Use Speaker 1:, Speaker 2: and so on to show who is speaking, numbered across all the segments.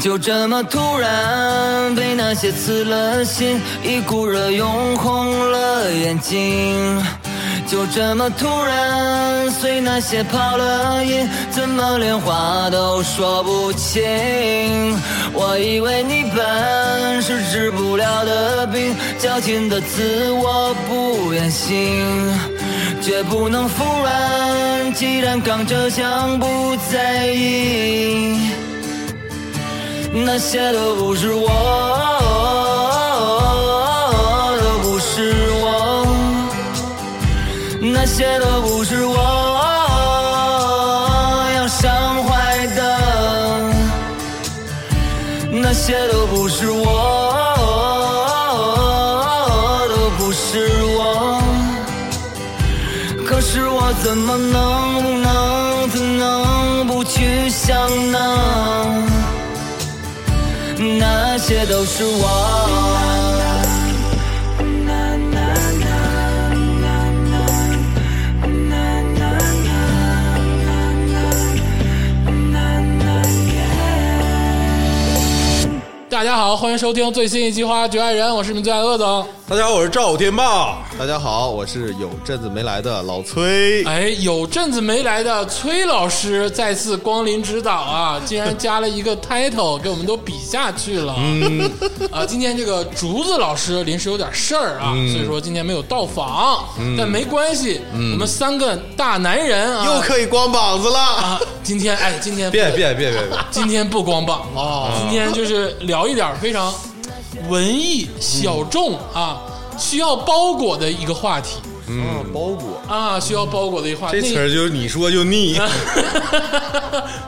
Speaker 1: 就这么突然被那些刺了心，一股热涌红了眼睛。就这么突然随那些跑了音，怎么连话都说不清？我以为你本是治不了的病，矫情的词我不愿醒。绝不能服软，既然刚着想不在意，那些都不是我，都不是我，那些都不是我要伤怀的，那些都不是我，都不是我。可是我怎么能不能怎能不去想呢？那些都是我。
Speaker 2: 大家好，欢迎收听最新一期《花局爱人》，我是你们最爱的鄂总。
Speaker 3: 大家好，我是赵天霸。
Speaker 4: 大家好，我是有阵子没来的老崔。
Speaker 2: 哎，有阵子没来的崔老师再次光临指导啊，竟然加了一个 title，给我们都比下去了。嗯，啊，今天这个竹子老师临时有点事儿啊，
Speaker 4: 嗯
Speaker 2: 所以说今天没有到访，但没关系，我们三个大男人啊，
Speaker 4: 又可以光膀子了，
Speaker 2: 啊，今天哎，今天
Speaker 3: 别别别别 别！嗯
Speaker 2: 今天不光膀哦，今天就是聊一点儿非常文艺
Speaker 3: 嗯
Speaker 2: 小众啊，需要包裹的一个话题
Speaker 4: 嗯，包裹
Speaker 2: 啊，需要包裹的一个话题。
Speaker 3: 这词儿就是你说就腻，
Speaker 2: 那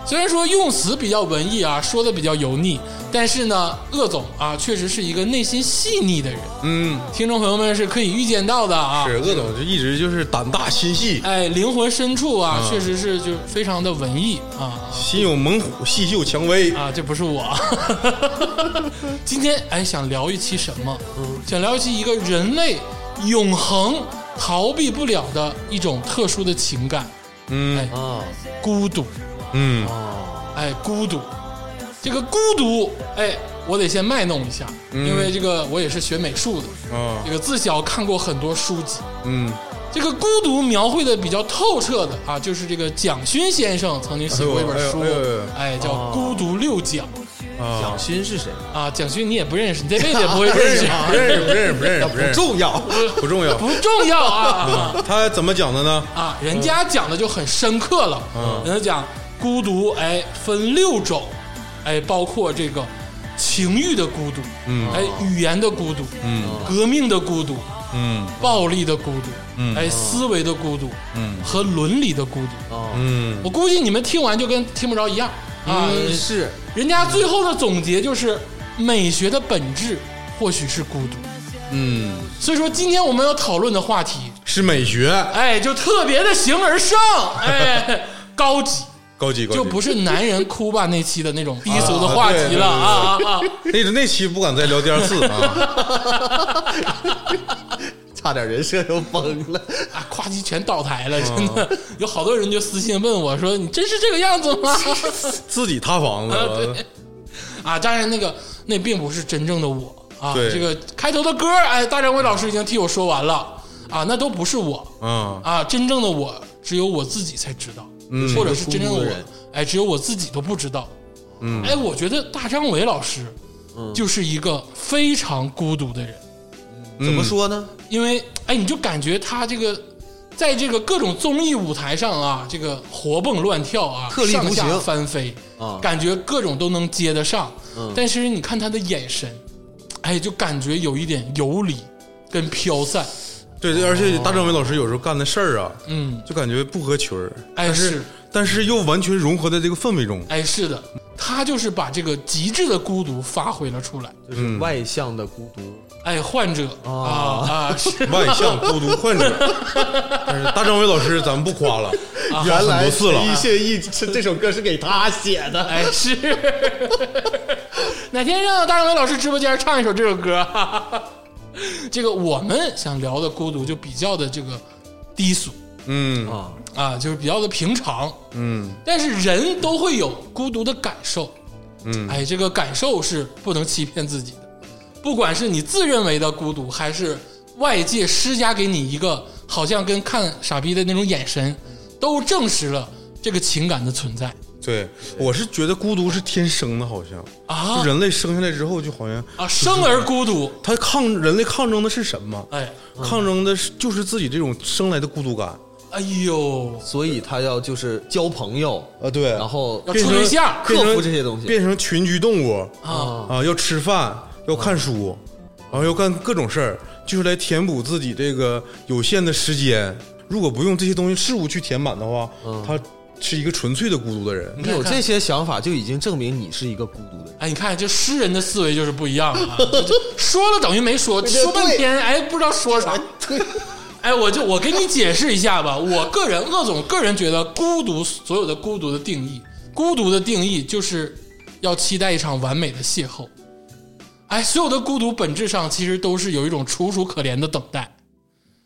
Speaker 2: 虽然说用词比较文艺啊，说的比较油腻，但是呢，鄂总啊，确实是一个内心细腻的人，
Speaker 3: 嗯，
Speaker 2: 听众朋友们是可以预见到的啊。
Speaker 3: 是鄂总就一直就是胆大心细，
Speaker 2: 哎，灵魂深处啊，
Speaker 3: 嗯
Speaker 2: 确实是就非常的文艺啊。
Speaker 3: 心有猛虎，细嗅蔷薇。
Speaker 2: 啊，这不是我。 今天哎，想聊一期什么？
Speaker 3: 嗯
Speaker 2: 想聊一期一个人类永恒逃避不了的一种特殊的情感，哎
Speaker 3: 嗯
Speaker 4: 啊，
Speaker 2: 孤独。
Speaker 3: 嗯，
Speaker 4: 哦
Speaker 2: 哎，孤独，这个孤独，哎，我得先卖弄一下，
Speaker 3: 嗯
Speaker 2: 因为这个我也是学美术的，
Speaker 3: 啊
Speaker 2: 这个自小看过很多书籍。
Speaker 3: 嗯，
Speaker 2: 这个孤独描绘的比较透彻的啊，就是这个蒋勋先生曾经写过一本书
Speaker 3: 哎呦哎呦哎呦，
Speaker 2: 哎，叫《孤独六讲》
Speaker 4: 蒋勋是谁？
Speaker 2: 啊。蒋勋你也不认识，你这辈子也 不会认识，
Speaker 3: 不认识不认识不认识不认识，
Speaker 4: 重要，
Speaker 3: 不重要。
Speaker 2: 不重要 啊
Speaker 3: 他怎么讲的呢？
Speaker 2: 啊！人家讲的就很深刻了，人家讲孤独，哎，分六种，哎，包括这个情欲的孤独，嗯，哎，语言的孤独，嗯，革命的孤独，
Speaker 3: 嗯
Speaker 2: 暴力的孤独，嗯，哎，思维的孤独，嗯，和伦理的孤独。
Speaker 3: 嗯，
Speaker 2: 我估计你们听完就跟听不着一样啊！
Speaker 4: 是
Speaker 2: 人家最后的总结就是，美学的本质或许是孤独。
Speaker 3: 嗯，
Speaker 2: 所以说，今天我们要讨论的话题
Speaker 3: 是美学，
Speaker 2: 哎，就特别的形而 上，哎，高级，
Speaker 3: 高级高级。
Speaker 2: 就不是男人哭吧那期的那种低俗的话题了啊啊啊！
Speaker 3: 那那期不敢再聊第二次 啊。
Speaker 4: 差点人设都崩了。
Speaker 2: 啊，夸叽全倒台了，真
Speaker 3: 啊
Speaker 2: 的有好多人就私信问我说：“你真是这个样子吗
Speaker 3: 自己塌房 子了，？”
Speaker 2: 啊，当然那个那并不是真正的我啊，
Speaker 3: 对
Speaker 2: 这个开头的歌，哎，大张伟老师已经替我说完了啊，那都不是我
Speaker 3: 啊，
Speaker 2: 啊，真正的我只有我自己才知道，
Speaker 4: 嗯
Speaker 2: 或者是真正的我，哎，只有我自己都不知道。嗯，哎，我觉得大张伟老师
Speaker 4: 嗯
Speaker 2: 就是一个非常孤独的人，
Speaker 4: 怎么说呢？
Speaker 2: 因为哎，你就感觉他这个在这个各种综艺舞台上啊，这个活蹦乱跳啊，
Speaker 4: 特立独
Speaker 2: 上
Speaker 4: 行
Speaker 2: 下翻飞
Speaker 4: 啊嗯
Speaker 2: 感觉各种都能接得上。但是你看他的眼神，哎，就感觉有一点游离跟飘散。
Speaker 3: 对对，而且大张伟老师有时候干的事儿啊，
Speaker 2: 嗯，
Speaker 3: 就感觉不合群儿，
Speaker 2: 哎是
Speaker 3: 但是又完全融合在这个氛围中。
Speaker 2: 哎，是的，他就是把这个极致的孤独发挥了出来。
Speaker 4: 就是外向的孤独，
Speaker 2: 哎，患者啊啊，是
Speaker 3: 外向孤独患者，但是大张伟老师咱们不夸了，
Speaker 4: 原
Speaker 3: 很
Speaker 4: 来
Speaker 3: 多次了
Speaker 4: 一信一这这首歌是给他写的。
Speaker 2: 哎是。 哪天让大张伟老师直播间唱一首这首歌？这个我们想聊的孤独就比较的这个低俗
Speaker 3: 嗯
Speaker 1: 哦
Speaker 4: 啊，
Speaker 2: 啊，就是比较的平常。
Speaker 3: 嗯，
Speaker 2: 但是人都会有孤独的感受，嗯，哎，这个感受是不能欺骗自己的，不管是你自认为的孤独，还是外界施加给你一个好像跟看傻逼的那种眼神，都证实了这个情感的存在
Speaker 3: 对，我是觉得孤独是天生的，好像
Speaker 2: 啊
Speaker 3: 就人类生下来之后就好像
Speaker 2: 啊，生而孤独，
Speaker 3: 他抗人类抗争的是什么？
Speaker 2: 哎，
Speaker 3: 抗争的是就是自己这种生来的孤独感
Speaker 2: 哎呦，
Speaker 4: 所以他要就是交朋友，
Speaker 3: 啊，对，
Speaker 4: 然后
Speaker 2: 要
Speaker 3: 变
Speaker 2: 处
Speaker 3: 成
Speaker 2: 对象
Speaker 3: 变成
Speaker 4: 克服这些东西
Speaker 3: 变成群居动物
Speaker 2: 啊
Speaker 3: 啊，要吃饭，要看书，然后要干各种事儿，就是来填补自己这个有限的时间。如果不用这些东西事物去填满的话，他是一个纯粹的孤独的人。
Speaker 4: 嗯你有这些想法，就已经证明你是一个孤独的人。
Speaker 2: 哎，你看这诗人的思维就是不一样啊，就就说了等于没说，说半天，哎，不知道说啥。哎，我就我给你解释一下吧。我个人，鄂总个人觉得，孤独所有的孤独的定义，孤独的定义就是要期待一场完美的邂逅。哎，所有的孤独本质上其实都是有一种楚楚可怜的等待。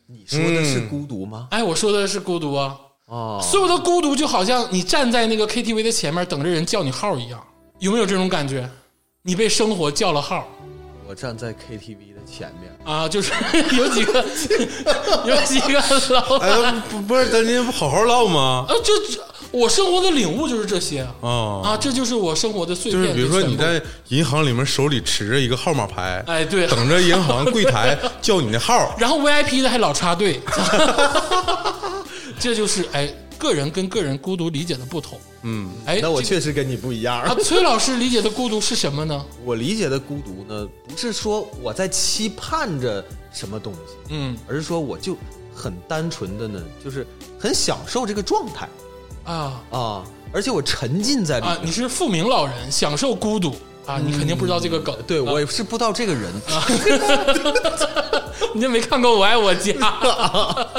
Speaker 4: 你说的是孤独吗？
Speaker 2: 哎，我说的是孤独啊，
Speaker 4: 哦，
Speaker 2: 所有的孤独就好像你站在那个 KTV 的前面等着人叫你号一样，有没有这种感觉？你被生活叫了号。
Speaker 4: 我站在 KTV 的前面，
Speaker 2: 啊，就是 有几个有几个老啊，
Speaker 3: 哎，不不是，咱今天不好好唠吗？
Speaker 2: 这这我生活的领悟就是这些啊，
Speaker 3: 啊，
Speaker 2: 这就是我生活的碎
Speaker 3: 就
Speaker 2: 片。
Speaker 3: 是比如说
Speaker 2: 全
Speaker 3: 你
Speaker 2: 部，
Speaker 3: 在银行里面手里持着一个号码牌，
Speaker 2: 哎对
Speaker 3: 等着银行柜台叫你的号。
Speaker 2: 然后 VIP 的还老插队， 这就是哎个人跟个人孤独理解的不同。嗯，哎，
Speaker 4: 那我
Speaker 2: 这个
Speaker 4: 确实跟你不一样。
Speaker 2: 啊，崔老师理解的孤独是什么呢？
Speaker 4: 我理解的孤独呢，不是说我在期盼着什么东西，
Speaker 2: 嗯
Speaker 4: 而是说我就很单纯的呢，就是很享受这个状态
Speaker 2: 啊
Speaker 4: 啊，而且我沉浸在里面。
Speaker 2: 啊，你是富明老人，享受孤独啊，你肯定不知道这个梗，
Speaker 4: 对，我也是不知道这个人，
Speaker 2: 啊 你就没看过《我爱我家》啊？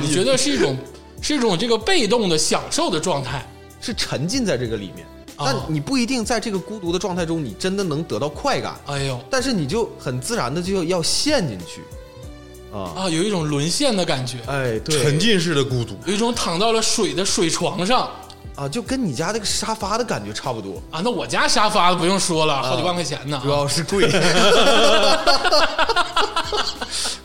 Speaker 2: 你觉得是一种是一种这个被动的享受的状态
Speaker 4: 是沉浸在这个里面。
Speaker 2: 哦
Speaker 4: 但你不一定在这个孤独的状态中，你真的能得到快感，
Speaker 2: 哎呦
Speaker 4: 但是你就很自然的就要陷进去，啊，
Speaker 2: 啊，有一种沦陷的感觉，
Speaker 4: 哎，对，
Speaker 3: 沉浸式的孤独，
Speaker 2: 有一种躺到了水的水床上
Speaker 4: 啊，就跟你家那个沙发的感觉差不多，
Speaker 2: 啊。那我家沙发不用说了，好几万块钱呢
Speaker 3: 啊
Speaker 4: 主。要是 贵，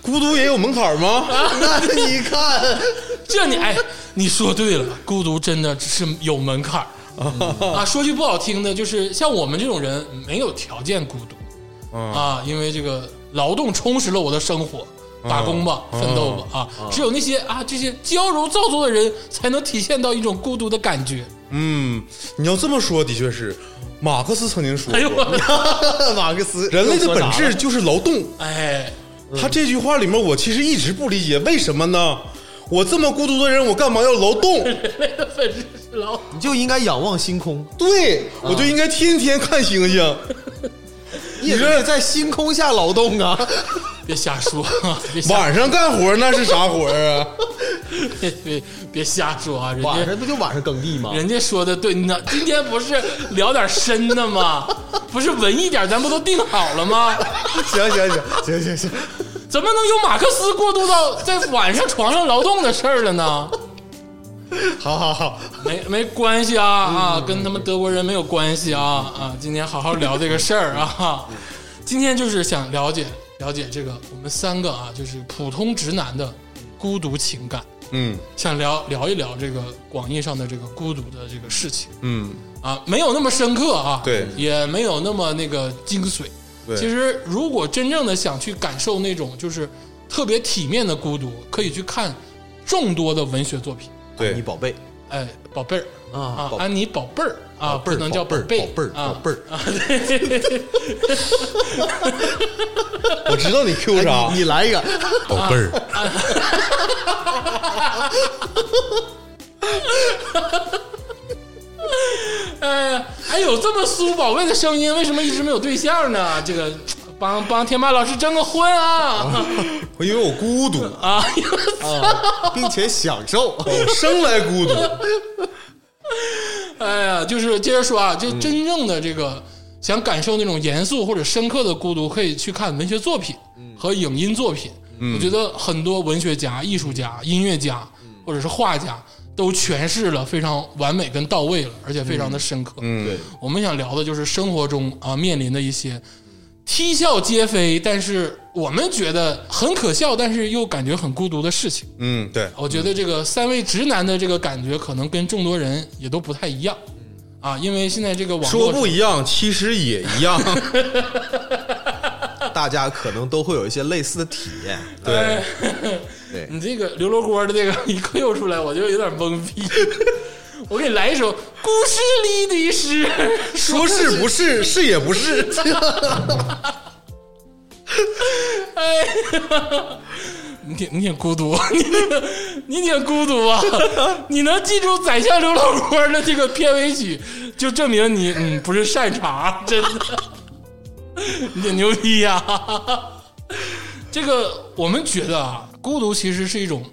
Speaker 3: 孤独也有门槛 吗？
Speaker 4: 那你看，
Speaker 2: 这你哎，你说对了，孤独真的是有门 槛儿、啊。说句不好听的，就是像我们这种人没有条件孤独、
Speaker 3: 嗯
Speaker 2: 啊，因为这个劳动充实了我的生活。打工吧，
Speaker 3: 嗯
Speaker 2: 奋斗吧啊！只有那些啊，这些娇柔造作的人，才能体现到一种孤独的感觉。
Speaker 3: 嗯，你要这么说，的确是。马克思曾经说
Speaker 2: 哎呦
Speaker 3: 过，
Speaker 2: 我，
Speaker 4: 马克思，
Speaker 3: 人类的本质就是劳动。
Speaker 2: 哎，
Speaker 3: 他这句话里面，我其实一直不理解，为什么呢？我这么孤独的人，我干嘛要劳动？
Speaker 2: 本质是劳
Speaker 4: 你就应该仰望星空，
Speaker 3: 对，我就应该天天看星 星。
Speaker 4: 你是在星空下劳动啊，
Speaker 2: 别瞎说， 别瞎
Speaker 3: 晚上干活那是啥活 啊？
Speaker 2: 别别别瞎说啊！人
Speaker 4: 晚
Speaker 2: 家
Speaker 4: 上不就晚上耕地吗？
Speaker 2: 人家说的对呢，今天不是聊点深的吗？不是文一点，咱不都定好了吗？
Speaker 4: 行行行行行行，
Speaker 2: 怎么能由马克思过渡到在晚上床上劳动的事儿了呢？
Speaker 4: 好好好，
Speaker 2: 没没关系啊啊，跟他们德国人没有关系啊啊！今天好好聊这个事儿啊，今天就是想了解了解这个我们三个啊，就是普通直男的孤独情感，
Speaker 3: 嗯
Speaker 2: 想聊聊一聊这个广义上的这个孤独的这个事情。
Speaker 3: 嗯，
Speaker 2: 啊，没有那么深刻啊，
Speaker 3: 对
Speaker 2: 也没有那么那个精髓。
Speaker 3: 对
Speaker 2: 其实如果真正的想去感受那种就是特别体面的孤独，可以去看众多的文学作品。
Speaker 3: 对
Speaker 4: 你宝贝，
Speaker 2: 哎，宝贝儿
Speaker 4: 啊
Speaker 2: 啊
Speaker 4: 宝，
Speaker 2: 安妮宝贝儿啊，
Speaker 4: 贝
Speaker 2: 不
Speaker 4: 儿
Speaker 2: 能叫
Speaker 4: 宝贝儿
Speaker 2: 贝
Speaker 4: 宝贝儿
Speaker 2: 啊
Speaker 4: 宝贝儿
Speaker 2: 啊，对，
Speaker 3: 我知道你 Q 啥
Speaker 4: 哎，你你来一个，
Speaker 3: 宝贝儿。
Speaker 2: 啊哎，还有这么酥宝贝的声音，为什么一直没有对象呢？这个帮帮天霸老师征个婚啊
Speaker 3: 我因为我孤独，啊
Speaker 2: 啊！
Speaker 4: 并且享受，
Speaker 3: 我生来孤独。
Speaker 2: 哎呀，就是接着说啊，就真正的这
Speaker 3: 嗯
Speaker 2: 个、想感受那种严肃或者深刻的孤独，可以去看文学作品
Speaker 3: 嗯
Speaker 2: 和影
Speaker 3: 嗯
Speaker 2: 音作品。我觉得很多文学家、艺术家、音乐家或者是画家都诠释了非常完美跟到位了，而且非常的深刻。
Speaker 3: 嗯，
Speaker 4: 对，
Speaker 2: 我们想聊的就是生活中啊面临的一些啼笑皆非，但是我们觉得很可笑，但是又感觉很孤独的事情。
Speaker 3: 嗯，对，
Speaker 2: 我觉得这个三位直男的这个感觉，可能跟众多人也都不太一样啊，因为现在这个网
Speaker 3: 说
Speaker 2: 络
Speaker 3: 不一样，其实也一样。
Speaker 4: 大家可能都会有一些类似的体验。
Speaker 2: 哎
Speaker 3: 对，
Speaker 4: 对，
Speaker 2: 你这个刘罗锅的这个一又出来，我就有点懵逼。 我给你来一首《故事里的诗》，
Speaker 3: 说是不是，是也不是。
Speaker 2: 你挺你挺孤独， 你挺你挺孤独啊！ 你能记住宰相刘老锅的这个片尾曲，就证明你嗯不是善茬， 真的，你挺牛逼呀、 这个我们觉得啊，孤独其实是一种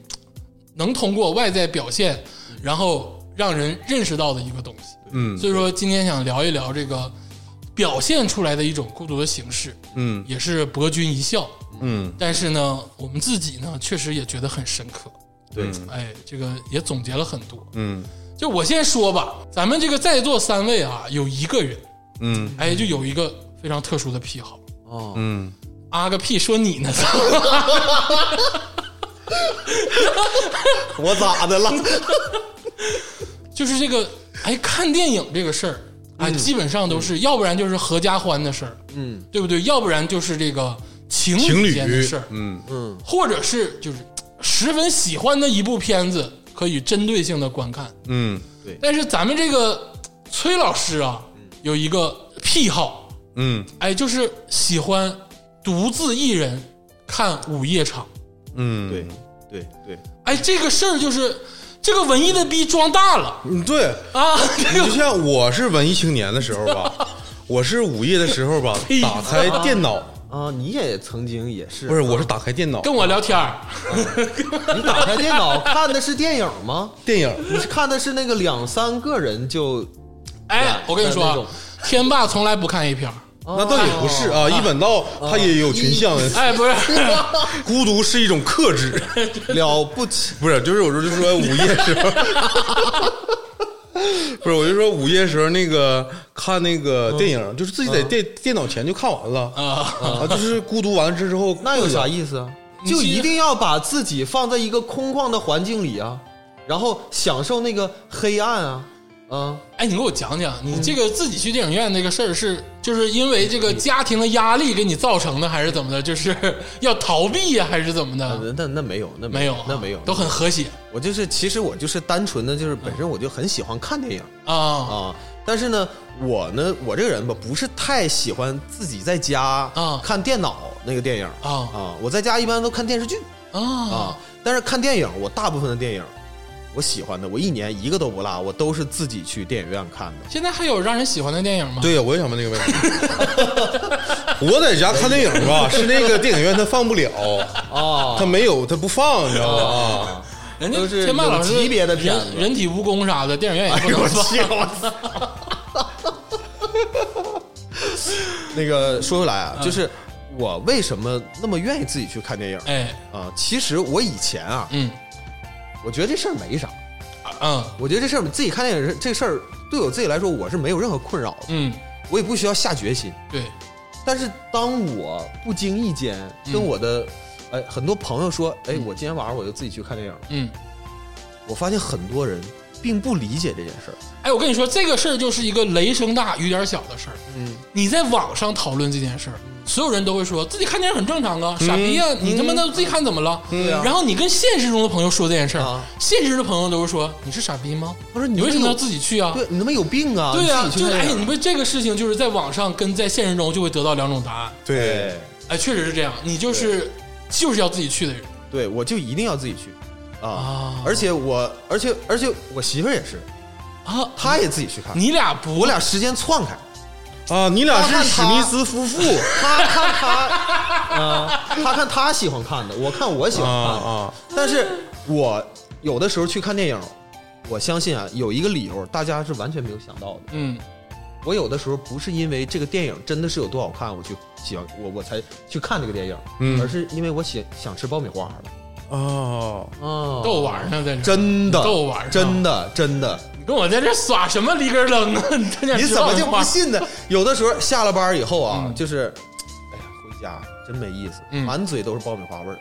Speaker 2: 能通过外在表现，然后让人认识到的一个东西。
Speaker 3: 嗯
Speaker 2: 所以说今天想聊一聊这个表现出来的一种孤独的形式，
Speaker 3: 嗯
Speaker 2: 也是博君一笑。
Speaker 3: 嗯
Speaker 2: 但是呢，我们自己呢，确实也觉得很深刻。
Speaker 4: 对，
Speaker 2: 哎，这个也总结了很多。
Speaker 3: 嗯
Speaker 2: 就我先说吧，咱们这个在座三位啊，有一个人，
Speaker 3: 嗯
Speaker 2: 哎，就有一个非常特殊的癖好。
Speaker 4: 哦，
Speaker 3: 嗯，
Speaker 2: 啊个屁！说你呢？ 操
Speaker 4: 我咋的了？
Speaker 2: 就是这个，哎，看电影这个事儿啊，
Speaker 3: 嗯
Speaker 2: 基本上都是，要不然就是合家欢的事儿，
Speaker 4: 嗯
Speaker 2: 对不对？要不然就是这个情
Speaker 3: 情
Speaker 2: 侣
Speaker 3: 侣
Speaker 2: 间的事儿，
Speaker 3: 嗯
Speaker 4: 嗯，
Speaker 2: 或者是就是十分喜欢的一部片子，可以针对性的观看。
Speaker 3: 嗯
Speaker 2: 但是咱们这个崔老师啊，有一个癖好，
Speaker 3: 嗯
Speaker 2: 哎，就是喜欢独自一人看午夜场。
Speaker 3: 嗯，
Speaker 4: 对对对，
Speaker 2: 哎，这个事儿就是这个文艺的逼装大了
Speaker 3: 嗯对，
Speaker 2: 啊！ 这
Speaker 3: 你就
Speaker 2: 个
Speaker 3: 像我是文艺青年的时候吧，我是午夜的时候吧，打开电脑，
Speaker 4: 啊，你也曾经也是，
Speaker 3: 不是，我是打开电脑
Speaker 2: 跟我聊天儿，
Speaker 4: 你打开电脑看的是电影吗？
Speaker 3: 电影，
Speaker 4: 你是看的是那个两三个人就
Speaker 2: 哎，我跟你说
Speaker 4: 那
Speaker 2: 啊
Speaker 4: 种，
Speaker 2: 天霸从来不看 A 片儿。
Speaker 3: 那倒也不是啊。一本道它也有群像，
Speaker 2: 哎， 不是，
Speaker 3: 孤独是一种克制，
Speaker 4: 了不起，
Speaker 3: 不是，就是我说就说午夜时候。 不是，我就说午夜时候那个看那个电影，
Speaker 4: 嗯
Speaker 3: 就是自己在电、电脑前就看完了啊就是孤独完了之 后，
Speaker 4: 那有啥意思啊？
Speaker 2: 你
Speaker 4: 就
Speaker 2: 其实
Speaker 4: 一定要把自己放在一个空旷的环境里啊，然后享受那个黑暗啊，啊，
Speaker 2: 哎，你给我讲讲，你这个自己去电影院那个事儿是，就是因为这个家庭的压力给你造成的，还是怎么的？就是要逃避呀、还是怎么的？
Speaker 4: 那那那没有，那
Speaker 2: 没有啊，
Speaker 4: 呃那没有，
Speaker 2: 都很和谐
Speaker 4: 我就是，其实我就是单纯的，就是本身我就很喜欢看电影
Speaker 2: 啊
Speaker 4: 啊。但是呢，我呢，我这个人吧，不是太喜欢自己在家
Speaker 2: 啊
Speaker 4: 看电脑那个电影
Speaker 2: 啊
Speaker 4: 啊。我在家一般都看电视剧
Speaker 2: 啊！
Speaker 4: 啊，但是看电影，我大部分的电影，我喜欢的，我一年一个都不落，我都是自己去电影院看的。
Speaker 2: 现在还有让人喜欢的电影吗？
Speaker 3: 对呀，我也想问这个问题。我在家看电影 吧，是那个电影院它放不了，
Speaker 4: 哦，
Speaker 3: 它没有，它不放，你知道吗？
Speaker 4: 啊
Speaker 2: 人家
Speaker 4: 都是
Speaker 2: 天霸老师
Speaker 4: 有级别的片子
Speaker 2: 人人体蜈蚣啥的，电影院也不能 放。
Speaker 4: 那个说回来啊，就是我为什么那么愿意自己去看电影
Speaker 2: 哎，
Speaker 4: 啊？其实我以前啊，
Speaker 2: 嗯
Speaker 4: 我觉得这事儿没啥。
Speaker 2: 嗯
Speaker 4: 我觉得这事儿自己看电影是这事儿，对我自己来说，我是没有任何困扰的，
Speaker 2: 嗯，
Speaker 4: 我也不需要下决心。
Speaker 2: 对，
Speaker 4: 但是当我不经意间跟我的、哎很多朋友说，哎，我今天晚上我就自己去看电影，
Speaker 2: 嗯。
Speaker 4: 我发现很多人并不理解这件事儿。
Speaker 2: 哎，我跟你说，这个事儿就是一个雷声大雨点小的事儿。嗯，你在网上讨论这件事儿，
Speaker 4: 嗯
Speaker 2: 所有人都会说自己看电影很正常啊，傻逼呀、你他妈的自己看怎么了？对
Speaker 4: 嗯啊
Speaker 2: 然后你跟现实中的朋友说这件事儿，
Speaker 4: 啊
Speaker 2: 现实的朋友都会说你是傻逼吗？
Speaker 4: 不是
Speaker 2: 你
Speaker 4: 你
Speaker 2: 为什么
Speaker 4: 有
Speaker 2: 要自己去啊？
Speaker 4: 对你他妈有病啊！
Speaker 2: 对呀、
Speaker 4: 你自己
Speaker 2: 就是
Speaker 4: 去看
Speaker 2: 哎，
Speaker 4: 电
Speaker 2: 你
Speaker 4: 影。
Speaker 2: 不这个事情就是在网上跟在现实中就会得到两种答案。
Speaker 3: 对，
Speaker 2: 哎，确实是这样，你就是就是要自己去的人
Speaker 4: 对，我就一定要自己去啊
Speaker 2: 啊！
Speaker 4: 而且我，而且而且我媳妇儿也是，
Speaker 2: 啊。
Speaker 4: 她也自己去看，
Speaker 2: 你俩不，
Speaker 4: 我俩时间篡 开。
Speaker 3: 啊，你俩是史密斯夫妇
Speaker 4: 他看他，啊、他看他喜欢看的，我看我喜
Speaker 3: 啊
Speaker 4: 欢看的。
Speaker 3: 啊，
Speaker 4: 但是我有的时候去看电影，我相信啊，有一个理由大家是完全没有想到的。
Speaker 2: 嗯
Speaker 4: 我有的时候不是因为这个电影真的是有多好看，我去喜欢我我才去看这个电影，
Speaker 3: 嗯
Speaker 4: 而是因为我喜想吃爆米花了。
Speaker 3: 哦，
Speaker 2: 嗯
Speaker 4: 啊，
Speaker 2: 逗玩儿呢，在这儿
Speaker 4: 真的
Speaker 2: 逗玩儿呢
Speaker 4: 真的真的，
Speaker 2: 你跟我在这耍什么离根儿楞啊？ 你这叫
Speaker 4: 你
Speaker 2: 知
Speaker 4: 怎
Speaker 2: 道
Speaker 4: 么就
Speaker 2: 文
Speaker 4: 不
Speaker 2: 化
Speaker 4: 信呢？有的时候下了班以后啊，就是，哎呀，回家真没意思，
Speaker 2: 嗯
Speaker 4: 满嘴都是爆米花味儿。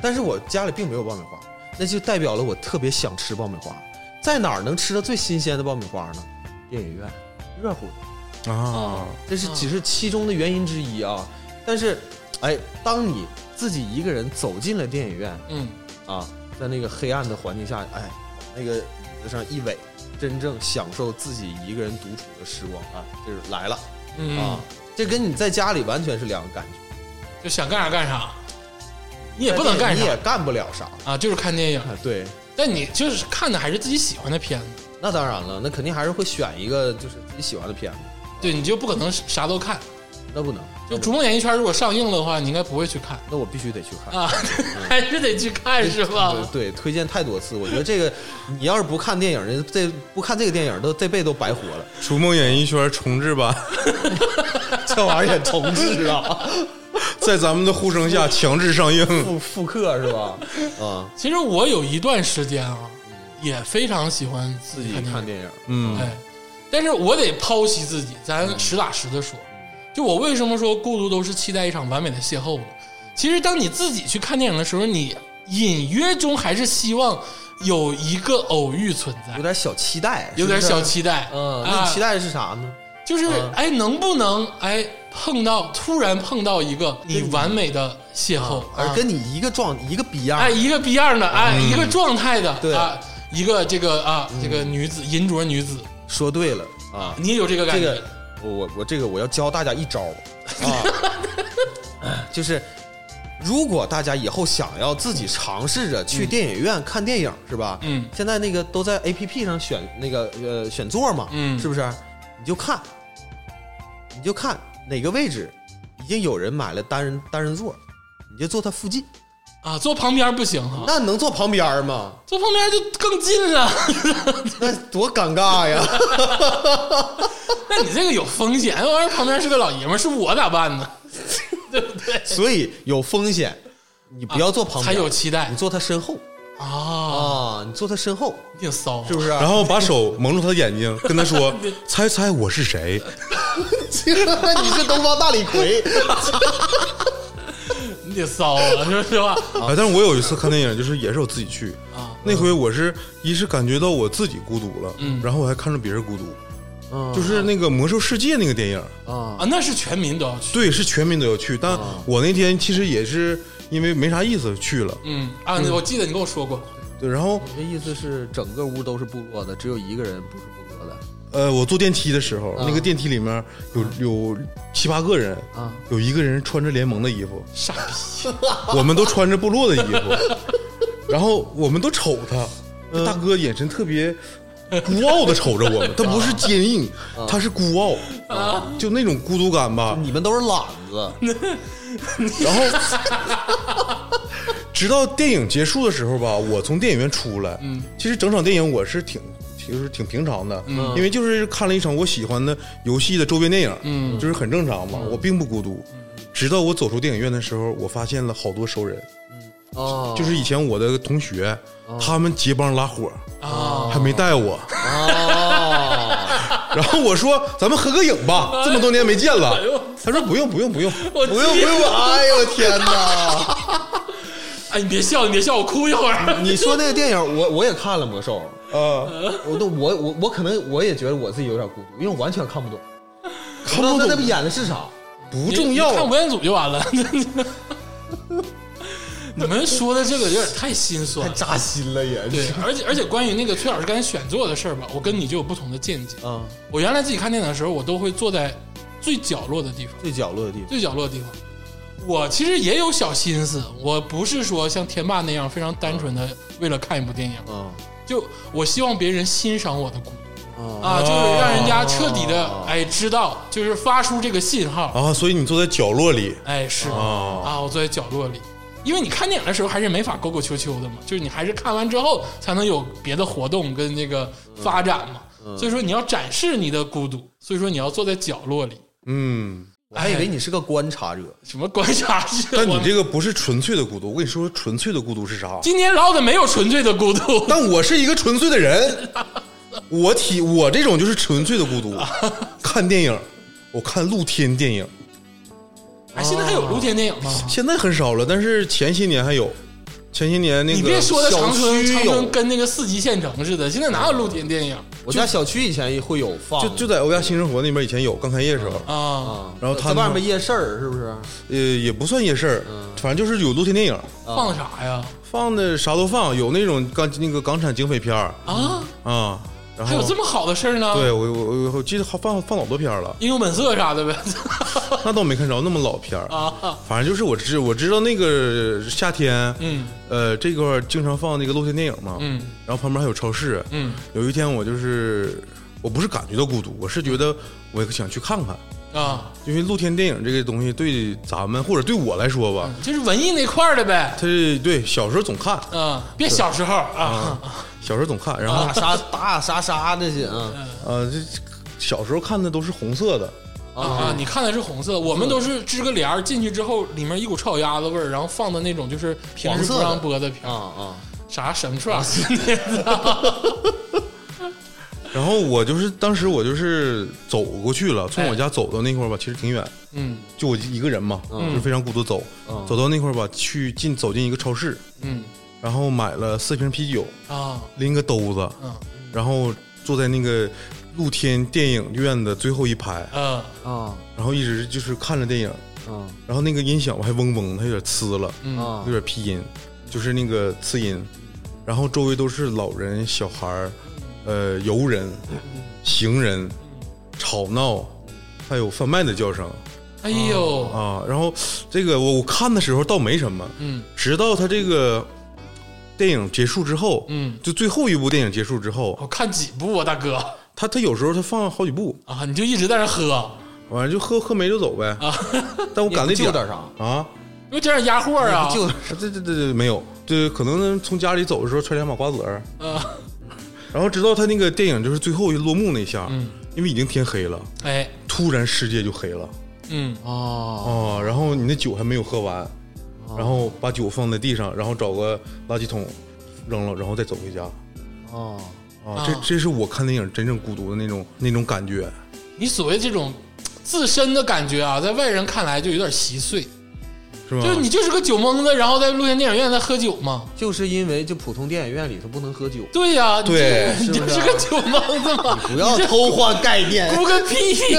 Speaker 4: 但是我家里并没有爆米花，那就代表了我特别想吃爆米花。在哪儿能吃到最新鲜的爆米花呢？电影院，热乎的。
Speaker 3: 啊，
Speaker 4: 这
Speaker 2: 嗯
Speaker 4: 是只是其中的原因之一啊。但是，哎，当你自己一个人走进了电影院
Speaker 2: 嗯，
Speaker 4: 啊，在那个黑暗的环境下，哎，往那个椅子上一偎，真正享受自己一个人独处的时光啊，就是来了
Speaker 2: 嗯
Speaker 4: 啊。这跟你在家里完全是两个感觉，
Speaker 2: 就想干啥干啥，你也不能干
Speaker 4: 你
Speaker 2: 啥
Speaker 4: 也干不了啥
Speaker 2: 啊，就是看电影。
Speaker 4: 啊。对，
Speaker 2: 但你就是看的还是自己喜欢的片子，
Speaker 4: 那当然了，那肯定还是会选一个就是自己喜欢的片子，
Speaker 2: 对，你就不可能啥都看。
Speaker 4: 那不能，
Speaker 2: 就《逐梦演艺圈》如果上映了的话，你应该不会去看
Speaker 4: 那我必须得去看。
Speaker 2: 啊， 还是得去看是吧？
Speaker 4: 对，推荐太多次，我觉得这个你要是不看电影，人这不看这个电影都这辈子都白活了。
Speaker 3: 《逐梦演艺圈》重置版
Speaker 4: 这玩意儿也重置啊，
Speaker 3: 在咱们的呼 声下强制上映。
Speaker 4: 复 复刻是吧？啊、
Speaker 2: 其实我有一段时间啊，也非常喜欢
Speaker 4: 嗯自
Speaker 2: 自
Speaker 4: 己
Speaker 2: 看
Speaker 4: 看
Speaker 2: 电
Speaker 4: 电影，
Speaker 2: 影，
Speaker 3: 嗯
Speaker 2: 哎，但是我得剖析自己，咱实打实的说，就我为什么说孤独都是期待一场完美的邂逅呢？其实当你自己去看电影的时候，你隐约中还是希望有一个偶遇存在
Speaker 4: 有，点小期待，
Speaker 2: 有点
Speaker 4: 是不
Speaker 2: 小
Speaker 4: 是。
Speaker 2: 期待，
Speaker 4: 嗯，那
Speaker 2: 啊
Speaker 4: 你期待的嗯是啥呢？
Speaker 2: 就是哎，能不能哎碰到突然碰到一个你完美的邂逅，
Speaker 4: 哦而
Speaker 2: 啊
Speaker 4: 跟你一个状一个逼样，嗯
Speaker 2: 哎一个逼样的哎一个状态的
Speaker 4: 对嗯
Speaker 2: 啊一个这个啊这个女子银镯女子，
Speaker 4: 说对了啊，
Speaker 2: 你也有这个感
Speaker 4: 这
Speaker 2: 觉
Speaker 4: 个我我我这个我要教大家一招啊， 就是如果大家以后想要自己尝试着去电影院看电影，是吧？
Speaker 2: 嗯
Speaker 4: 现在那个都在 A P P 上选那个呃选座嘛，
Speaker 2: 嗯
Speaker 4: 是不是？你就看，你就看哪个位置已经有人买了单人单人座，你就坐他附近，
Speaker 2: 啊坐旁边不行哈，
Speaker 4: 那能坐旁边吗？
Speaker 2: 坐旁边就更近了，
Speaker 4: 那多尴尬呀！
Speaker 2: 那你这个有风险，要万一旁边是个老爷们儿，是我咋办呢？ 对不对？
Speaker 4: 所以有风险，你不要坐旁边，
Speaker 2: 才有期待
Speaker 4: 你坐啊他身后
Speaker 2: 啊，
Speaker 4: 啊，你坐他身后，
Speaker 2: 你挺骚啊，
Speaker 4: 是不是？
Speaker 3: 然后把手蒙住他的眼睛，跟他说：“ 猜猜我是谁
Speaker 4: 你是东方大李 逵，
Speaker 2: 你挺骚啊，说实话？”
Speaker 3: 哎，但是我有一次看电影，就是也是我自己去，
Speaker 2: 啊，
Speaker 3: 那回我是一是感觉到我自己孤独了，
Speaker 2: 嗯
Speaker 3: 然后我还看着别人孤独，
Speaker 4: 嗯
Speaker 3: 就是那个《魔兽世界》那个电影，
Speaker 4: 啊，
Speaker 2: 啊，那是全民都要去，
Speaker 3: 对，是全民都要去，但我那天其实也是因为没啥意思去了，
Speaker 2: 嗯啊，那我记得你跟我说过，
Speaker 3: 对，然后
Speaker 4: 你的意思是整个屋都是部落的，只有一个人不是部落的
Speaker 3: 呃，我坐电梯的时
Speaker 2: 啊
Speaker 3: 候，那个电梯里面有有七八个人，
Speaker 4: 啊？
Speaker 3: 有一个人穿着联盟的衣服，
Speaker 2: 傻逼，
Speaker 3: 我们都穿着部落的衣 服，然后我们都瞅他，
Speaker 2: 嗯
Speaker 3: 那大哥眼神特别孤傲的瞅着我们，他不是 坚硬，
Speaker 2: 啊
Speaker 3: 他是孤傲，就那种孤独感吧。
Speaker 4: 你们都是懒子，
Speaker 3: 然后 直到电影结束的时候吧，我从电影院出来，嗯，其实整场电影我是挺。就是挺平常的，因为就是看了一场我喜欢的游戏的周边电影，嗯，就是很正常嘛，我并不孤独。直到我走出电影院的时候，我发现了好多熟人，
Speaker 4: 哦，
Speaker 3: 就是以前我的同学，他们结帮拉伙
Speaker 2: 啊，
Speaker 3: 还没带我。
Speaker 4: 哦，
Speaker 3: 然后我说：“咱们合个影吧，这么多年没见了。”他说：“不用，不用，不用，
Speaker 2: 我
Speaker 4: 不用不用，哎呦天 哪！
Speaker 2: 哎，你别笑，你别笑，我哭一会儿。
Speaker 4: 你说那个电影，我我也看了《魔兽》，
Speaker 3: 呃，
Speaker 4: 我都我我我可能我也觉得我自己有点孤独，因为我完全看不懂，
Speaker 3: 看不
Speaker 4: 那那
Speaker 3: 懂，
Speaker 4: 演的是啥？
Speaker 3: 不重要
Speaker 4: 啊
Speaker 2: 你看。吴彦祖就完了。 你们说的这个有点太心酸
Speaker 4: 太
Speaker 2: 了。
Speaker 4: 扎心了也
Speaker 2: 对
Speaker 4: 是，
Speaker 2: 而且而且关于那个崔老师刚才选座的事儿吧，我跟你就有不同的见解。
Speaker 4: 啊，
Speaker 2: 我原来自己看电影的时候，我都会坐在最角落的地方，
Speaker 4: 最角落的地方，
Speaker 2: 最角落的地方。我其实也有小心思，我不是说像天霸那样非常单纯的为了看一部电影，
Speaker 4: 嗯
Speaker 2: 就我希望别人欣赏我的孤独
Speaker 4: 啊
Speaker 2: 啊，就是让人家彻底的哎知道，就是发出这个信号，
Speaker 3: 啊，所以你坐在角落里
Speaker 2: 哎，是
Speaker 3: 哦
Speaker 2: 啊，我坐在角落里，因为你看电影的时候还是没法勾勾秋秋的嘛，就是你还是看完之后才能有别的活动跟这个发
Speaker 3: 嗯
Speaker 2: 展嘛。所以说你要展示你的孤独，所以说你要坐在角落里。
Speaker 3: 嗯，
Speaker 4: 我还以为你是个观察者。
Speaker 2: 什么观察是？
Speaker 3: 但你
Speaker 2: 我
Speaker 3: 这个不是纯粹的孤独，我跟你说，纯粹的孤独是啥？
Speaker 2: 今天唠的没有纯粹的孤独，
Speaker 3: 但我是一个纯粹的人，我体我这种就是纯粹的孤 独。看电影，我看露天电影，
Speaker 2: 哎，现在还有露天电影吗？
Speaker 3: 现在很少了，但是前些年还有。前些年那个
Speaker 2: 你别说的
Speaker 3: 小
Speaker 2: 长春，
Speaker 3: 区
Speaker 2: 长
Speaker 3: 有
Speaker 2: 春跟那个四级县城似的，现在哪有露天电影
Speaker 4: 我家小区以前会有放，
Speaker 3: 就就在欧亚新生活那边，以前有刚开业的时候，
Speaker 2: 啊？
Speaker 3: 然后他
Speaker 4: 在
Speaker 3: 们
Speaker 4: 外面夜市儿是不是？
Speaker 3: 呃也不算夜市儿，
Speaker 2: 嗯
Speaker 3: 反正就是有露天电影，
Speaker 2: 啊放的啥呀？
Speaker 3: 放的啥都放，有那种港那个港产警匪片儿
Speaker 2: 啊，
Speaker 3: 啊，然后
Speaker 2: 还有这么啊好的事儿呢？
Speaker 3: 对我我我我记得好放放老多片儿了，
Speaker 2: 英雄本色啥的呗。
Speaker 3: 那倒没看着那么老片儿，
Speaker 2: 啊，
Speaker 3: 反正就是我知我知道那个夏天，
Speaker 2: 嗯
Speaker 3: 呃这块儿经常放那个露天电影嘛，
Speaker 2: 嗯
Speaker 3: 然后旁边还有超市，
Speaker 2: 嗯
Speaker 3: 有一天我就是我不是感觉到孤独，我是觉得我想去看看。
Speaker 2: 啊，
Speaker 3: 因为露天电影这个东西对咱们或者对我来说吧，
Speaker 2: 就是文艺那块儿的呗。
Speaker 3: 它是对小时候总看，
Speaker 2: 啊，别小时候啊，
Speaker 3: 小时候总看，然后
Speaker 4: 打杀打打杀杀那些啊
Speaker 3: 呃，这小时候看的都是红色的，
Speaker 2: 啊！你看的是红色，我们都是支个帘儿进去之后，里面一股臭鸭子味儿，然后放的那种就是平时不让播的片
Speaker 4: 啊
Speaker 2: 儿，
Speaker 4: 啊！
Speaker 2: 啥什么串儿那
Speaker 3: 然后我就是当时我就是走过去了，从
Speaker 2: 哎
Speaker 3: 我家走到那块儿吧，其实挺远，
Speaker 2: 嗯
Speaker 3: 就我一个人嘛，就是非常孤独走，走到那块儿吧，去进走进一个超市，
Speaker 2: 嗯
Speaker 3: 然后买了四瓶啤酒，
Speaker 2: 啊
Speaker 3: 拎个兜子，
Speaker 2: 嗯
Speaker 3: 然后坐在那个露天电影院的最后一排，
Speaker 2: 嗯
Speaker 4: 啊
Speaker 3: 然后一直就是看着电影，
Speaker 4: 啊
Speaker 3: 然后那个音响我还嗡嗡，它有点呲了。
Speaker 2: 嗯
Speaker 3: 有点劈音，就是那个次音，然后周围都是老人、小孩儿，呃，游人、行人，吵闹，还有贩卖的叫声
Speaker 2: 哎呦，
Speaker 3: 啊。然后这个我我看的时候倒没什么，
Speaker 2: 嗯
Speaker 3: 直到他这个电影结束之后，
Speaker 2: 嗯，
Speaker 3: 就最后一部电影结束之后，
Speaker 4: 哦
Speaker 2: 我看几部啊，大哥
Speaker 3: 他他有时候他放好几部，
Speaker 2: 啊，你就一直在那喝，
Speaker 3: 完了就喝喝没就走呗。但我赶那
Speaker 4: 啊
Speaker 3: 点
Speaker 4: 也不就
Speaker 3: 儿
Speaker 4: 点啥？
Speaker 3: 啊，
Speaker 2: 因为这样压货啊，
Speaker 4: 就
Speaker 3: 这这这这没有，这可能从家里走的时候揣两把瓜子儿。
Speaker 2: 啊，
Speaker 3: 然后直到他那个电影就是最后一落幕那一下，
Speaker 4: 嗯
Speaker 3: 因为已经天黑了，
Speaker 2: 哎，
Speaker 3: 突然世界就黑了
Speaker 2: 嗯
Speaker 4: 啊
Speaker 3: 啊、然后你那酒还没有喝完，
Speaker 2: 哦
Speaker 3: 然后把酒放在地上，然后找个垃圾桶扔了，然后再走回家
Speaker 4: 啊
Speaker 3: 啊。
Speaker 2: 哦
Speaker 3: 这这是我看电影真正孤独的那种那种感觉。
Speaker 2: 你所谓这种自身的感觉啊，在外人看来就有点稀碎，
Speaker 3: 是吧？
Speaker 2: 就是你就是个酒蒙子，然后在露天电影院在喝酒嘛。
Speaker 4: 就是因为就普通电影院里头不能喝酒，
Speaker 2: 对呀、你
Speaker 3: 对
Speaker 2: 这你就是啊个酒蒙子嘛，
Speaker 4: 不要偷换概念
Speaker 2: 哭个屁！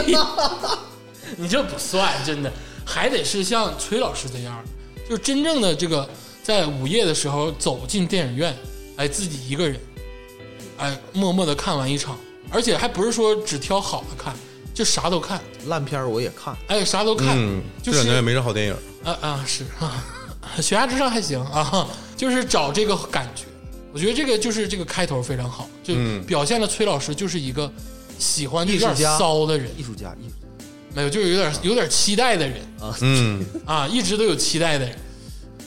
Speaker 2: 你这不算，真的，还得是像崔老师这样，就是真正的这个在午夜的时候走进电影院，哎，自己一个人，哎，默默的看完一场，而且还不是说只挑好的看，就啥都看，
Speaker 4: 烂片儿我也看，
Speaker 2: 哎，啥都看，
Speaker 3: 嗯，
Speaker 2: 就
Speaker 3: 这
Speaker 2: 是
Speaker 3: 两年也没啥好电影。
Speaker 2: 啊啊是啊，悬崖之上还行啊，就是找这个感觉。我觉得这个就是这个开头非常好，就
Speaker 3: 嗯
Speaker 2: 表现了崔老师就是一个喜欢就
Speaker 4: 艺
Speaker 2: 有
Speaker 4: 术
Speaker 2: 点
Speaker 4: 家
Speaker 2: 骚的人，
Speaker 4: 艺术家艺术家
Speaker 2: 没有就是有点有点期待的人
Speaker 3: 嗯
Speaker 2: 啊，一直都有期待的人。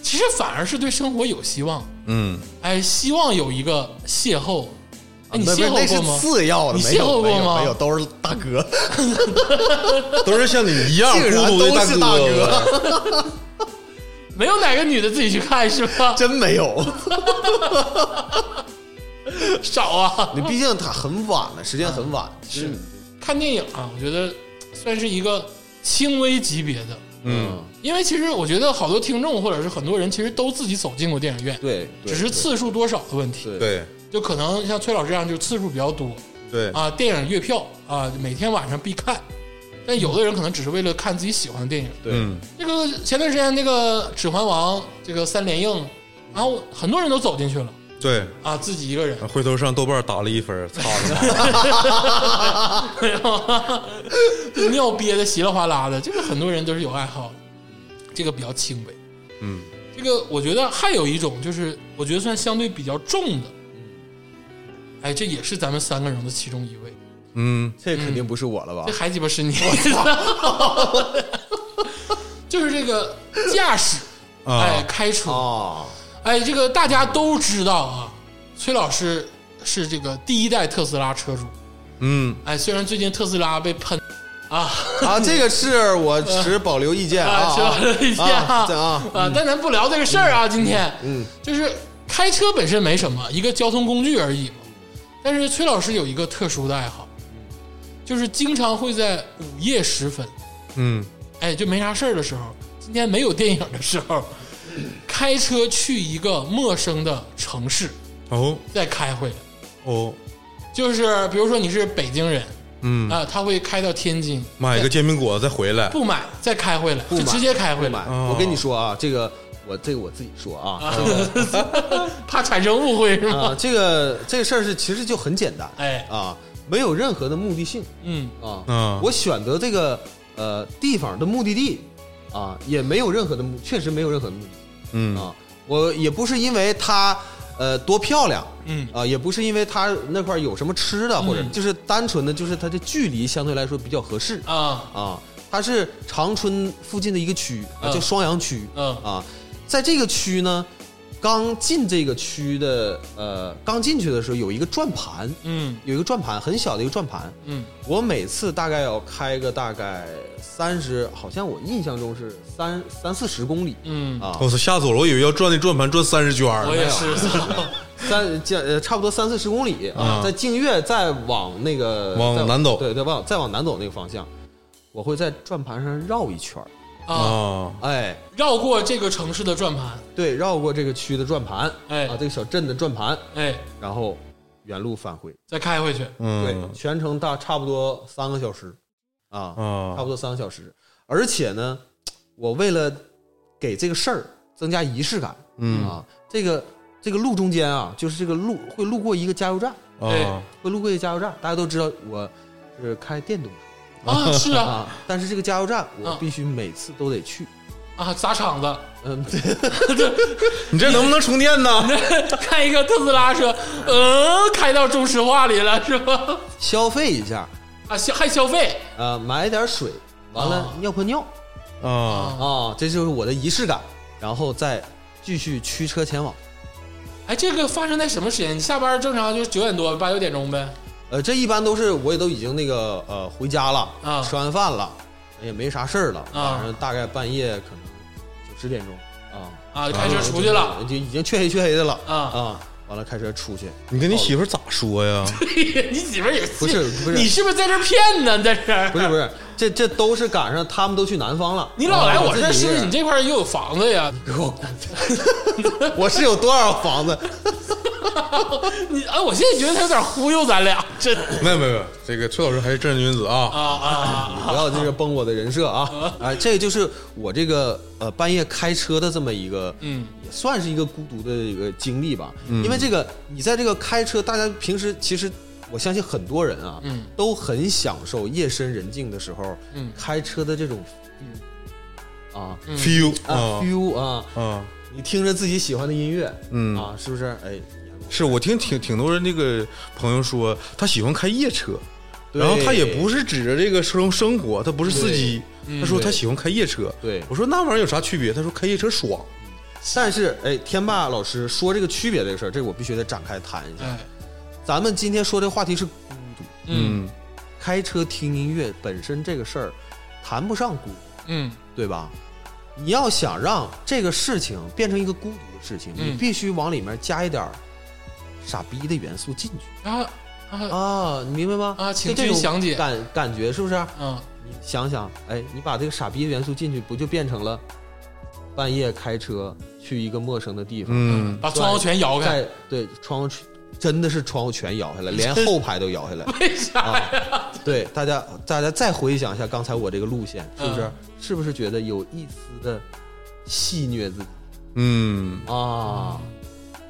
Speaker 2: 其实反而是对生活有希望，
Speaker 3: 嗯，
Speaker 2: 哎，希望有一个邂逅。哎，你
Speaker 4: 那
Speaker 2: 邂
Speaker 4: 那
Speaker 2: 逅
Speaker 4: 是
Speaker 2: 过吗？
Speaker 4: 次要的，
Speaker 2: 你
Speaker 4: 没有
Speaker 2: 邂逅过
Speaker 4: 没有
Speaker 2: 吗
Speaker 4: 没有，都是大哥，
Speaker 3: 都是像你一样
Speaker 4: 竟然
Speaker 3: 孤独的
Speaker 4: 都是大
Speaker 3: 哥。
Speaker 2: 没有哪个女的自己去看是 吧？
Speaker 4: 真没有。
Speaker 2: 少啊。
Speaker 4: 你毕竟他很晚了，时间很晚，
Speaker 2: 是看电影啊，我觉得算是一个轻微级别的，
Speaker 3: 嗯，
Speaker 2: 因为其实我觉得好多听众或者是很多人，其实都自己走进过电影院，
Speaker 4: 对，对
Speaker 2: 只是次数多少的问题。
Speaker 4: 对
Speaker 3: 对
Speaker 2: 就可能像崔老师这样，就次数比较多
Speaker 3: 对，
Speaker 2: 啊，电影月票啊，每天晚上必看。但有的人可能只是为了看自己喜欢的电影。
Speaker 4: 对
Speaker 3: 嗯
Speaker 2: 那个前段时间那个《指环王》这个三连映，然后很多人都走进去了
Speaker 3: 对。
Speaker 2: 啊，自己一个人。
Speaker 3: 回头上豆瓣打了一分，擦 了
Speaker 2: 哎
Speaker 3: 擦。
Speaker 2: 尿憋的稀里哗啦的，这个很多人都是有爱好的，这个比较轻微。
Speaker 3: 嗯，
Speaker 2: 这个我觉得还有一种就是，我觉得算相对比较重的，哎，这也是咱们三个人的其中一位，
Speaker 3: 嗯，
Speaker 4: 这肯定不是我了吧
Speaker 3: 啊
Speaker 2: 这？还鸡巴是你，就是这个驾驶，
Speaker 3: 啊
Speaker 2: 哎，开车，
Speaker 4: 啊，
Speaker 2: 哎，这个大家都知道啊，崔老师是这个第一代特斯拉车主，
Speaker 3: 嗯
Speaker 2: 哎，虽然最近特斯拉被喷啊
Speaker 4: 啊，这个是我
Speaker 2: 嗯
Speaker 4: 持保留意见啊，
Speaker 2: 是吧？ 一天
Speaker 4: 啊对
Speaker 2: 啊
Speaker 4: 啊，
Speaker 2: 啊，但咱不聊这个事儿啊，今天，嗯，就是开车本身没什么，一个交通工具而已嘛。但是崔老师有一个特殊的爱好，就是经常会在午夜时分，
Speaker 3: 嗯，
Speaker 2: 哎，就没啥事儿的时候，今天没有电影的时候，开车去一个陌生的城市
Speaker 3: 哦
Speaker 2: 再开回来。
Speaker 3: 哦，
Speaker 2: 就是比如说你是北京人
Speaker 3: 嗯，
Speaker 2: 啊、他会开到天津，
Speaker 3: 买个煎饼果子再回来，
Speaker 2: 不买再开回来，就
Speaker 4: 买
Speaker 2: 直接开嗯回
Speaker 4: 买
Speaker 2: 来，
Speaker 3: 哦
Speaker 4: 我跟你说啊，这个我这个我自己说啊，
Speaker 2: 怕产生误会是吗？
Speaker 4: 啊，这个这个事儿是其实就很简单，
Speaker 2: 哎
Speaker 4: 啊，没有任何的目的性
Speaker 2: 嗯
Speaker 4: 啊，
Speaker 3: 嗯
Speaker 4: 我选择这个呃地方的目的地啊，也没有任何的目，确实没有任何的目的性
Speaker 3: 嗯
Speaker 4: 啊，我也不是因为它呃多漂亮。
Speaker 2: 嗯
Speaker 4: 啊，也不是因为它那块儿有什么吃的，或者
Speaker 2: 嗯
Speaker 4: 就是单纯的，就是它的距离相对来说比较合适
Speaker 2: 啊
Speaker 4: 啊。它是长春附近的一个区，啊、
Speaker 2: 嗯
Speaker 4: 叫双阳区
Speaker 2: 嗯
Speaker 4: 啊。在这个区呢，刚进这个区的呃，刚进去的时候有一个转盘，
Speaker 2: 嗯
Speaker 4: 有一个转盘，很小的一个转盘。
Speaker 2: 嗯
Speaker 4: 我每次大概要开个大概三十，好像我印象中是三三四十公里
Speaker 2: 嗯，
Speaker 4: 啊，
Speaker 3: 我操，吓死我了！我以为要转那转盘转三十圈儿
Speaker 2: 我
Speaker 3: 呢
Speaker 2: 也是， 啊
Speaker 4: 三这呃差不多三四十公里
Speaker 3: 啊
Speaker 4: 在静月再往那个
Speaker 3: 往
Speaker 4: 再
Speaker 3: 南走
Speaker 4: 对对，往再往南走那个方向，我会在转盘上绕一圈儿
Speaker 2: 啊，
Speaker 3: 啊，
Speaker 4: 哎，
Speaker 2: 绕过这个城市的转盘，
Speaker 4: 对，绕过这个区的转盘，
Speaker 2: 哎
Speaker 4: 啊，这个小镇的转盘，
Speaker 2: 哎，
Speaker 4: 然后原路返回，
Speaker 2: 再开回去，
Speaker 4: 对，
Speaker 3: 嗯
Speaker 4: 全程大差不多三个小时，啊，
Speaker 3: 啊
Speaker 4: 差不多三个小时，而且呢，我为了给这个事儿增加仪式感，
Speaker 3: 嗯
Speaker 4: 啊，这个这个路中间啊，就是这个路会路过一个加油站。
Speaker 3: 啊
Speaker 4: 会路过一个加油站，大家都知道我是开电动车
Speaker 2: 啊，是啊，
Speaker 4: 啊，但是这个加油站我
Speaker 2: 啊
Speaker 4: 必须每次都得去。
Speaker 2: 啊，砸场子，
Speaker 4: 嗯，
Speaker 3: 你这能不能充电呢？
Speaker 2: 开一个特斯拉车，嗯，开到中石化里了是吧？
Speaker 4: 消费一下，
Speaker 2: 啊，消还消费，
Speaker 4: 呃，买点水，完了
Speaker 2: 啊
Speaker 4: 尿泡尿
Speaker 3: 啊，
Speaker 4: 啊，这就是我的仪式感，然后再继续驱车前往。
Speaker 2: 哎，这个发生在什么时间？你下班正常就是九点多八九点钟呗，
Speaker 4: 呃，这一般都是我也都已经那个呃回家了，
Speaker 2: 啊
Speaker 4: 吃完饭了，也没啥事儿了，
Speaker 2: 啊
Speaker 4: 晚上大概半夜可能九十点钟啊，
Speaker 2: 啊，开车出去了，
Speaker 4: 就已经黢黑黢黑的了
Speaker 2: 啊
Speaker 4: 啊，完了开车出去，
Speaker 3: 你跟你媳妇儿咋说呀？
Speaker 2: 你媳妇儿也信
Speaker 4: 不是不是
Speaker 2: 你是不是在这儿骗呢？你在这儿
Speaker 4: 不是不是，这这都是赶上他们都去南方了。啊
Speaker 2: 你老来我这儿，是不是你
Speaker 4: 这？
Speaker 2: 这块儿也有房子呀？
Speaker 4: 我是有多少房子？
Speaker 2: 你啊，我现在觉得他有点忽悠咱 俩，真的
Speaker 3: 没有没有没有，这个崔老师还是正人君子啊
Speaker 2: 啊啊！
Speaker 4: 不要这个崩我的人 设啊！哎，这就是我这个呃半夜开车的这么一个，
Speaker 2: 嗯，
Speaker 4: 也算是一个孤独的一个经历吧。因为这个，你在这个开车，大家平时其实我相信很多人啊，
Speaker 2: 嗯
Speaker 4: 都很享受夜深人静的时候，
Speaker 2: 嗯
Speaker 4: 开车的这种 feel
Speaker 3: ，feel
Speaker 4: 啊啊
Speaker 3: 啊
Speaker 4: feel 啊，
Speaker 3: 啊，
Speaker 4: 你听着自己喜欢的音乐，
Speaker 3: 嗯
Speaker 4: 啊，是不是？哎，
Speaker 3: 是我听挺挺多人那个朋友说，他喜欢开夜车，
Speaker 4: 对
Speaker 3: 然后他也不是指着这个生生活，他不是司机，他说他喜欢开夜车。
Speaker 4: 对
Speaker 3: 我说那玩意儿有啥区别？他说开夜车爽。
Speaker 4: 但是，哎，天霸老师说这个区别这个事儿，这个我必须得展开谈一下。
Speaker 2: 哎，
Speaker 4: 咱们今天说这个话题是
Speaker 2: 嗯
Speaker 3: 嗯
Speaker 4: 开车听音乐本身这个事儿，谈不上孤独，
Speaker 2: 嗯
Speaker 4: 对吧？你要想让这个事情变成一个孤独的事情，
Speaker 2: 嗯
Speaker 4: 你必须往里面加一点儿傻逼的元素进去
Speaker 2: 啊啊
Speaker 4: 啊！你明白吗？
Speaker 2: 啊请
Speaker 4: 就这种
Speaker 2: 君详解
Speaker 4: 感感觉是不是？
Speaker 2: 嗯，
Speaker 4: 你想想，哎，你把这个傻逼的元素进去，不就变成了半夜开车去一个陌生的地方？
Speaker 3: 嗯，
Speaker 2: 把窗户全摇开，
Speaker 4: 在对窗户全真的是窗户全摇下来，连后排都 摇下来
Speaker 2: 为啥呀？
Speaker 4: 啊！对，大家大家再回想一下刚才我这个路线，是不是、
Speaker 2: 嗯
Speaker 4: 是不是觉得有一丝的戏谑自己
Speaker 3: 嗯，
Speaker 4: 啊？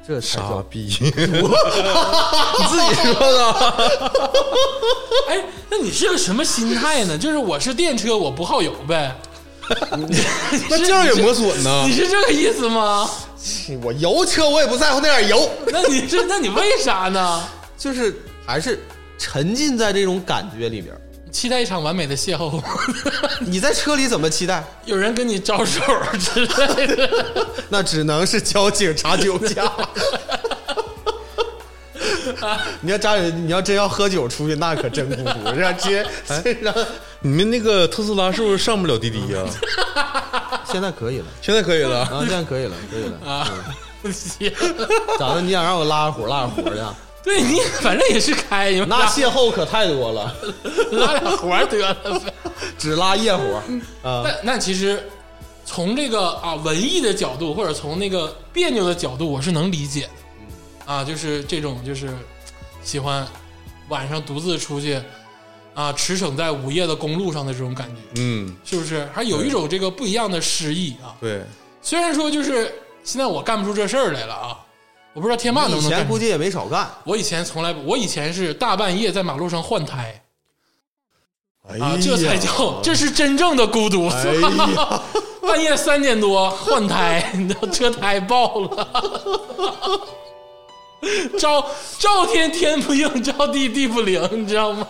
Speaker 4: 这才
Speaker 3: 傻
Speaker 4: 叫
Speaker 3: 逼。
Speaker 4: 你自 己说的，
Speaker 2: 哎，那你是个什么心态呢？就是我是电车，我不耗油呗？
Speaker 3: 那这样也磨损
Speaker 4: 啊
Speaker 3: 呢
Speaker 2: 你？是这个意思吗？
Speaker 4: 我油车我也不在乎那点油，
Speaker 2: 那你这，那你为啥呢？
Speaker 4: 就是还是沉浸在这种感觉里边儿。
Speaker 2: 期待一场完美的邂逅，
Speaker 4: 你在车里怎么期待？
Speaker 2: 有人跟你招手之类的。
Speaker 4: 那只能是交警查酒驾。 哎你要扎人，你要真要喝酒出去，那可真孤独，让接让
Speaker 3: 你们那个特斯拉是不是上不了滴滴呀、
Speaker 4: 现在 可以了
Speaker 3: 现在可以了，
Speaker 4: 啊，现在可以了，可以了。
Speaker 2: 啊。
Speaker 4: 咋的？你想让我拉活拉活的？
Speaker 2: 对你反正也是开，你们
Speaker 4: 啊那
Speaker 2: 拉
Speaker 4: 邂逅可太多了，
Speaker 2: 拉俩活儿得 了呗。
Speaker 4: 只拉夜活啊。
Speaker 2: 那嗯那其实从这个啊文艺的角度，或者从那个别扭的角度，我是能理解的。啊，就是这种就是喜欢晚上独自出去啊，驰骋在午夜的公路上的这种感觉，
Speaker 3: 嗯，
Speaker 2: 是不是？还有一种这个不一样的诗意啊。
Speaker 3: 对，
Speaker 2: 虽然说就是现在我干不出这事儿来了啊，我不知道天霸能
Speaker 4: 以
Speaker 2: 不能干
Speaker 4: 前
Speaker 2: 出。
Speaker 4: 估计也没少干，
Speaker 2: 我以前从来不，我以前是大半夜在马路上换胎
Speaker 3: 哎
Speaker 2: 啊，这才叫这是真正的孤独。
Speaker 3: 哎呀，
Speaker 2: 半夜三点多换胎， 你知道车胎爆了， 招赵天天不应，招地地不灵，你知道吗？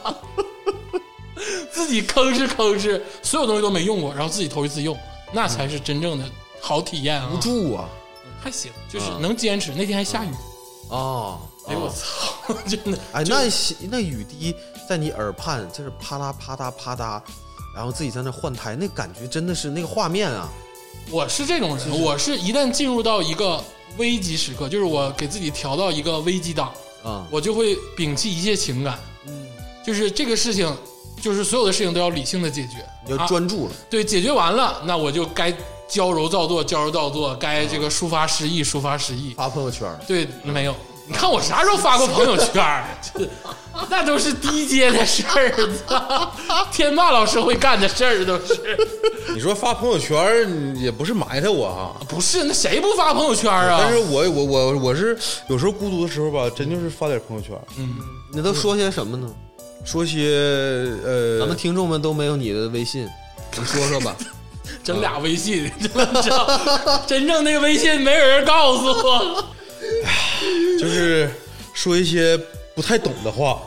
Speaker 2: 自己吭哧吭哧，所有东西都没用过，然后自己头一次用，那才是真正的好体验啊！
Speaker 4: 住啊
Speaker 2: 还行，就是能坚持。那天还下雨，
Speaker 4: 啊！
Speaker 2: 哎呦我操， 真的
Speaker 4: 哎，那那雨滴在你耳畔，就是啪嗒啪嗒啪嗒，然后自己在那换台，那感觉真的是那个画面啊！
Speaker 2: 我是这种人，我是一旦进入到一个危急时刻，就是我给自己调到一个危机档，
Speaker 4: 啊，
Speaker 2: 我就会摒弃一切情感，嗯，就是这个事情，就是所有的事情都要理性的解决，
Speaker 4: 你就
Speaker 2: 啊
Speaker 4: 专注了，
Speaker 2: 对，解决完了，那我就该矫揉造作，矫揉造作，该这个抒发诗意，抒发诗意。
Speaker 4: 发朋友圈儿，
Speaker 2: 对，没有，你看我啥时候发过朋友圈儿？这那都是低阶的事儿，天霸老师会干的事儿都是。
Speaker 3: 你说发朋友圈儿你也不是埋汰我哈、
Speaker 2: 不是，那谁不发朋友圈啊？
Speaker 3: 但是我我我我是有时候孤独的时候吧，真就是发点朋友圈儿，
Speaker 4: 你都说些什么呢？
Speaker 3: 说些呃，
Speaker 4: 咱们听众们都没有你的微信，你说说吧。
Speaker 2: 整俩微信，真的，真正那个微信没有人告诉我。
Speaker 3: 就是说一些不太懂的话，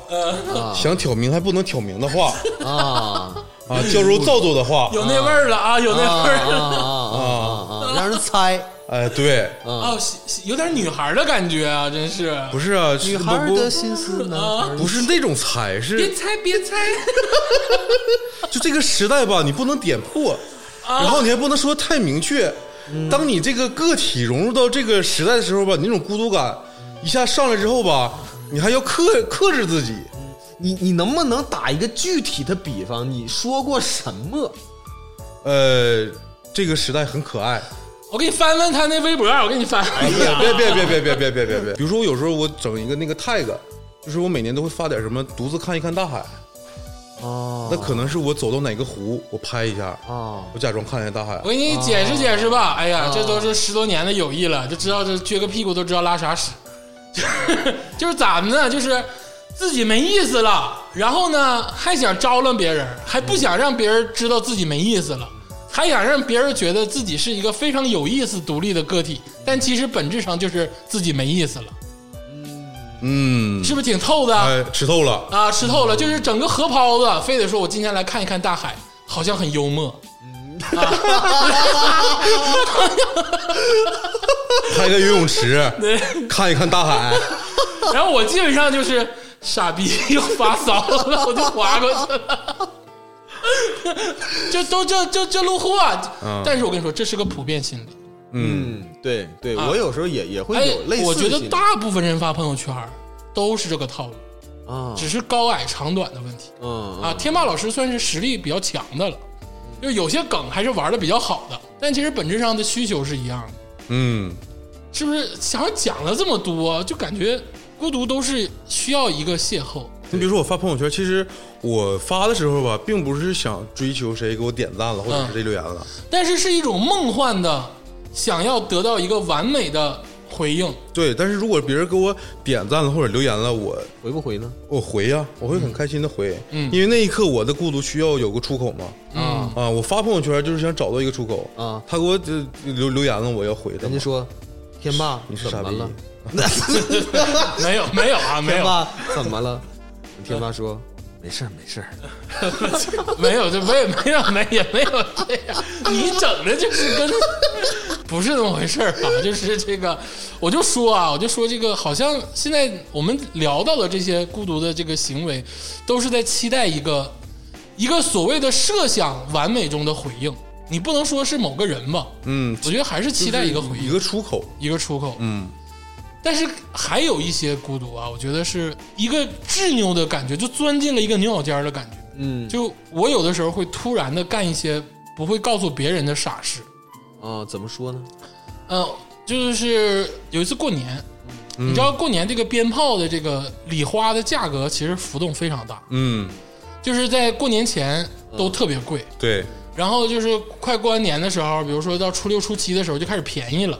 Speaker 4: 啊
Speaker 3: 想挑明还不能挑明的话
Speaker 4: 啊
Speaker 3: 啊，矫揉造作的话，
Speaker 2: 有那味儿了啊，有
Speaker 4: 啊
Speaker 2: 那味
Speaker 4: 啊
Speaker 2: 儿了
Speaker 4: 啊啊啊！让人猜，
Speaker 3: 哎，对，
Speaker 2: 哦，喜喜有点女孩的感觉啊，真是。
Speaker 3: 不是啊，是
Speaker 4: 女孩儿
Speaker 3: 不
Speaker 4: 的心思，男孩儿的
Speaker 3: 不是那种才，
Speaker 2: 别
Speaker 3: 是
Speaker 2: 猜，别猜，
Speaker 3: 就这个时代吧，你不能点破，然后你还不能说太明确。当你这个个体融入到这个时代的时候吧，你那种孤独感一下上来之后吧，你还要克克制自己。
Speaker 4: 你你能不能打一个具体的比方？你说过什么？
Speaker 3: 呃，这个时代很可爱。
Speaker 2: 我给你翻翻他那微博，我给你翻。
Speaker 3: 哎呀，别别别别别别别别别！比如说，我有时候我整一个那个 tag，就是我每年都会发点什么，独自看一看大海。
Speaker 4: 哦
Speaker 3: 那可能是我走到哪个湖，我拍一下，
Speaker 4: 哦
Speaker 3: 我假装看一下大海
Speaker 2: 我。给你解释解释
Speaker 3: 哦
Speaker 2: 吧。哎呀，这都是十多年的友谊了，就知道这撅个屁股都知道拉啥屎， 就是咋的呢？就是自己没意思了，然后呢还想招揽别人，还不想让别人知道自己没意思了，还想让别人觉得自己是一个非常有意思、独立的个体，但其实本质上就是自己没意思了，
Speaker 3: 嗯，
Speaker 2: 是不是挺透的？
Speaker 3: 哎，吃透了。
Speaker 2: 啊，吃透了，就是整个河泡子，非得说我今天来看一看大海，好像很幽默。
Speaker 3: 开个游泳 池，看一看大海。
Speaker 2: 然后我基本上就是傻逼又发骚了，我就划过去了。这都这这这路货、
Speaker 3: 嗯
Speaker 2: 但是我跟你说，这是个普遍心理。
Speaker 4: 嗯，对对，我有时候也也会
Speaker 2: 哎
Speaker 4: 有类，似
Speaker 2: 我
Speaker 4: 的
Speaker 2: 觉
Speaker 4: 心理。
Speaker 2: 得大部分人发朋友圈都是这个套路，
Speaker 4: 啊，
Speaker 2: 只是高矮长短的问题
Speaker 4: 嗯
Speaker 2: 啊。天霸老师算是实力比较强的了，就是有些梗还是玩的比较好的，但其实本质上的需求是一样的。
Speaker 3: 嗯，
Speaker 2: 是不是？想讲了这么多，就感觉孤独都是需要一个邂逅。
Speaker 3: 你比如说我发朋友圈，其实我发的时候吧，并不是想追求谁给我点赞了，或者是谁留言了。
Speaker 2: 但是是一种梦幻的，想要得到一个完美的回应。
Speaker 3: 对，但是如果别人给我点赞了或者留言了，我
Speaker 4: 回不回呢？
Speaker 3: 我回呀、我会很开心的回，
Speaker 2: 嗯
Speaker 3: 因为那一刻我的孤独需要有个出口嘛。
Speaker 2: 嗯
Speaker 3: 啊，我发朋友圈就是想找到一个出口
Speaker 4: 啊
Speaker 3: 他给我呃留留言了，我要回他
Speaker 4: 人
Speaker 3: 嘛
Speaker 4: 家。说天霸
Speaker 3: 你是
Speaker 4: 怎
Speaker 3: 傻
Speaker 4: 么
Speaker 3: 逼
Speaker 4: 了？
Speaker 2: 没有，没有啊，没
Speaker 4: 天
Speaker 2: 有，
Speaker 4: 霸怎么了？天霸说没事儿没事儿，
Speaker 2: 没有，这没有，没有，没也没有这样。你整的就是跟不是那么回事儿啊， 就是这个，我就说啊，我就说这个，好像现在我们聊到的这些孤独的这个行为，都是在期待一个一个所谓的设想完美中的回应，你不能说是某个人吧？
Speaker 3: 嗯，
Speaker 2: 我觉得还是期待一个回
Speaker 3: 一
Speaker 2: 应，
Speaker 3: 个出口，
Speaker 2: 一个出口。
Speaker 3: 嗯，
Speaker 2: 但是还有一些孤独啊，我觉得是一个执拗的感觉，就钻进了一个牛角尖儿的感觉。
Speaker 4: 嗯
Speaker 2: 就我有的时候会突然的干一些不会告诉别人的傻事。
Speaker 4: 啊，怎么说呢？
Speaker 2: 嗯，就是有一次过年，你知道过年这个鞭炮的这个礼花的价格其实浮动非常大，
Speaker 3: 嗯，
Speaker 2: 就是在过年前都特别贵，
Speaker 3: 对，
Speaker 2: 然后就是快过完年的时候，比如说到初六初七的时候就开始便宜了。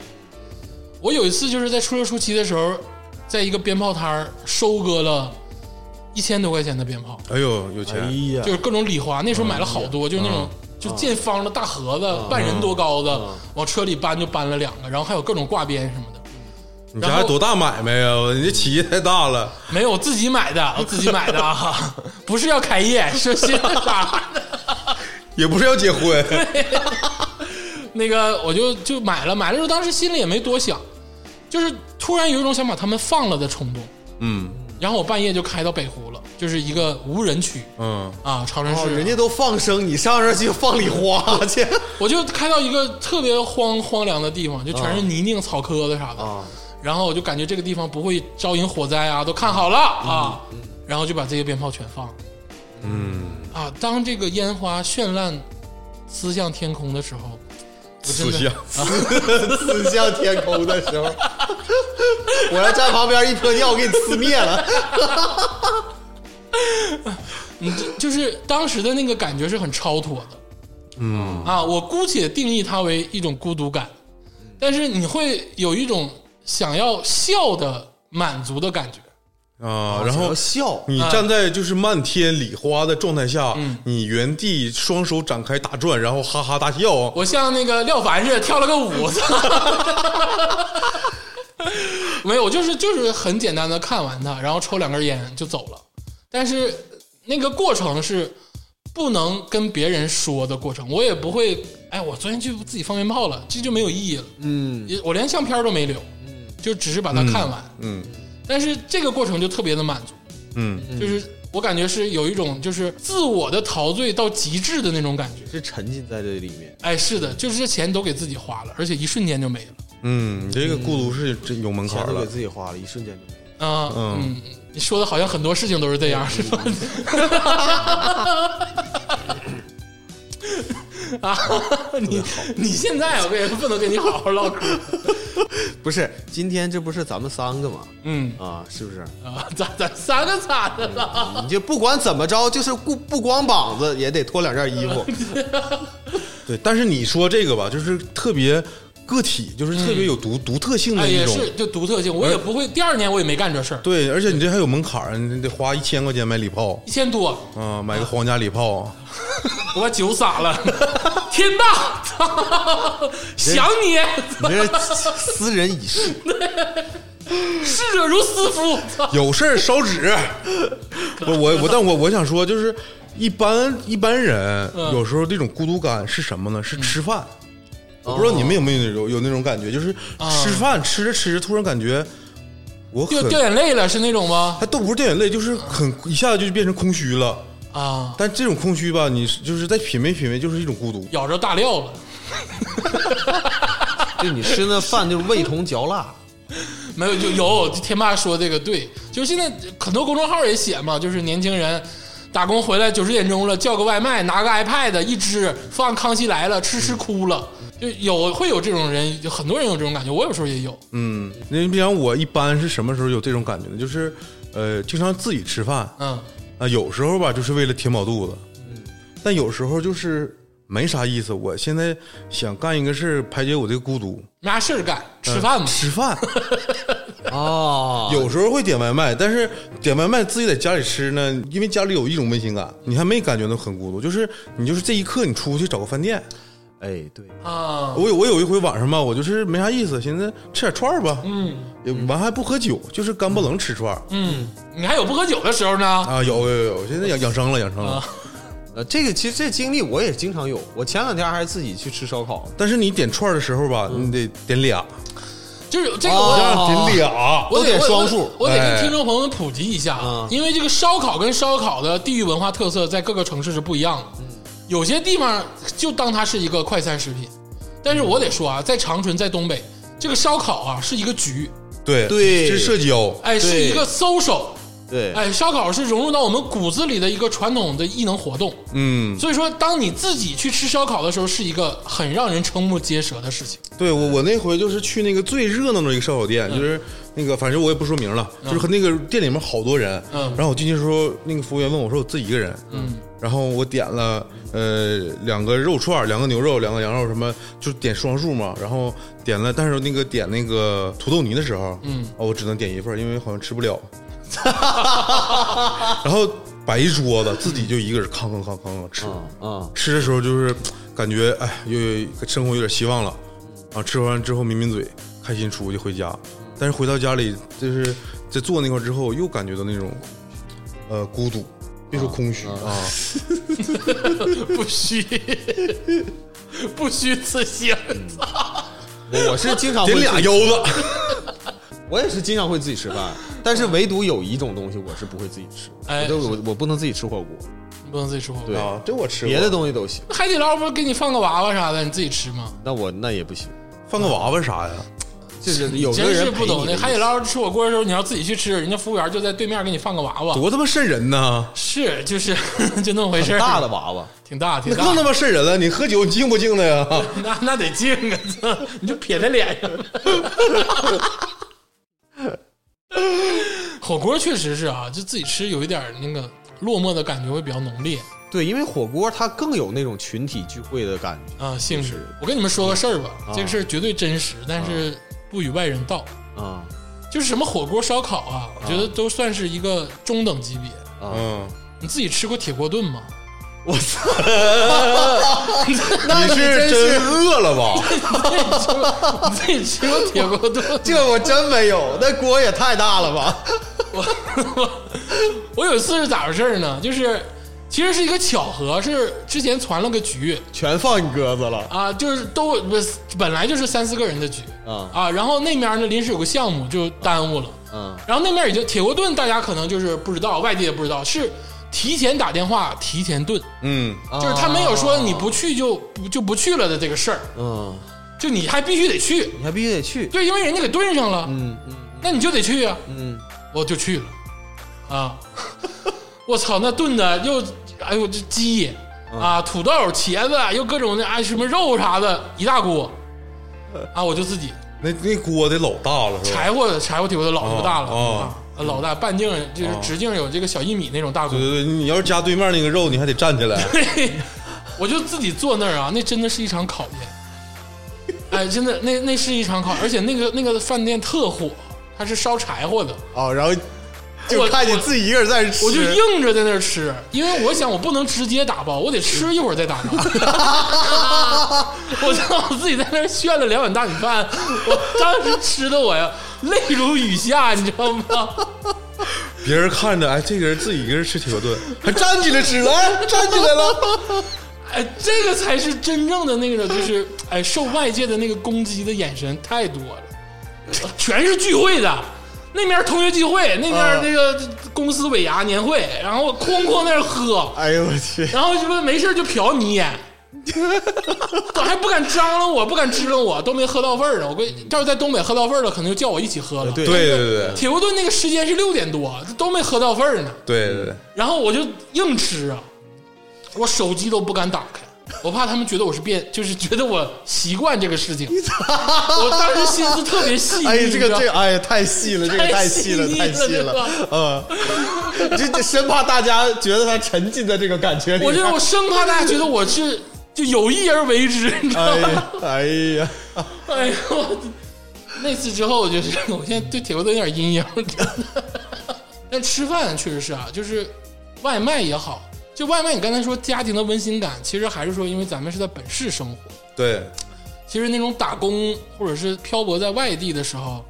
Speaker 2: 我有一次就是在初六初七的时候，在一个鞭炮摊儿收割了一千多块钱的鞭炮，
Speaker 3: 哎呦，有
Speaker 5: 哎
Speaker 3: 钱，
Speaker 5: 呀
Speaker 2: 就，是各种礼花，那时候买了好多，就是那种就见方的大盒子，半人多高的，往车里搬就搬了两个，然后还有各种挂鞭什么的。
Speaker 3: 你
Speaker 2: 然
Speaker 3: 家
Speaker 2: 后
Speaker 3: 多大买卖呀？我你这企业太大了，
Speaker 2: 没有，我自己买的，我自己买的啊，不是要开业，是新的。
Speaker 3: 也不是要结婚，
Speaker 2: 那个我就就买了，买了之后当时心里也没多想，就是突然有一种想把他们放了的冲动。
Speaker 3: 嗯
Speaker 2: 然后我半夜就开到北湖了，就是一个无人区
Speaker 3: 嗯，
Speaker 2: 啊，长春
Speaker 4: 哦，
Speaker 2: 市。
Speaker 4: 人家都放生，你上这儿去放礼花去
Speaker 2: 我就开到一个特别荒荒凉的地方，就全是
Speaker 4: 嗯
Speaker 2: 泥泞、草稞子啥的。
Speaker 4: 啊！
Speaker 2: 然后我就感觉这个地方不会招引火灾啊，都看好了
Speaker 4: 嗯
Speaker 2: 啊，然后就把这些鞭炮全放了。嗯啊，当这个烟花绚烂撕向天空的时候，我真
Speaker 3: 死
Speaker 2: 的
Speaker 3: 相，
Speaker 4: 刺向天空的时候， 我要站旁边一泼尿，我给你呲灭了。
Speaker 2: 你这就是当时的那个感觉是很超脱的。嗯啊，我姑且定义它为一种孤独感，但是你会有一种想要笑的满足的感觉。
Speaker 3: 啊，然后
Speaker 4: 我要笑，
Speaker 3: 你站在就是漫天礼花的状态下，你原地双手展开打转，然后哈哈大笑啊，
Speaker 2: 我像那个廖凡似的跳了个舞， 没有，就是就是很简单的看完它，然后抽两根烟就走了。但是那个过程是不能跟别人说的过程，我也不会，哎，我昨天去自己放鞭炮了，这就没有意义了。
Speaker 4: 嗯，
Speaker 2: 也我连相片都没留，就只是把它看完。
Speaker 3: 嗯
Speaker 2: 但是这个过程就特别的满足，
Speaker 3: 嗯，
Speaker 2: 就是我感觉是有一种就是自我的陶醉到极致的那种感觉。
Speaker 4: 是沉浸在这里面。
Speaker 2: 哎，是的，就是这钱都给自己花了，而且一瞬间就没了。
Speaker 3: 嗯，你这个孤独是真有门槛
Speaker 4: 钱
Speaker 3: 儿
Speaker 4: 都给
Speaker 3: 了，
Speaker 4: 自己花了，一瞬间就没了。
Speaker 2: 啊、嗯
Speaker 3: 嗯，
Speaker 2: 你说的好像很多事情都是这样，是吧？ 啊，你你现在啊我也不能跟你好好唠嗑，
Speaker 4: 不是，今天这不是咱们三个吗？
Speaker 2: 嗯
Speaker 4: 啊，是不是？
Speaker 2: 啊，咱咱三个咋的了？
Speaker 4: 你就不管怎么着，就是不不光膀子也得脱两件衣 服。
Speaker 3: 对。但是你说这个吧，就是特别个体，就是特别有独独特性
Speaker 2: 哎，
Speaker 3: 的一
Speaker 2: 也
Speaker 3: 种，
Speaker 2: 是就独特性，我也不会，第二年我也没干这事儿，
Speaker 3: 对。而且你这还有门槛儿，你得花一千块钱买礼炮
Speaker 2: 一千多，
Speaker 3: 啊，买个皇家礼炮，
Speaker 2: 我把酒洒了， 天霸，操想你，
Speaker 4: 你这私人仪式，
Speaker 2: 逝者如斯夫，操
Speaker 3: 有事儿烧纸。不，我我，但我我想说，就是一般一般人
Speaker 2: 嗯
Speaker 3: 有时候这种孤独感是什么呢？是吃饭。我不知道你们有没有那种有那种感觉，就是
Speaker 2: 嗯
Speaker 3: 吃饭吃着吃着，突然感觉我
Speaker 2: 掉
Speaker 3: 很
Speaker 2: 掉眼泪了是那种吗？
Speaker 3: 他都不是掉眼泪，就是很一下子就变成空虚了。
Speaker 2: 啊，
Speaker 3: 但这种空虚吧，你是就是在品味品味，就是一种孤独。
Speaker 2: 咬着大料了。
Speaker 4: 就你吃那饭就是味同嚼蜡。
Speaker 2: 没有就有天霸说这个对，就是现在很多公众号也写嘛，就是年轻人打工回来九十点钟了，叫个外卖，拿个 iPad 一支放《康熙来了》，吃吃哭了，就有会有这种人，有很多人有这种感觉，我有时候也有，
Speaker 3: 嗯，你比方我一般是什么时候有这种感觉呢？就是呃，经常自己吃饭，
Speaker 2: 嗯
Speaker 3: 啊，有时候吧，就是为了填饱肚子，但有时候就是没啥意思。我现在想干一个事儿，排解我这个孤独，
Speaker 2: 没啥事儿干，吃饭嘛，
Speaker 3: 吃饭。
Speaker 4: 哦，
Speaker 2: 啊
Speaker 3: 有时候会点外卖，但是点外卖自己在家里吃呢，因为家里有一种温馨感，你还没感觉到很孤独，就是你就是这一刻你出去找个饭店。
Speaker 4: 哎，对，
Speaker 2: 啊，
Speaker 3: 我有我有一回晚上吧，我就是没啥意思，寻思吃点串儿吧，
Speaker 2: 嗯
Speaker 3: 也完还不喝酒，就是干不冷吃串儿
Speaker 2: 嗯，你还有不喝酒的时候呢，
Speaker 3: 啊。有有有，现在养养生了，养生
Speaker 2: 啊
Speaker 3: 了。
Speaker 4: 呃，这个其实这经历我也经常有。我前两天还自己去吃烧烤，
Speaker 3: 但是你点串儿的时候吧，你得点俩，
Speaker 2: 就是这个我
Speaker 4: 啊
Speaker 2: 得
Speaker 4: 哦
Speaker 3: 得俩，
Speaker 2: 我得
Speaker 4: 都得双数
Speaker 2: 我得我得
Speaker 3: 哎
Speaker 2: 跟听众朋友们普及一下
Speaker 4: 嗯
Speaker 2: 啊，因为这个烧烤跟烧烤的地域文化特色在各个城市是不一样的。
Speaker 4: 嗯
Speaker 2: 有些地方就当它是一个快餐食品，但是我得说啊，在长春，在东北，这个烧烤啊是一个局，
Speaker 3: 对
Speaker 4: 对
Speaker 3: 是社交，
Speaker 2: 哎，是
Speaker 4: 对
Speaker 2: 一个 social，
Speaker 4: 对，
Speaker 2: 哎，烧烤是融入到我们骨子里的一个传统的艺能活动。
Speaker 3: 嗯，
Speaker 2: 所以说，当你自己去吃烧烤的时候，是一个很让人瞠目结舌的事情。
Speaker 3: 对我我那回就是去那个最热闹的一个烧烤店，就是那个反正我也不说名了，就是和那个店里面好多人，
Speaker 2: 嗯
Speaker 3: 然后我进去的时候，那个服务员问我说我自己一个人，嗯，然后我点了呃两个肉串儿，两个牛肉，两个羊肉什么，就是点双数嘛，然后点了，但是那个点那个土豆泥的时候，嗯，哦我只能点一份儿，因为好像吃不了， 然后摆一桌子，自己就一个人吭吭吭吭吭吃，
Speaker 4: 嗯，
Speaker 3: 吃的时候就是感觉哎，又有生活有点希望了啊！吃完之后抿抿嘴，开心出去回家，但是回到家里，就是在坐那块之后，又感觉到那种呃孤独，别说空虚啊
Speaker 2: 不虚，不虚此行。
Speaker 4: 我我是 经常啊会
Speaker 3: 点俩
Speaker 4: 自己
Speaker 3: 腰子，
Speaker 4: 我也是经常会自己 吃饭，但是唯独有一种东西我是不会自己吃，
Speaker 2: 哎哦
Speaker 4: 我都我我不能自己吃火锅，
Speaker 2: 你 不能自己吃火锅
Speaker 4: 对。
Speaker 3: 啊，这我吃过
Speaker 4: 别的东西都行，
Speaker 2: 海底捞不是给你放个娃娃啥的，你自己吃吗？
Speaker 4: 那我那也不行，
Speaker 3: 放个娃娃啥呀？
Speaker 4: 就是有个
Speaker 2: 真
Speaker 4: 人
Speaker 2: 是
Speaker 4: 陪
Speaker 2: 不
Speaker 4: 你
Speaker 2: 懂
Speaker 4: 的
Speaker 2: 那
Speaker 4: 意思
Speaker 2: 海底捞吃火锅的时候，你要自己去吃，人家服务员就在对面给你放个娃娃，
Speaker 3: 多他妈瘆人呐！
Speaker 2: 是就是 就那么回事儿
Speaker 4: 很大的，娃娃，
Speaker 2: 挺大挺
Speaker 3: 那
Speaker 2: 大
Speaker 3: 更，他妈瘆人了！你喝酒你敬不敬的呀？
Speaker 2: 那那得敬啊， 操你就撇在脸上。 火锅确实是啊，就自己吃有一点儿那个落寞的感觉会比较浓烈
Speaker 4: 对，因为火锅它更有那种群体聚会的感觉
Speaker 2: 啊，性质。我跟你们说个事儿吧，这个事儿绝对真实，但是不与外人道。
Speaker 4: 啊
Speaker 2: 就是什么火锅、烧烤啊，我觉得都算是一个中等级别。
Speaker 4: 啊，
Speaker 3: 嗯，
Speaker 2: 你自己吃过铁锅炖吗？
Speaker 3: 你是真饿了吧？
Speaker 2: 你自己吃过铁锅 炖？
Speaker 4: 这我真没有，那锅也太大了吧？
Speaker 2: 我有一次是咋回事儿呢？就是其实是一个巧合，是之前传了个局
Speaker 4: 全放你鸽子了
Speaker 2: 啊，就是都不是本来就是三四个人的局
Speaker 4: 啊
Speaker 2: 啊，然后那面呢临时有个项目就耽误了，
Speaker 4: 嗯
Speaker 2: 然后那面已经铁锅炖，大家可能就是不知道，外地也不知道是。提前打电话，提前炖，
Speaker 3: 嗯，
Speaker 2: 就是他没有说你不去就不就不去了的这个事儿，
Speaker 4: 嗯，
Speaker 2: 就你还必须得去，
Speaker 4: 你还必须得去，
Speaker 2: 对，因为人家给炖上了，
Speaker 4: 嗯嗯
Speaker 2: 那你就得去啊，
Speaker 4: 嗯，
Speaker 2: 我就去了，啊， 我操，那炖的又，哎呦，这鸡
Speaker 4: 嗯
Speaker 2: 啊，土豆、茄子，又各种的，哎，什么肉啥的，一大锅，啊，我就自己
Speaker 3: 那那锅得老大了是吧？
Speaker 2: 柴火柴火铁锅的老大了，
Speaker 3: 哦
Speaker 2: 啊，老大半径就是
Speaker 3: 哦
Speaker 2: 直径有这个小一米那种大锅
Speaker 3: 对，对对，你要是夹对面那个肉，你还得站起来。
Speaker 2: 我就自己坐那儿啊，那真的是一场考验，哎，真的，那那是一场考，而且那个那个饭店特火，它是烧柴火的。
Speaker 4: 哦，然后就
Speaker 2: 我
Speaker 4: 看你自己一个人在这吃，
Speaker 2: 我就硬着在那儿吃，因为我想我不能直接打包，我得吃一会儿再打包。 我操，我自己在那儿炫了两碗大米饭，我当时吃的我呀泪如雨下，你知道吗？
Speaker 3: 别人看着，哎，这个人自己一个人吃铁锅炖，
Speaker 4: 还站起来吃了，哎站起来了，
Speaker 2: 哎，这个才是真正的那个，就是哎受外界的那个攻击的眼神太多了，全是聚会的。那面同学聚会，那面那个公司尾牙年会，然后哐哐在那儿喝，
Speaker 4: 哎呦我去，
Speaker 2: 然后就说没事就瞟你一眼， 我还不敢张罗我，不敢支棱我，都没喝到味儿呢。我估计要是在东北喝到味儿了，可能就叫我一起喝了。
Speaker 4: 对
Speaker 3: 对对对
Speaker 2: 铁锅炖那个时间是六点多，都没喝到味儿呢。
Speaker 3: 对对对，
Speaker 2: 然后我就硬吃啊，我手机都不敢打开，我怕他们觉得我是变，就是觉得我习惯这个事情。我当时心思特别细腻，
Speaker 4: 哎呀，这
Speaker 2: 你
Speaker 4: 个
Speaker 2: 知道
Speaker 4: 这个，哎呀，太细了，这个太细了，太
Speaker 2: 太细
Speaker 4: 细
Speaker 2: 腻了
Speaker 4: 了，嗯， 这这生怕大家觉得他沉浸在这个感觉里，
Speaker 2: 我这我生怕大家觉得我是就有意而为之，你知道吗？
Speaker 4: 哎呀，哎呀，
Speaker 2: 哎呦，我那次之后，我就是我现在对铁锅炖有点阴影。但吃饭确实是啊，就是外卖也好，就外卖你刚才说家庭的温馨感，其实还是说，因为咱们是在本市生活，
Speaker 3: 对，
Speaker 2: 其实那种打工或者是漂泊在外地的时候，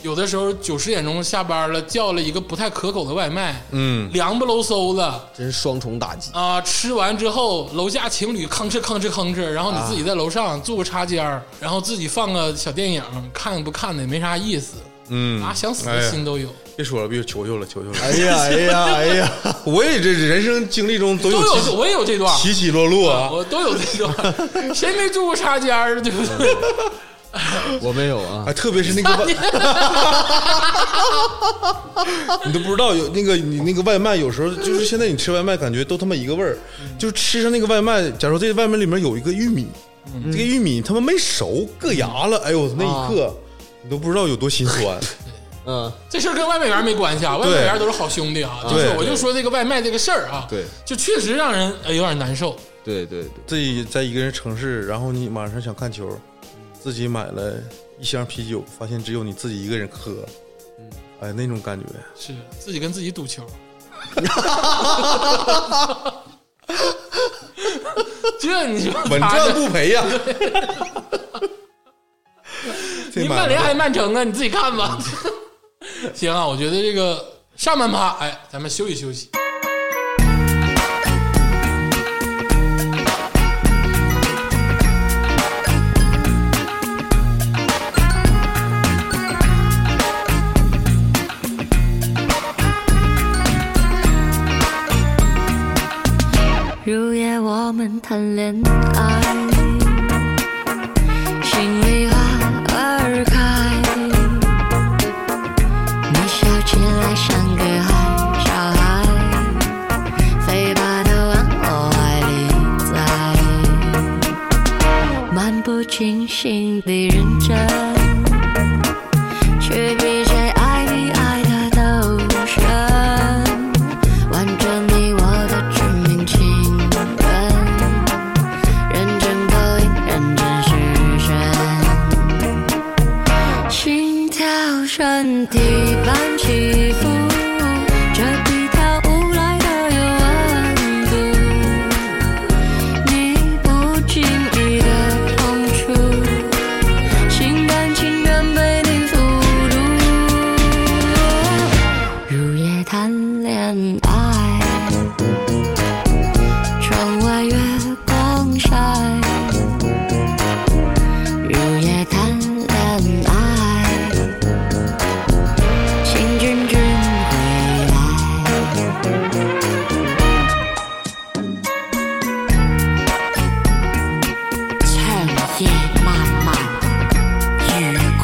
Speaker 2: 有的时候九十点钟下班了，叫了一个不太可口的外卖，
Speaker 3: 嗯，
Speaker 2: 凉不喽嗖的
Speaker 4: 真是双重打击。
Speaker 2: 啊、吃完之后楼下情侣吭哧吭哧吭哧，然后你自己在楼上做个插尖儿，然后自己放个小电影，看不看的也没啥意思，
Speaker 3: 嗯
Speaker 2: 啊，想死
Speaker 3: 哎
Speaker 2: 的
Speaker 3: 呀
Speaker 2: 心都有，
Speaker 3: 别说了，别求求了，求求了。
Speaker 4: 哎呀哎呀哎呀！
Speaker 3: 我也这人生经历中总
Speaker 2: 都
Speaker 3: 有
Speaker 2: 有
Speaker 3: 起
Speaker 2: 我也有这段，
Speaker 3: 起起落落啊，
Speaker 2: 我都有这 段，谁没住过插尖儿，对不对？
Speaker 4: 我没有啊，
Speaker 3: 啊，特别是 那个外，你都不知道有那个你那个外卖，有时候就是现在你吃外卖，感觉都他妈一个味儿，
Speaker 2: 嗯
Speaker 3: 就是吃上那个外卖，假如这外卖里面有一个玉米，
Speaker 2: 嗯
Speaker 3: 这个玉米他妈没熟，硌牙了，哎呦那一
Speaker 2: 啊
Speaker 3: 刻。你都不知道有多心酸，
Speaker 4: 嗯，
Speaker 2: 这事儿跟外卖员没关系啊，外卖员都是好兄弟啊。
Speaker 4: 对
Speaker 2: 就是
Speaker 3: 对
Speaker 2: 我就说这个外卖这个事儿啊，
Speaker 4: 对
Speaker 2: 就确实让人哎有点难受。
Speaker 4: 对对对，
Speaker 3: 自己在一个人城市，然后你晚上想看球，自己买了一箱啤酒，发现只有你自己一个人喝，
Speaker 2: 嗯
Speaker 3: 哎，那种感觉，
Speaker 2: 是自己跟自己赌 球。这你说
Speaker 3: 稳
Speaker 2: 咋的？
Speaker 3: 赚不赔呀。这
Speaker 2: 你
Speaker 3: 买卖
Speaker 2: 曼联还是曼城啊？你自己看吧。 行啊，我觉得这个上半趴，哎，咱们休息休息。
Speaker 5: 入夜我们谈恋爱，心里花儿开，你笑起来像个孩小孩，飞吧都往我怀里栽，漫不经心地认真，却比谁爱你爱的都深。完整你我的致命情人，认真勾引，认真实现，心跳身体般起伏，这比跳舞来的有温度，你不经意的碰触。心甘情愿被你俘虏，入夜谈恋爱，窗外月光晒，入夜谈恋爱，请君君回来。长夜漫漫，與君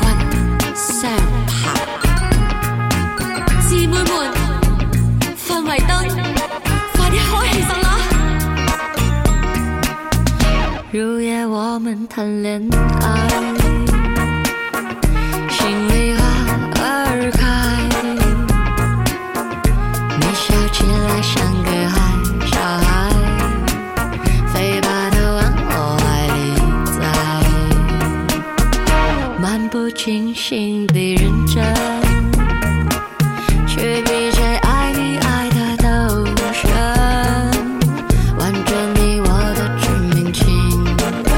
Speaker 5: 相談。姊妹們，氛圍燈，快啲開起身啦！入夜我們談戀愛，心裡花兒開，你笑起來像個孩小孩。飞吧，都往我怀里栽。漫不经心地认真，却比谁爱你爱的都深。完整你我的致命情人，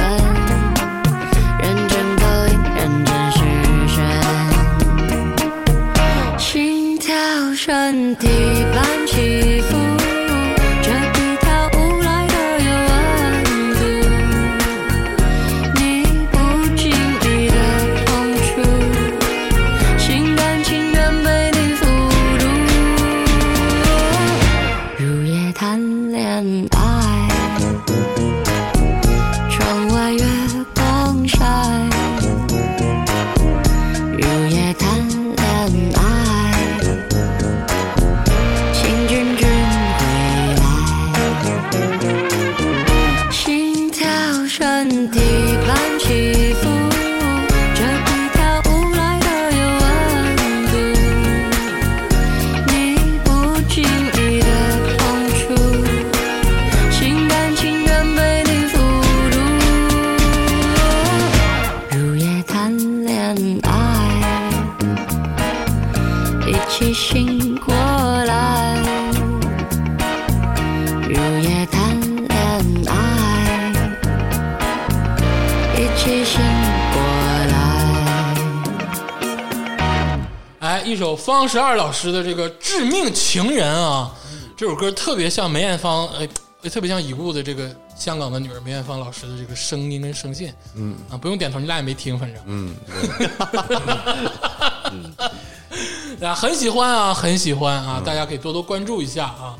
Speaker 5: 认真勾引，认真实现。心跳身体般起伏，这比跳舞来的有温度。你不经意的碰触，心甘情愿被你俘虏。入夜谈恋爱，窗外月光晒。入夜谈恋爱，请君君回来。心跳身体般起伏，这比跳舞来的有温度。你不经意的碰触，心甘情愿被你俘虏。入夜谈恋爱，一起醒过来。入夜谈恋爱，一起醒过来。
Speaker 2: 哎一首方十二老师的这个《致命情人》啊，这首歌特别像梅艳芳，哎，特别像已故的这个香港的女儿梅艳芳老师的这个声音跟声线，嗯啊，不用点头，你俩也没听，反正，嗯， 啊，很喜欢啊，很喜欢啊，大家可以多多关注一下啊。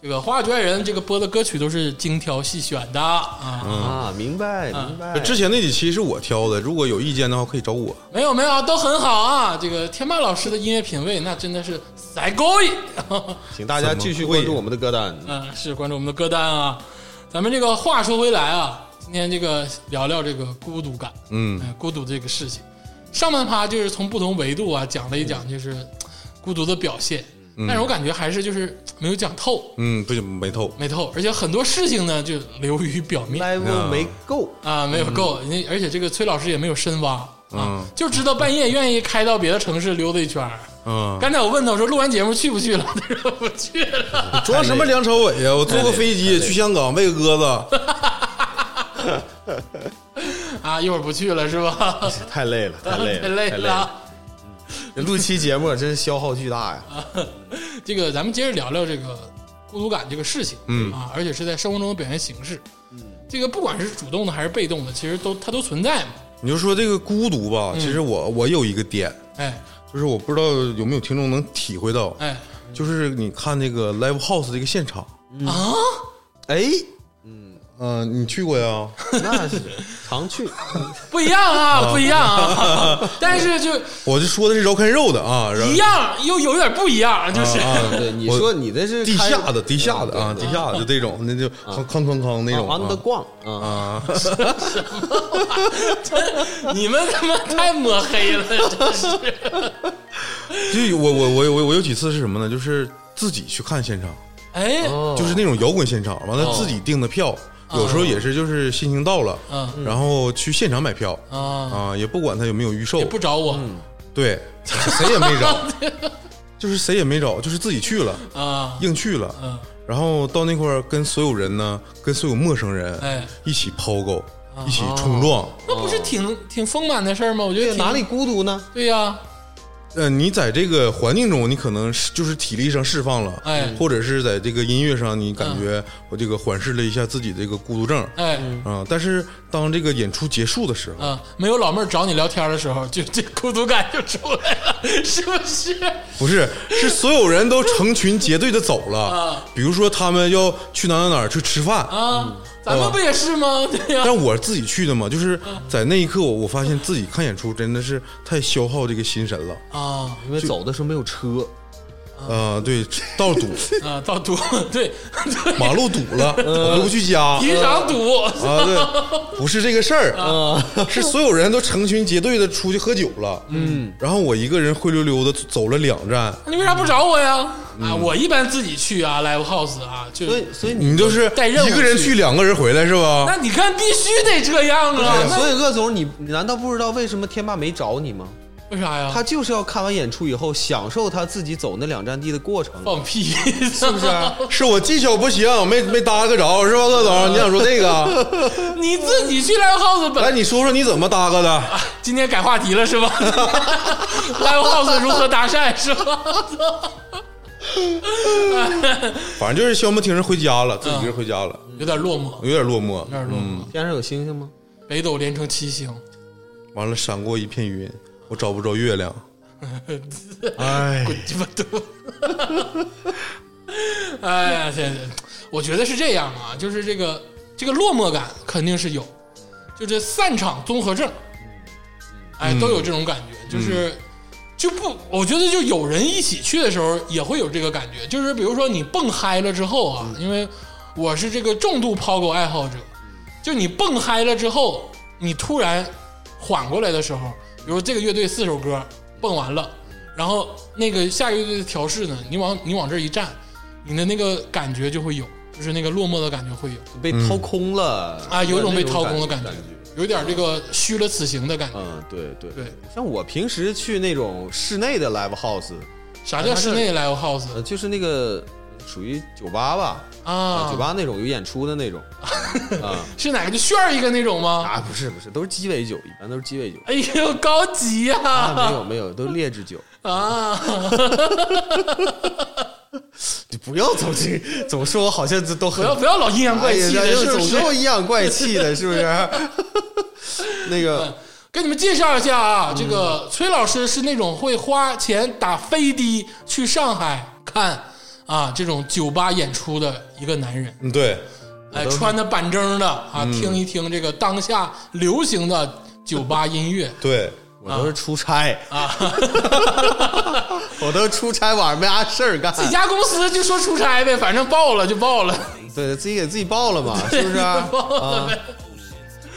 Speaker 2: 这个《花儿与爱人》这个播的歌曲都是精挑细选的啊，
Speaker 4: 啊，明白明
Speaker 2: 哎
Speaker 4: 白。
Speaker 3: 之前那几期是我挑的，如果有意见的话可以找我。
Speaker 2: 没有没有，都很好啊。这个天霸老师的音乐品味那真的是塞够一。
Speaker 4: 请大家继续关注我们的歌单。
Speaker 2: 嗯，是关注我们的歌单啊。咱们这个话说回来啊，今天这个聊聊这个孤独感，
Speaker 3: 嗯
Speaker 2: 哎孤独这个事情。上半趴就是从不同维度啊讲了一
Speaker 4: 嗯
Speaker 2: 讲，就是孤独的表现，但是我感觉还是就是没有讲透，
Speaker 3: 嗯，不行，没透。
Speaker 2: 没透，而且很多事情呢就流于表面
Speaker 4: level 没 够，
Speaker 2: 啊，没有够。人家而且这个崔老师也没有深挖
Speaker 4: 嗯
Speaker 2: 啊，就知道半夜愿意开到别的城市溜达一圈儿。
Speaker 3: 嗯，
Speaker 2: 刚才我问他，我说录完节目去不去了？他说不去了。
Speaker 3: 装什么梁朝伟呀？我坐个飞
Speaker 2: 哎
Speaker 3: 机去香港喂鸽 子，
Speaker 2: 啊，一会儿不去了是吧？
Speaker 4: 太累 了，太累
Speaker 2: 太
Speaker 4: 了，
Speaker 2: 累
Speaker 4: 太累了。
Speaker 2: 了。
Speaker 4: 录期节目真是消耗巨大呀！
Speaker 2: 这个咱们接着聊聊这个孤独感这个事情，嗯啊，而且是在生活中的表现形式，嗯，这个不管是主动的还是被动的，其实都它都存在嘛，
Speaker 3: 你就说这个孤独吧，
Speaker 2: 嗯
Speaker 3: 其实我我有一个点，
Speaker 2: 哎
Speaker 3: 就是我不知道有没有听众能体会到，
Speaker 2: 哎
Speaker 3: 就是你看那个 live house 这个现场，
Speaker 4: 嗯
Speaker 2: 啊，
Speaker 4: 哎，
Speaker 3: 嗯、你去过呀？
Speaker 4: 那是 常去，
Speaker 2: 不一样啊，不一样啊，但是就
Speaker 3: 我就说的是饶开肉的啊，然
Speaker 2: 一样又有点不一样，就是
Speaker 3: 啊，
Speaker 4: 对，你
Speaker 3: 我
Speaker 4: 说你那是
Speaker 3: 地
Speaker 4: 开
Speaker 3: 下 的，地下的啊，地下的就这种，那就康康康康那
Speaker 4: 啊
Speaker 3: 种啊
Speaker 4: 玩的逛啊，
Speaker 2: 你们他妈太抹黑了，真是
Speaker 3: 就有我我我我我有几次是什么呢？就是自己去看现场，
Speaker 2: 哎
Speaker 3: 就是那种摇滚现场，完了
Speaker 2: 哦
Speaker 3: 自己订的票，有时候也是就是心情到了，
Speaker 2: 嗯
Speaker 3: 然后去现场买票
Speaker 2: 啊，
Speaker 3: 啊，也不管他有没有预售
Speaker 2: 也，不找我
Speaker 3: 对，谁也没找，就是谁也没找，就是自己去了，
Speaker 2: 啊，
Speaker 3: 硬去了，
Speaker 2: 嗯
Speaker 3: 然后到那块儿跟所有人呢，跟所有陌生人
Speaker 2: 哎啊哦
Speaker 3: 一起抛狗，一起冲撞。
Speaker 2: 那不是挺挺丰满的事儿吗？我觉得
Speaker 4: 对，
Speaker 2: 挺
Speaker 4: 哪里孤独呢？
Speaker 2: 对呀、
Speaker 3: 呃，你在这个环境中，你可能是就是体力上释放了，
Speaker 2: 哎嗯
Speaker 3: 或者是在这个音乐上，你感觉我这个缓释了一下自己这个孤独症啊、
Speaker 2: 哎。
Speaker 3: 但是当这个演出结束的时候，
Speaker 2: 啊，没有老妹儿找你聊天的时候，就这孤独感就出来了， 是不是？
Speaker 3: 不是，是所有人都成群结队的走了。
Speaker 2: 啊
Speaker 3: 比如说他们要去哪哪哪儿去吃饭，
Speaker 2: 啊，
Speaker 4: 嗯
Speaker 2: 咱们不也是吗？ 对呀、
Speaker 3: 但我自己去的嘛，就是
Speaker 2: 啊
Speaker 3: 在那一刻我，我发现自己看演出真的是太消耗这个心神了。
Speaker 2: 啊，
Speaker 4: 嗯
Speaker 2: 啊
Speaker 4: 因为走的时候没有车，
Speaker 3: 呃，对，道堵，
Speaker 2: 啊到堵， 对，
Speaker 4: 嗯
Speaker 3: 马路堵 了，我回不去家。
Speaker 2: 体育场堵，
Speaker 4: 嗯
Speaker 3: 啊，对，不是这个事儿，
Speaker 2: 嗯
Speaker 3: 是所有人都成群结队的出去喝酒了，嗯，然后我一个人灰溜溜的走了两站，
Speaker 2: 你为啥不找我呀？啊，我一般自己去啊，live house 啊，就
Speaker 4: 嗯所以所以你
Speaker 3: 你就是
Speaker 2: 嗯带任务
Speaker 3: 一个人去，两个人回来是吧
Speaker 2: 那？你看必须得这样啊，那
Speaker 4: 所以鄂总，你你难道不知道为什么天霸没找你吗？
Speaker 2: 为啥呀？
Speaker 4: 他就是要看完演出以后，享受他自己走那两站地的过程。
Speaker 2: 放 屁，是不是？
Speaker 4: 啊
Speaker 3: 是我技巧不行，没没搭个着是吧，鄂总？你想说 这个？
Speaker 2: 你自己去 live house 本
Speaker 3: 来，你说说你怎么搭个的？
Speaker 2: 今天改话题了是吧 ？Live House 如何搭讪是吧？
Speaker 3: 反正就是消磨听人回家了，自己一个
Speaker 2: 嗯
Speaker 3: 人回家了，
Speaker 2: 有点落寞，
Speaker 3: 有点落寞
Speaker 2: 有。点落寞。
Speaker 4: 天上有星星吗？
Speaker 2: 北斗连成七星，
Speaker 3: 完了，闪过一片云，我找不着月亮。哎，
Speaker 2: 滚鸡巴犊！哎呀，天，我觉得是这样啊，就是这个这个落寞感肯定是有，就这散场综合症，哎，都有这种感觉，就是。就不，我觉得就有人一起去的时候也会有这个感觉，就是比如说你蹦嗨了之后啊，因为我是这个重度抛狗爱好者，就你蹦嗨了之后，你突然缓过来的时候，比如这个乐队四首歌蹦完了，然后那个下乐队的调试呢，你往你往这一站，你的那个感觉就会有，就是那个落寞的感觉会有
Speaker 4: 被掏空了
Speaker 2: 啊，有一种被
Speaker 4: 那
Speaker 2: 掏空的
Speaker 4: 感
Speaker 2: 感觉，有点这个虚了此行的感觉。
Speaker 4: 嗯，对对
Speaker 2: 对。
Speaker 4: 像我平时去那种室内的 live house，
Speaker 2: 啥叫室内 live house
Speaker 4: 呃，就是那个属于酒吧吧，呃
Speaker 2: 啊？
Speaker 4: 酒吧那种有演出的那种，啊
Speaker 2: 是哪个就炫儿一个那种吗？
Speaker 4: 啊，不是不是，都是鸡尾酒，一般都是鸡尾酒
Speaker 2: 哎呦，高级呀、
Speaker 4: 啊，没有没有，都是劣质酒
Speaker 2: 啊，
Speaker 4: 你不要总这总说我好像这都
Speaker 2: 不
Speaker 4: 很
Speaker 2: 要不要老阴阳怪气
Speaker 4: 哎
Speaker 2: 的，
Speaker 4: 呀
Speaker 2: 是不
Speaker 4: 总
Speaker 2: 是
Speaker 4: 跟？我阴阳怪气的，是不是？ 那
Speaker 2: 嗯
Speaker 4: 个
Speaker 2: 跟你们介绍一下
Speaker 4: 嗯
Speaker 2: 啊，这个崔老师是那种会花钱打飞的去上海看啊这种酒吧演出的一个男人，
Speaker 3: 嗯，对，
Speaker 2: 哎，穿的板正的啊，
Speaker 4: 嗯
Speaker 2: 听一听这个当下流行的酒吧音乐
Speaker 3: 对，
Speaker 4: 我都是出差 啊，我都是出差，晚上没啥事儿干，
Speaker 2: 自家公司就说出差呗，反正报了就报了。
Speaker 4: 对自己给自己报了嘛，是不是啊？啊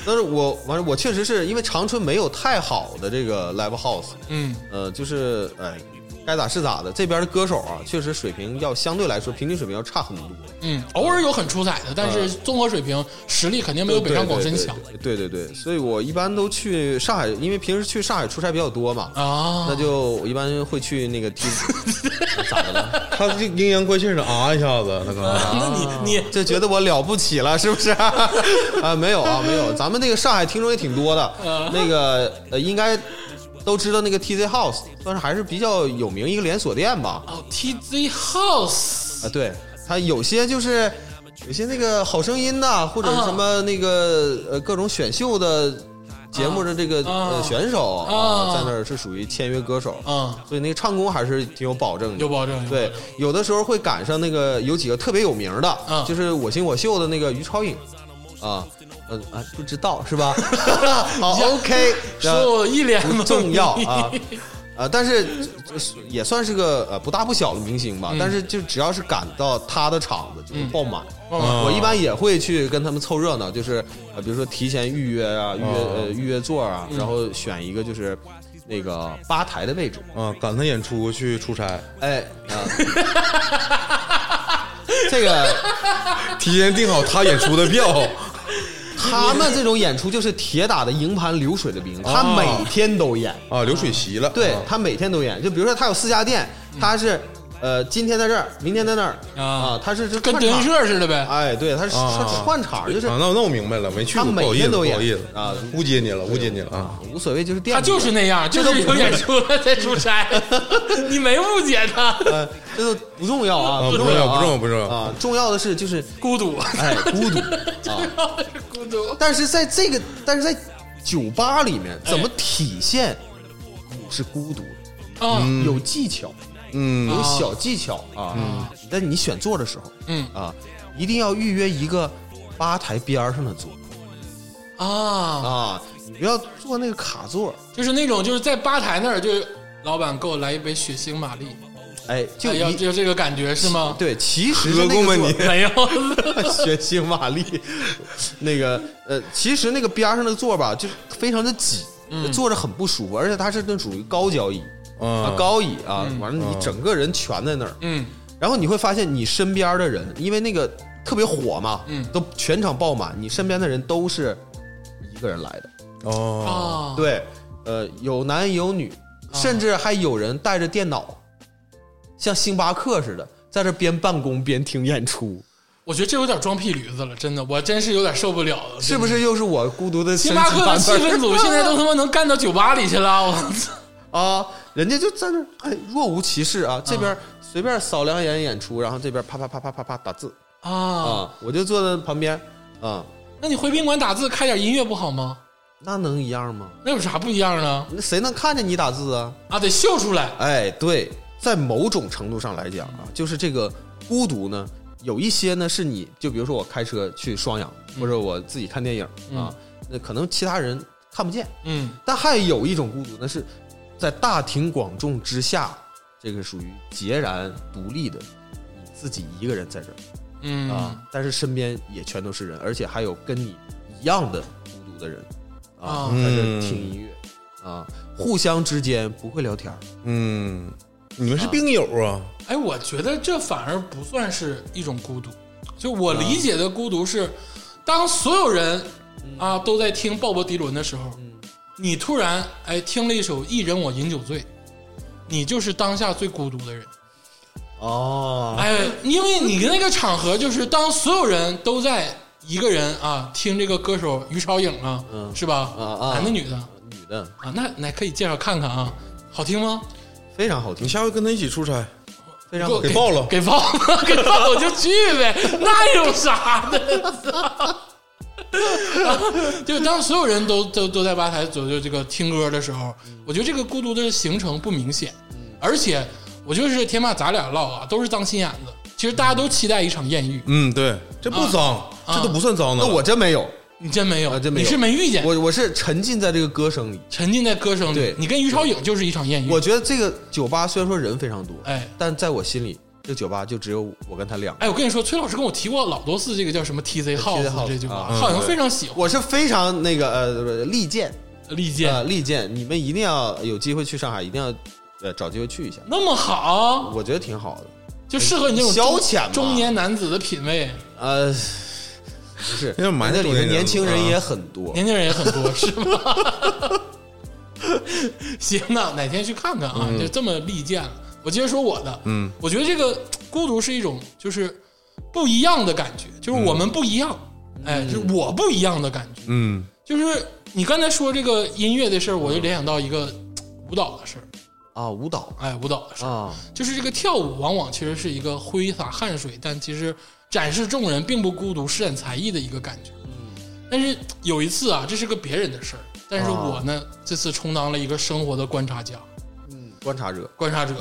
Speaker 4: 但是我完了，我确实是因为长春没有太好的这个 live house，
Speaker 2: 嗯，
Speaker 4: 呃，就是哎，该咋是咋的。这边的歌手啊，确实水平要相对来说平均水平要差很多，
Speaker 2: 嗯，偶尔有很出彩的，但是综合水平实力肯定没有北上广深强
Speaker 4: 对对对，所以我一般都去上海，因为平时去上海出差比较多嘛，
Speaker 2: 啊
Speaker 4: 那。就我一般会去那个 T，咋的了？
Speaker 3: 他这阴阳怪气的啊一下子，他刚才
Speaker 2: 那你你
Speaker 4: 就觉得我了不起了，是不 是？啊，没有啊，没有，咱们那个上海听众也挺多的，
Speaker 2: 啊
Speaker 4: 那个呃，应该都知道那个 TZ House，但是还是比较有名一个连锁店吧？
Speaker 2: 哦，TZ House
Speaker 4: 啊，对，它有些就是有些那个好声音呐、或者是什
Speaker 2: 啊
Speaker 4: 么那个呃各种选秀的节目的这个、
Speaker 2: 啊
Speaker 4: 呃选手啊、
Speaker 2: 啊
Speaker 4: 在那儿是属于签约歌手，
Speaker 2: 啊，
Speaker 4: 所以那个唱功还是挺有保证的，
Speaker 2: 有保证有保
Speaker 4: 对
Speaker 2: 证，
Speaker 4: 有的时候会赶上那个有几个特别有名的，
Speaker 2: 嗯
Speaker 4: 就是我行我秀的那个于超颖，啊，呃啊，不知道 是吧？好，OK，
Speaker 2: 说我一脸
Speaker 4: 不
Speaker 2: 懵
Speaker 4: 重要
Speaker 2: 逼
Speaker 4: 啊。啊，但是这这也算是个呃不大不小的明星吧。但是就只要是赶到他的场子，就是爆满。
Speaker 2: 嗯
Speaker 4: 我一般也会去跟他们凑热闹，就是呃比如说提前预约啊，预约、呃预约座啊，然后选一个就是那个吧台的位置。
Speaker 3: 啊，赶他演出去出差，
Speaker 4: 哎 啊，这个
Speaker 3: 提前订好他演出的票，
Speaker 4: 他们这种演出就是铁打的营盘流水的兵，他
Speaker 3: 哦
Speaker 4: 每天都演，
Speaker 3: 啊，流水席了，
Speaker 4: 对
Speaker 3: 啊嗯
Speaker 4: 他每天都演。就比如说他有四家店，他是呃今天在这儿，明天在那儿
Speaker 2: 啊
Speaker 4: 啊，他是
Speaker 2: 跟德云
Speaker 4: 社，
Speaker 2: 社似的呗。
Speaker 4: 哎，对，他是
Speaker 3: 啊
Speaker 4: 他是串场，就是
Speaker 3: 啊，那那我明白了，没去
Speaker 4: 他
Speaker 3: 过，不
Speaker 4: 每
Speaker 3: 好意思，
Speaker 4: 天
Speaker 3: 不
Speaker 4: 都演
Speaker 3: 好意思
Speaker 4: 啊
Speaker 3: 误解你了，误解你了啊，
Speaker 4: 无所谓，就是店
Speaker 2: 他
Speaker 4: 里
Speaker 2: 就是那样，就
Speaker 4: 这都
Speaker 2: 是有演出了再出 差，你没误解他，
Speaker 4: 呃这都不重要啊，
Speaker 3: 啊不重要
Speaker 4: 啊
Speaker 3: 不重要不重要
Speaker 4: 啊，重要的是就是
Speaker 2: 孤独，
Speaker 4: 哎 孤独啊。
Speaker 2: 孤独。
Speaker 4: 但是在这个，但是在酒吧里
Speaker 3: 哎
Speaker 4: 面，怎么体现你是孤独的？
Speaker 2: 啊，
Speaker 4: 有技巧，
Speaker 3: 嗯，
Speaker 4: 有小技巧啊。在你选座的时候，
Speaker 2: 嗯
Speaker 4: 啊，一定要预约一个吧台边儿上的座
Speaker 2: 啊，
Speaker 4: 啊，你不要坐那个卡座。
Speaker 2: 就是那种就是在吧台那儿就，老板给我来一杯血腥玛丽，
Speaker 4: 哎，就
Speaker 2: 哎要
Speaker 4: 一
Speaker 2: 就这个啊感觉是吗？
Speaker 4: 对，其实
Speaker 3: 喝过吗你？
Speaker 2: 没有，
Speaker 4: 学习玛丽，那个呃，其实那个边儿上的座吧，就是非常的挤，
Speaker 2: 嗯
Speaker 4: 坐着很不舒服，而且它是那属于高脚椅啊
Speaker 3: 啊，
Speaker 4: 高椅啊，完了你整个人蜷在那儿，
Speaker 2: 嗯，
Speaker 4: 然后你会发现你身边的人，因为那个特别火嘛，
Speaker 2: 嗯
Speaker 4: 都全场爆满，你身边的人都是一个人来的，
Speaker 3: 哦，
Speaker 2: 啊，
Speaker 4: 对，呃，有男有女，甚至还有人带着电脑，像星巴克似的，在这边办公边听演出，
Speaker 2: 我觉得这有点装屁驴子了，真的，我真是有点受不了了。
Speaker 4: 是不是又是我孤独的
Speaker 2: 星巴克的气
Speaker 4: 身体
Speaker 2: 氛
Speaker 4: 版
Speaker 2: 组
Speaker 4: 本
Speaker 2: 现在都他妈能干到酒吧里去了，我操！
Speaker 4: 啊，人家就在那儿哎若无其事啊，这边随便扫两眼演出，然后这边啪啪啪啪啪啪打字
Speaker 2: 啊，
Speaker 4: 啊，我就坐在旁边啊，
Speaker 2: 那你回宾馆打字开点音乐不好吗？
Speaker 4: 那能一样吗？
Speaker 2: 那有啥不一样呢？
Speaker 4: 那谁能看见你打字啊？
Speaker 2: 啊，得秀出来。
Speaker 4: 哎，对，在某种程度上来讲啊，就是这个孤独呢，有一些呢是你就比如说我开车去双阳，或者我自己看电影啊，那可能其他人看不见，
Speaker 2: 嗯，
Speaker 4: 但还有一种孤独呢是在大庭广众之下，这个属于截然独立的。你自己一个人在这儿
Speaker 2: 嗯
Speaker 4: 啊，但是身边也全都是人，而且还有跟你一样的孤独的人啊，
Speaker 2: 啊
Speaker 4: 在这儿听音乐啊，互相之间不会聊天儿，
Speaker 3: 嗯，你们是病友啊，
Speaker 2: 哎，我觉得这反而不算是一种孤独。就
Speaker 4: 啊
Speaker 2: 我理解的孤独是，当所有人
Speaker 4: 嗯
Speaker 2: 啊都在听鲍勃迪伦的时候，你突然哎听了一首《一人我饮酒醉》，你就是当下最孤独的人。
Speaker 4: 哦，
Speaker 2: 哎，因为你那个场合就是当所有人都在一个人啊听这个歌手于超颖啊，是吧？
Speaker 4: 啊啊
Speaker 2: 男的女的
Speaker 4: 女的
Speaker 2: 啊，那那可以介绍看看啊，好听吗？
Speaker 4: 非常好
Speaker 3: 你
Speaker 4: 听，
Speaker 3: 下回跟他一起出差，
Speaker 4: 非常好
Speaker 3: 给
Speaker 4: 听。
Speaker 3: 报了。
Speaker 2: 哦给报了， 给报了我就去呗，那有啥的？ 就当所有人都都都在吧台左右这个听歌的时候，我觉得这个孤独的行程不明显，
Speaker 4: 嗯
Speaker 2: 而且我就是天霸，咱俩唠啊，都是当心眼子。其实大家都期待一场艳遇，
Speaker 3: 嗯，对，这不脏，这都不算脏的
Speaker 4: 那
Speaker 3: 了。
Speaker 4: 我真没有，
Speaker 2: 你真没有，
Speaker 4: 啊真没有
Speaker 2: 你是没遇见，
Speaker 4: 我我是沉浸在这个歌声里。
Speaker 2: 沉浸在歌声里
Speaker 4: 对。
Speaker 2: 你跟于超颖就是一场艳遇，
Speaker 4: 我觉得这个酒吧虽然说人非常多，
Speaker 2: 哎
Speaker 4: 但在我心里，这酒吧就只有我跟他两个。
Speaker 2: 哎，我跟你说，崔老师跟我提过老多次这个叫什么 TZ House
Speaker 4: House，
Speaker 2: 这句话，
Speaker 4: 啊
Speaker 2: 他好像非常喜欢
Speaker 4: 我是非常那个呃利剑
Speaker 2: 利剑，
Speaker 4: 呃利剑，你们一定要有机会去上海，一定要呃找机会去一下，
Speaker 2: 那么好，
Speaker 4: 我觉得挺好的。
Speaker 2: 就适合你这种中
Speaker 4: 消遣嘛
Speaker 2: 中年男子的品味。
Speaker 4: 呃，不 是，
Speaker 3: 因为蛮
Speaker 4: 那里的
Speaker 3: 多
Speaker 4: 年轻
Speaker 3: 人
Speaker 4: 人
Speaker 3: 的
Speaker 4: 也很多，
Speaker 2: 年轻人也很 多，是吧？行，那哪天去看看
Speaker 4: 嗯
Speaker 2: 啊？就这么利剑了。我接着说我的，
Speaker 3: 嗯，
Speaker 2: 我觉得这个孤独是一种就是不一样的感觉，就是我们不一样，
Speaker 4: 嗯
Speaker 2: 哎，就是我不一样的感觉。
Speaker 3: 嗯
Speaker 2: 就是你刚才说这个音乐的事儿，我就联想到一个舞蹈的事儿，
Speaker 4: 啊，舞蹈
Speaker 2: 哎，舞蹈的事儿，
Speaker 4: 啊，
Speaker 2: 就是这个跳舞往往其实是一个挥洒汗水，但其实展示众人并不孤独，施展才艺的一个感觉。但是有一次啊，这是个别人的事儿，但是我呢，这次充当了一个生活的观察家、
Speaker 4: 嗯，观察者，
Speaker 2: 观察者。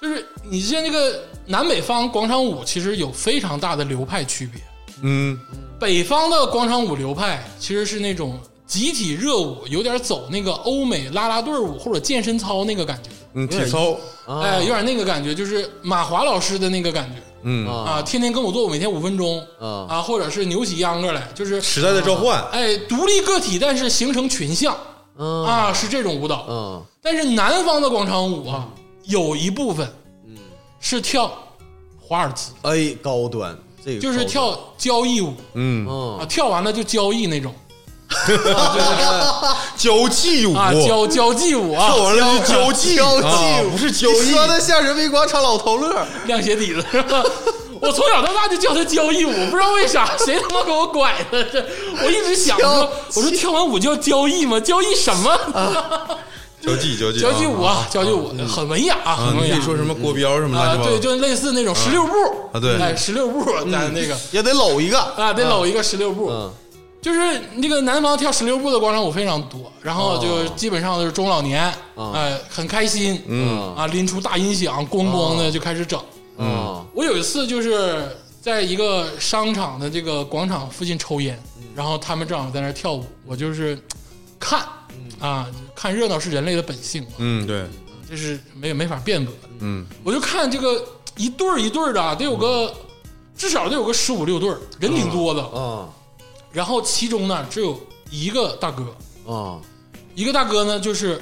Speaker 2: 就是你像这个南北方广场舞，其实有非常大的流派区别。
Speaker 3: 嗯
Speaker 2: 北方的广场舞流派其实是那种集体热舞，有点走那个欧美啦啦队舞或者健身操那个感觉，
Speaker 3: 嗯，体操，
Speaker 4: 啊
Speaker 2: 哎，有点那个感觉，就是马华老师的那个感觉。
Speaker 3: 嗯，
Speaker 4: 啊
Speaker 2: 啊，天天跟我做，每天五分钟
Speaker 4: 啊
Speaker 2: 啊，或者是牛起秧歌来，就是
Speaker 3: 时代的召唤，
Speaker 2: 哎，独立个体，但是形成群像
Speaker 4: 嗯
Speaker 2: 啊，是这种舞蹈。
Speaker 4: 嗯
Speaker 2: 但是南方的广场舞啊，有一部分
Speaker 4: 嗯，
Speaker 2: 是跳华尔兹，
Speaker 4: 哎，高端，这个
Speaker 2: 就是
Speaker 4: 高端，
Speaker 2: 跳交谊舞
Speaker 3: 嗯，
Speaker 2: 啊，
Speaker 4: 嗯，
Speaker 2: 跳完了就交谊那种
Speaker 3: 交际舞，
Speaker 2: 啊，交交际舞啊
Speaker 3: 跳，完了就交际，
Speaker 4: 交际
Speaker 3: 啊不是交
Speaker 4: 你说
Speaker 3: 易，
Speaker 4: 的像人民广场老头乐，
Speaker 2: 亮鞋底子 是吧？我从小到大就叫他交谊舞，不知道为啥， 谁他妈给我拐的？这我一直想
Speaker 4: 交
Speaker 2: 说，我说跳完舞叫交谊吗？交谊什么？
Speaker 3: 交际交际
Speaker 2: 交际舞啊，
Speaker 3: 啊，
Speaker 2: 交际舞很文雅，
Speaker 3: 啊
Speaker 2: 很文
Speaker 3: 你可
Speaker 2: 雅
Speaker 3: 以。说什么国标什么
Speaker 2: 啊
Speaker 3: 乱，七八
Speaker 2: 对，
Speaker 3: 糟，
Speaker 2: 就类似那种十六步
Speaker 3: 啊对
Speaker 2: 哎，十六步咱那个
Speaker 4: 也得搂一个，
Speaker 2: 啊，得搂一个十六步。
Speaker 4: 嗯
Speaker 2: 就是那个南方跳十六步的广场舞非常多，然后
Speaker 3: 哦
Speaker 2: 就基本上都是中老年，
Speaker 3: 嗯
Speaker 2: 哎，很开心，
Speaker 4: 嗯
Speaker 2: 啊，拎出大音响，咣咣
Speaker 3: 哦
Speaker 2: 的就开始整。
Speaker 4: 嗯
Speaker 2: 我有一次就是在一个商场的这个广场附近抽烟，
Speaker 3: 嗯
Speaker 2: 然后他们正好在那儿跳舞，我就是看啊，看热闹是人类的本性嘛，
Speaker 3: 嗯对，
Speaker 2: 这是没没法辩驳的。
Speaker 3: 嗯
Speaker 2: 我就看这个一对儿一对儿的啊，得有个至少得有个十五六对儿，人挺多的。
Speaker 4: 嗯
Speaker 2: 然后其中呢，只有一个大哥，
Speaker 4: 嗯
Speaker 2: 一个大哥呢就是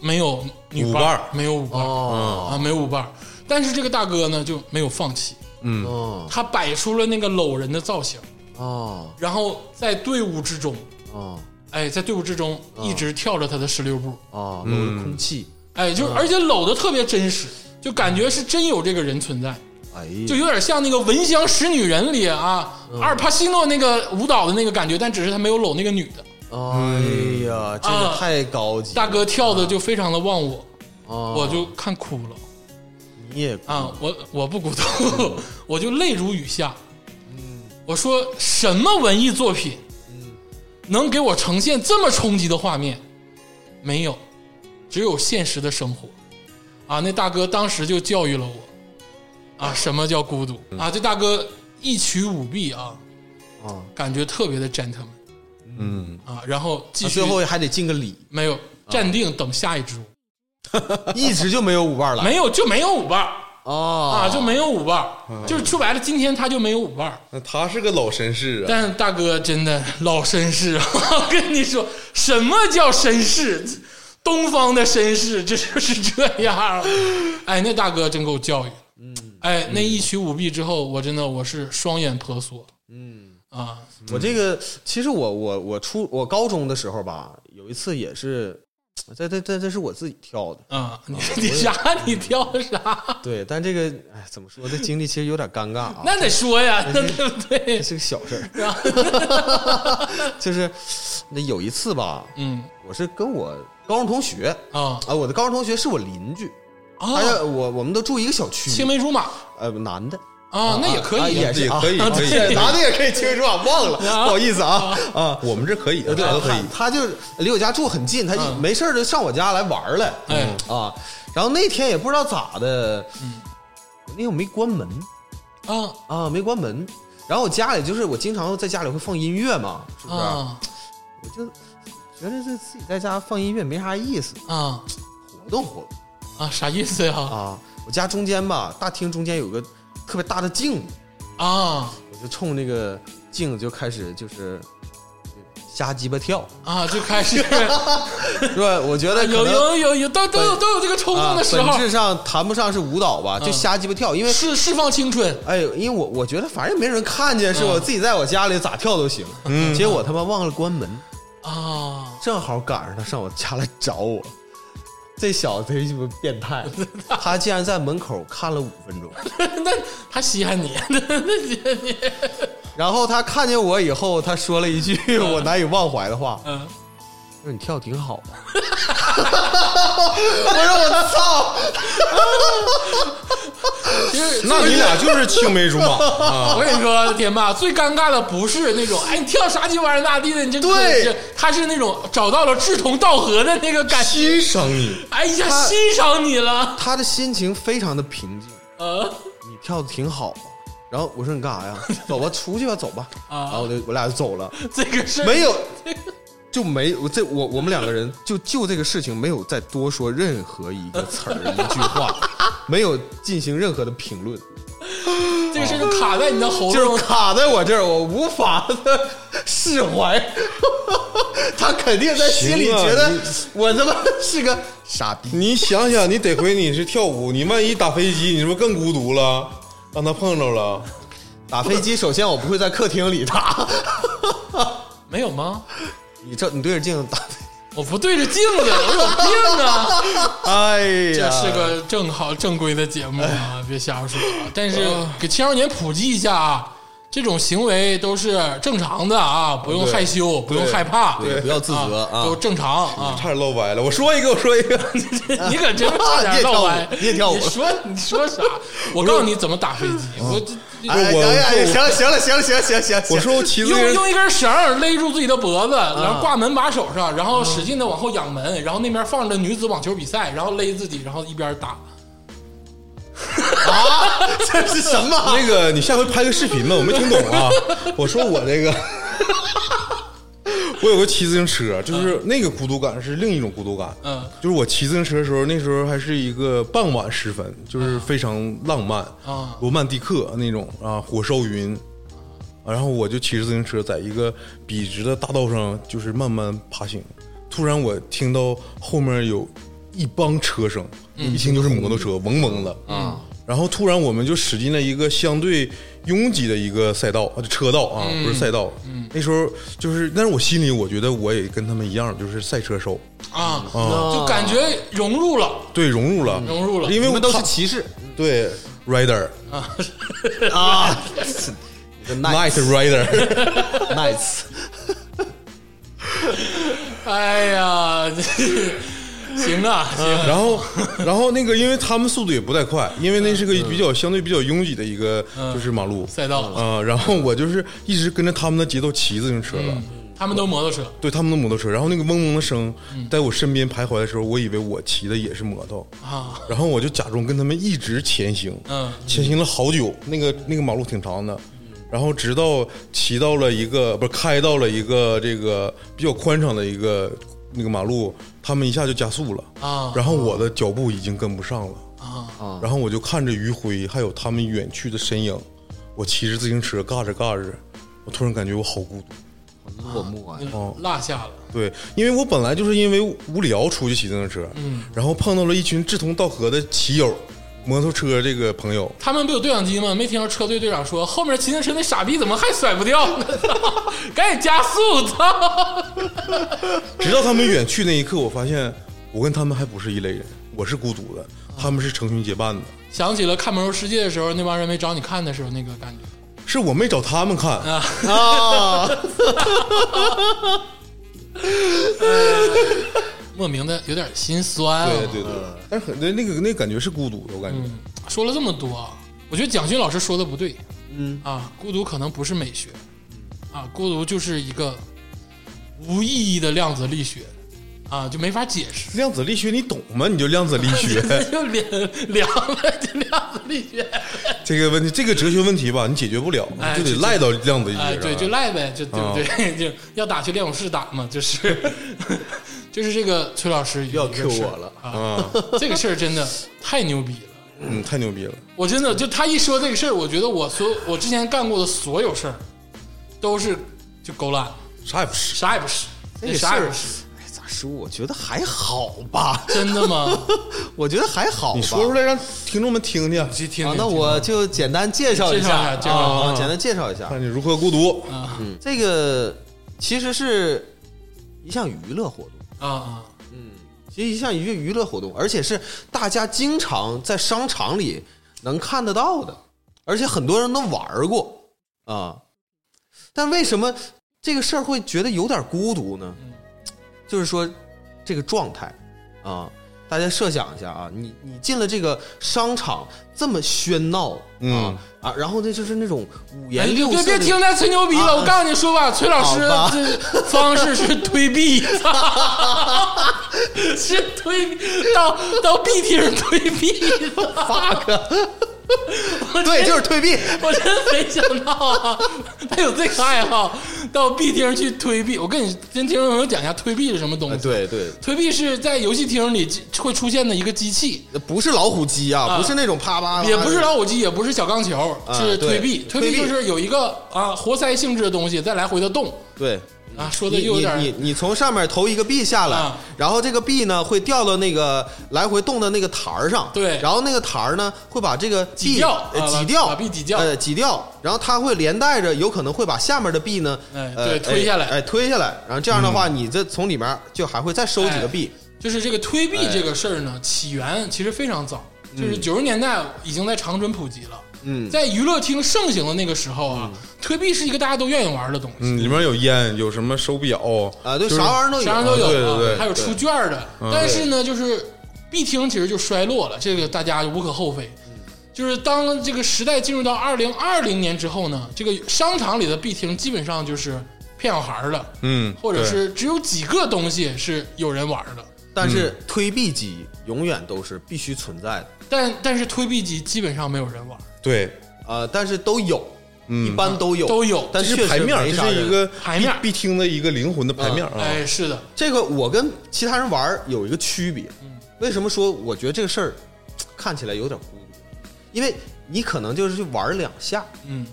Speaker 2: 没有女
Speaker 3: 舞
Speaker 2: 伴
Speaker 3: 伴
Speaker 2: 儿
Speaker 3: 儿，
Speaker 2: 没有舞伴儿
Speaker 4: 哦
Speaker 2: 啊，没有舞伴儿。但是这个大哥呢就没有放弃，
Speaker 3: 嗯
Speaker 4: 嗯
Speaker 2: 他摆出了那个搂人的造型，
Speaker 4: 哦
Speaker 2: 然后在队伍之中，
Speaker 4: 哦
Speaker 2: 哎，在队伍之中一直跳着他的十六步，
Speaker 4: 哦，搂着空气，
Speaker 2: 哎，就是而且搂的特别真实，就感觉是真有这个人存在。
Speaker 4: 哎
Speaker 2: 就
Speaker 4: 呀，
Speaker 2: 有点像那个《闻香识女人》里啊，阿尔帕西诺那个舞蹈的那个感觉，但只是他没有搂那个女的。
Speaker 4: 哎呀，这
Speaker 2: 啊
Speaker 4: 个太高级了，
Speaker 2: 大哥跳的就非常的忘我，
Speaker 4: 哦，
Speaker 2: 我就看哭了
Speaker 4: 你也
Speaker 2: 啊！我我不孤独， 我就泪如雨下。
Speaker 4: 嗯
Speaker 2: 我说什么文艺作品能给我呈现这么冲击的画面？没有，只有现实的生活。啊，那大哥当时就教育了我，啊，什么叫孤独啊？这大哥一曲舞弊啊，
Speaker 4: 啊，
Speaker 2: 感觉特别的 gentleman
Speaker 3: 嗯，
Speaker 2: 啊，然后继
Speaker 4: 啊
Speaker 2: 续、
Speaker 4: 最后啊还得敬个礼，
Speaker 2: 没有站定等下一支舞，
Speaker 4: 一直就没有舞伴了，
Speaker 2: 没有就没有舞伴儿
Speaker 4: 哦
Speaker 2: 啊，就没有舞伴儿，就是说白了，今天他就没有舞伴儿。
Speaker 3: 那他是个老绅士啊，
Speaker 2: 但大哥真的老绅士啊，我跟你说，什么叫绅士？东方的绅士，这就是这样。哎，那大哥真给我教育。嗯，哎，那一曲舞弊之后，我真的我是双眼婆娑。嗯啊，
Speaker 4: 我这个其实我我我初我高中的时候吧，有一次也是，这这这这是我自己跳的，
Speaker 2: 啊，你你啥？你跳啥？
Speaker 4: 对，但这个哎怎么说，这经历其实有点尴尬啊，
Speaker 2: 那得说呀，那 对不对
Speaker 4: 这？是个小事儿， 就是那有一次吧，
Speaker 2: 嗯
Speaker 4: 我是跟我高中同学
Speaker 2: 啊
Speaker 4: 啊，我的高中同学是我邻居大家
Speaker 2: 啊，
Speaker 4: 我我们都住一个小区，
Speaker 2: 青梅竹马
Speaker 4: 呃，男的
Speaker 2: 啊，那也可
Speaker 4: 啊
Speaker 2: 以
Speaker 4: 也
Speaker 2: 啊
Speaker 4: 是
Speaker 3: 也
Speaker 4: 啊
Speaker 3: 可以
Speaker 4: 啊
Speaker 3: 可以
Speaker 4: 对男的也可以青梅竹马，忘了，
Speaker 2: 啊
Speaker 4: 不好意思啊啊。
Speaker 3: 我们这可以，对，
Speaker 4: 他
Speaker 3: 都可以。
Speaker 4: 他就离我家住很近，他就
Speaker 2: 嗯
Speaker 4: 没事儿就上我家来玩儿来，
Speaker 2: 哎嗯
Speaker 4: 啊，然后那天也不知道咋的，那天我没关门
Speaker 2: 啊
Speaker 4: 啊，没关门，然后我家里就是我经常在家里会放音乐嘛，是不是？
Speaker 2: 啊
Speaker 4: 我就觉得这自己在家放音乐没啥意思，
Speaker 2: 啊
Speaker 4: 活动活动
Speaker 2: 啊，啥意思呀？
Speaker 4: 啊。我家中间吧，大厅中间有个特别大的镜，
Speaker 2: 啊
Speaker 4: 我就冲那个镜子就开始就是瞎鸡巴跳，
Speaker 2: 啊，就开 始
Speaker 4: 是 吧？我觉得可
Speaker 2: 啊有
Speaker 4: 能
Speaker 2: 有有有，都都有都有这个冲动
Speaker 4: 啊
Speaker 2: 的，时
Speaker 4: 本
Speaker 2: 候，
Speaker 4: 质上谈不上是舞蹈吧，就
Speaker 2: 嗯
Speaker 4: 瞎鸡巴跳，因为。
Speaker 2: 释释放青春
Speaker 4: 哎，因为我我觉得反正也没人看见，是
Speaker 2: 嗯
Speaker 4: 我自己在我家里咋跳都行。
Speaker 3: 嗯
Speaker 4: 结果他妈忘了关门，
Speaker 2: 啊
Speaker 4: 正好赶上他上我家来找我。这小子这么变态，他竟然在门口看了五分钟，
Speaker 2: 他稀罕你，
Speaker 4: 然后他看见我以后，他说了一句我难以忘怀的话
Speaker 2: 嗯，：“
Speaker 4: 他说你跳得挺好的。”我说我操！
Speaker 2: 其实
Speaker 3: 那你俩就是青梅竹马啊！
Speaker 2: 我跟你说，天霸最尴尬的不是那种，哎，你跳啥鸡巴玩意儿咋地的，你这
Speaker 4: 对
Speaker 2: 这他是那种找到了志同道合的那个感觉，
Speaker 3: 欣赏你，
Speaker 2: 哎呀，
Speaker 4: 他
Speaker 2: 欣赏你了，
Speaker 4: 他的心情非常的平静，
Speaker 2: 呃，
Speaker 4: 你跳的挺好啊。然后我说你干啥呀？走吧，出去吧，走吧。
Speaker 2: 啊
Speaker 4: 然后我就我俩就走了。
Speaker 2: 这个事儿
Speaker 4: 没有，就没我这我我们两个人就就这个事情没有再多说任何一个词儿一句 话，没有进行任何的评论，
Speaker 2: 这个事儿就卡在你的喉
Speaker 4: 就
Speaker 2: 咙
Speaker 4: 是卡在我这儿，我无法的释怀。 他肯定在心里
Speaker 3: 行啊
Speaker 4: 觉得
Speaker 3: 你
Speaker 4: 我他妈是个傻逼。
Speaker 3: 你想想，你得亏你是跳舞，你万一打飞机，你是不是更孤独了？让他碰着了，
Speaker 4: 打飞机，首先我不会在客厅里打，
Speaker 2: 没有吗？
Speaker 4: 你这你对着镜子打，
Speaker 2: 我不对着镜子，我有病啊！
Speaker 4: 哎
Speaker 2: 这
Speaker 4: 呀，
Speaker 2: 是个正好正规的节目啊，别瞎说啊。但是给青少年普及一下啊，这种行为都是正常的啊，不用
Speaker 3: 对
Speaker 2: 害羞，不用害怕，
Speaker 4: 对，不要自责
Speaker 2: 啊
Speaker 4: 啊
Speaker 2: 都！正常 啊。
Speaker 3: 差点唠歪了。我说一个，我说一个，
Speaker 2: 你可真差点闹歪，
Speaker 4: 你也跳舞
Speaker 2: 你说你说啥？嗯我告诉你怎么打飞机，我这
Speaker 4: 哎，
Speaker 3: 我
Speaker 4: 哎哎
Speaker 3: 我
Speaker 4: 行了行了行了行了行了行了，
Speaker 3: 我说我骑自行
Speaker 2: 用
Speaker 3: 车，
Speaker 2: 用一根绳儿勒住自己的脖子，然后挂门把手上，然后使劲的往后仰门，然后那边放着女子网球比赛，然后勒自己，然后一边打。
Speaker 4: 这是什 么？
Speaker 3: 那个你下回拍个视频吧，我没听懂啊。我说我这个， 我有个骑自行车，就是那个孤独感是另一种孤独感。
Speaker 2: 嗯
Speaker 3: 就是我骑自行车的时候，那时候还是一个傍晚时分，就是非常浪漫
Speaker 2: 啊
Speaker 3: 罗曼蒂克那种啊，火烧云。啊然后我就骑着自行车，在一个笔直的大道上，就是慢慢爬行。突然，我听到后面有一帮车声，
Speaker 4: 嗯
Speaker 3: 一听就是摩托车，嗡嗡的啊。然后突然，我们就驶进了一个相对拥挤的一个赛道，啊车道啊，
Speaker 4: 嗯
Speaker 3: 不是赛道。那时候就是，但是我心里我觉得我也跟他们一样，就是赛车手。
Speaker 2: 啊，
Speaker 3: 啊
Speaker 2: 就感觉融入了，
Speaker 3: 对，融入了，
Speaker 2: 融入了
Speaker 3: 因为
Speaker 4: 你们都是
Speaker 3: 他
Speaker 4: 骑士
Speaker 3: 对 rider
Speaker 4: 啊
Speaker 3: night
Speaker 4: ，nice
Speaker 3: rider，
Speaker 4: nice，
Speaker 2: 哎呀， 行啊，行，
Speaker 3: 然后然后那个，因为他们速度也不太快，因为那是个比较相对比较拥挤的一个就是马路
Speaker 2: 赛道，
Speaker 3: 啊、然后我就是一直跟着他们的节奏骑自行车了，
Speaker 2: 他们都摩托车
Speaker 3: 对他们的摩托车，然后那个嗡嗡的声在我身边徘徊的时候，我以为我骑的也是摩托，
Speaker 2: 啊，
Speaker 3: 然后我就假装跟他们一直前行，
Speaker 2: 嗯
Speaker 3: 前行了好久，那个那个马路挺长的，然后直到骑到了一个不是开到了一个这个比较宽敞的一个那个马路，他们一下就加速了
Speaker 2: 啊
Speaker 3: 然后我的脚步已经跟不上了
Speaker 4: 啊
Speaker 3: 然后我就看着余晖还有他们远去的身影，我骑着自行车嘎着嘎着，我突然感觉我好孤独。
Speaker 4: 落寞啊，
Speaker 3: 哦
Speaker 2: 落下了，
Speaker 3: 对，因为我本来就是因为无聊出去骑自行车，嗯，然后碰到了一群志同道合的骑友，摩托车这个朋友，
Speaker 2: 他们不有对讲机吗？没听到车队队长说后面骑自行车那傻逼怎么还甩不掉呢？ 赶紧加速！操！
Speaker 3: 直到他们远去那一刻，我发现我跟他们还不是一类人，我是孤独的，他们是成群结伴的。
Speaker 2: 想起了看《魔兽世界》的时候，那帮人没找你看的时候那个感觉。
Speaker 3: 是我没找他们看，
Speaker 4: 啊
Speaker 2: 莫名的有点心酸、啊。
Speaker 3: 对对对，但是很那那个那感觉是孤独的，我感觉。
Speaker 2: 说了这么多，我觉得蒋勋老师说的不对。嗯啊，孤独可能不是美学，啊，孤独就是一个无意义的量子力学，啊，就没法解释。
Speaker 3: 量子力学你懂吗？你就量子力 学
Speaker 2: 就凉凉了，就量子力学。
Speaker 3: 这个问题，这个哲学问题吧，你解决不了，
Speaker 2: 哎
Speaker 3: 就得赖到量子力学啊
Speaker 2: 哎，
Speaker 3: 上。
Speaker 2: 对，就赖呗，就对
Speaker 4: 哦
Speaker 2: 不对？ 就要打去练武室打嘛，就是， 就是这个崔老师
Speaker 4: 要
Speaker 2: 有一个
Speaker 4: Q
Speaker 2: 事儿
Speaker 4: 我了，
Speaker 3: 啊，
Speaker 2: 这个事儿真的太牛逼了。
Speaker 3: 嗯，太牛逼了。
Speaker 2: 我真的就他一说这个事儿，我觉得我所我之前干过的所有事儿，都是就勾烂，
Speaker 3: 啥也不是，
Speaker 2: 啥也不是，
Speaker 4: 那个事
Speaker 2: 啥也
Speaker 4: 儿
Speaker 2: 不是，，
Speaker 4: 哎，咋说？我觉得还好吧，
Speaker 2: 真的 吗？
Speaker 4: 我觉得还好吧。
Speaker 3: 你说出来让听众们听听，
Speaker 2: 去听
Speaker 4: 啊
Speaker 2: 听，
Speaker 4: 那我就简单介绍一
Speaker 2: 介绍一下介
Speaker 4: 下
Speaker 2: 绍一下
Speaker 4: 啊，简单介绍一下。
Speaker 3: 看你如何孤独。
Speaker 2: 啊
Speaker 4: 这个其实是一项娱乐活
Speaker 2: 啊
Speaker 4: 动，
Speaker 2: 啊，
Speaker 4: 其实一项娱娱乐活动，而且是大家经常在商场里能看得到的，而且很多人都玩儿过啊。但为什么这个事儿会觉得有点孤独呢？就是说这个状态啊，大家设想一下啊，你你进了这个商场这么喧闹啊、
Speaker 3: 嗯
Speaker 4: 啊，然后这就是那种五
Speaker 2: 哎
Speaker 4: 颜
Speaker 2: 别
Speaker 4: 六
Speaker 2: 别
Speaker 4: 色
Speaker 2: 别
Speaker 4: 的
Speaker 2: 听他吹牛逼了，
Speaker 4: 啊
Speaker 2: 我告诉你说吧，崔老师
Speaker 4: 好吧
Speaker 2: 这方式是推 币，是推到到 B 厅推币的，
Speaker 4: fuck，
Speaker 2: 我
Speaker 4: 对，
Speaker 2: 真
Speaker 4: 就是退避。
Speaker 2: 我真没想到啊，他有这个爱好，到 B 厅去推币。我跟你跟听众朋友讲一下，推币是什么东西？，
Speaker 4: 啊对对，
Speaker 2: 推币是在游戏厅里会出现的一个机器，
Speaker 4: 不是老虎机啊，
Speaker 2: 啊
Speaker 4: 不是那种啪啪啪，
Speaker 2: 也不是老虎机，也不是小钢球，
Speaker 4: 啊
Speaker 2: 是推币。
Speaker 4: 对
Speaker 2: 推
Speaker 4: 推
Speaker 2: 币
Speaker 4: 币
Speaker 2: 就是有一个啊活塞性质的东西再来回的动
Speaker 4: 对。
Speaker 2: 啊，说的
Speaker 4: 你
Speaker 2: 又有
Speaker 4: 你
Speaker 2: 点
Speaker 4: 你你从上面投一个币下来
Speaker 2: 啊，
Speaker 4: 然后这个币呢会掉到那个来回动的那个台儿上，
Speaker 2: 对
Speaker 4: 然后那个台儿呢会把这个
Speaker 2: 挤
Speaker 4: 币
Speaker 2: 掉
Speaker 4: 呃
Speaker 2: 啊
Speaker 4: 挤掉，
Speaker 2: 把币挤掉
Speaker 4: 呃挤掉，然后它会连带着有可能会把下面的币呢，
Speaker 2: 哎
Speaker 4: 呃
Speaker 2: 对推下来
Speaker 4: 哎哎推下来，然后这样的
Speaker 3: 嗯
Speaker 4: 话你这从里面就还会再收几个币，
Speaker 2: 哎
Speaker 4: 哎
Speaker 2: 就是这个推币这个事儿呢，起源其实非常早，就是九十年代已经在长春普及了。
Speaker 4: 嗯
Speaker 2: 在娱乐厅盛行的那个时候啊，推币是一个大家都愿意玩的东西。
Speaker 3: 嗯，里面有烟，有什么手表
Speaker 4: 啊
Speaker 3: 就
Speaker 4: 对，
Speaker 3: 是
Speaker 4: 啥玩意儿都有，
Speaker 2: 啥上都有，
Speaker 3: 啊对对对
Speaker 2: 还有出卷儿的。
Speaker 4: 嗯
Speaker 2: 但是呢，就是必听其实就衰落了，这个大家无可厚非。
Speaker 4: 嗯
Speaker 2: 就是当这个时代进入到二零二零年之后呢，这个商场里的必听基本上就是骗小孩儿的，
Speaker 3: 嗯，
Speaker 2: 或者
Speaker 3: 对
Speaker 2: 是只有几个东西是有人玩儿的。
Speaker 4: 但是
Speaker 3: 嗯
Speaker 4: 推币机永远都是必须存在的，
Speaker 2: 但但是推币机基本上没有人玩儿，
Speaker 3: 对，
Speaker 4: 呃，但是都有，
Speaker 3: 嗯
Speaker 4: 一般都有，
Speaker 2: 都有
Speaker 4: 但
Speaker 3: 这是
Speaker 4: 确实
Speaker 3: 牌面儿，
Speaker 4: 没
Speaker 3: 这
Speaker 4: 啥
Speaker 3: 是
Speaker 4: 人
Speaker 3: 一个
Speaker 2: 牌面儿
Speaker 3: 必必听的一个灵魂的牌面
Speaker 4: 哦
Speaker 3: 儿啊。
Speaker 2: 哎，是的，
Speaker 4: 这个我跟其他人玩儿有一个区别，
Speaker 2: 嗯
Speaker 4: 为什么说我觉得这个事儿嘖看起来有点孤独？因为你可能就是去玩儿两下，
Speaker 2: 嗯，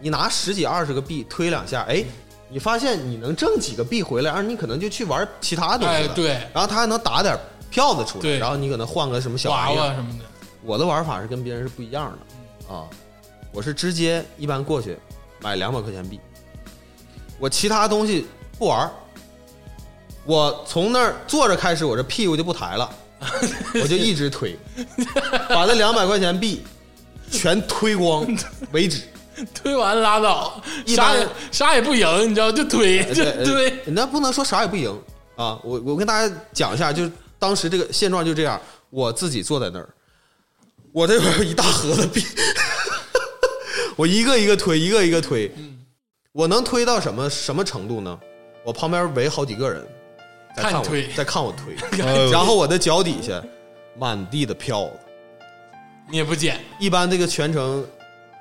Speaker 4: 你拿十几二十个币推两下，哎，你发现你能挣几个币回来，而你可能就去玩儿其他东西
Speaker 2: 哎，
Speaker 4: 了。，
Speaker 2: 对，
Speaker 4: 然后他还能打点票子出来，
Speaker 2: 对
Speaker 4: 然后你可能换个什么小
Speaker 2: 娃
Speaker 4: 玩意儿
Speaker 2: 娃什么的，
Speaker 4: 我的玩法是跟别人是不一样的啊，我是直接一般过去买两百块钱币，我其他东西不玩儿，我从那儿坐着开始，我这屁股就不抬了，我就一直推，把这两百块钱币全推光为止。
Speaker 2: 推完拉倒，
Speaker 4: 一
Speaker 2: 啥
Speaker 4: 般
Speaker 2: 也啥也不赢，你知道，就推 就
Speaker 4: 呃
Speaker 2: 推，，
Speaker 4: 那不能说啥也不赢啊！我我跟大家讲一下，就是当时这个现状就这样，我自己坐在那儿，我这边有一大盒子 币，我一个一个推，一个一个推，我能推到什么什么程度呢？我旁边围好几个人在
Speaker 2: 看
Speaker 4: 看
Speaker 2: 你
Speaker 4: 我
Speaker 2: 推
Speaker 4: 在看我 推，
Speaker 3: 哎呦
Speaker 4: 然后我的脚底下满地的票子。
Speaker 2: 你也不捡。
Speaker 4: 一般这个全程，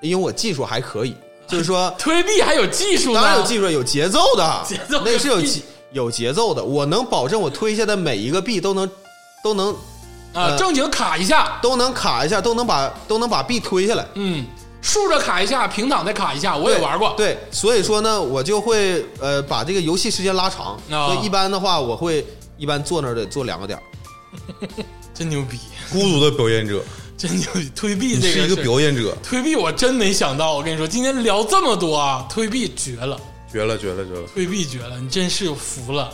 Speaker 4: 因为我技术还可以，就是说
Speaker 2: 推币还有技术呢，
Speaker 4: 当然有技术，有节奏的，
Speaker 2: 节奏
Speaker 4: 那是有
Speaker 2: 有
Speaker 4: 节有节奏的。我能保证我推下的每一个币都能都能
Speaker 2: 啊，
Speaker 4: 呃
Speaker 2: 正经卡一下，
Speaker 4: 都能卡一下，都能把都能把币推下来。
Speaker 2: 嗯，竖着卡一下，平躺再卡一下，我也
Speaker 4: 对
Speaker 2: 玩过，
Speaker 4: 对，所以说呢，我就会呃把这个游戏时间拉长。
Speaker 2: 啊
Speaker 4: 所以一般的话，我会一般坐那儿得坐两个点儿
Speaker 2: 真牛逼，
Speaker 3: 孤独的表演者，
Speaker 2: 真牛逼，推币
Speaker 3: 你
Speaker 2: 这
Speaker 3: 是一
Speaker 2: 个
Speaker 3: 个
Speaker 2: 事儿
Speaker 3: 表演者，
Speaker 2: 推币我真没想到，我跟你说，今天聊这么多啊，推币绝了，
Speaker 3: 绝了，绝了，绝了！
Speaker 2: 推币绝了，你真是服了。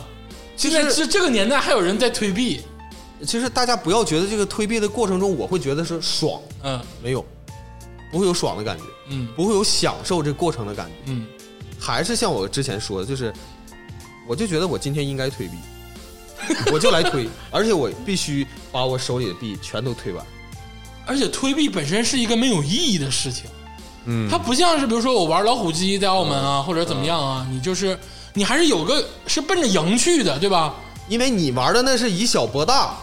Speaker 2: 现在
Speaker 4: 其实
Speaker 2: 这这个年代还有人在推币，
Speaker 4: 其实大家不要觉得这个推币的过程中，我会觉得是爽，
Speaker 2: 嗯
Speaker 4: 没有，不会有爽的感觉，
Speaker 2: 嗯
Speaker 4: 不会有享受这过程的感觉。
Speaker 2: 嗯，
Speaker 4: 还是像我之前说的，就是我就觉得我今天应该推币，我就来推，而且我必须把我手里的币全都推完。
Speaker 2: 而且推币本身是一个没有意义的事情，
Speaker 3: 嗯，
Speaker 2: 它不像是比如说我玩老虎机在澳门啊，或者怎么样啊，你就是你还是有个是奔着赢去的，对吧？
Speaker 4: 因为你玩的那是以小博大，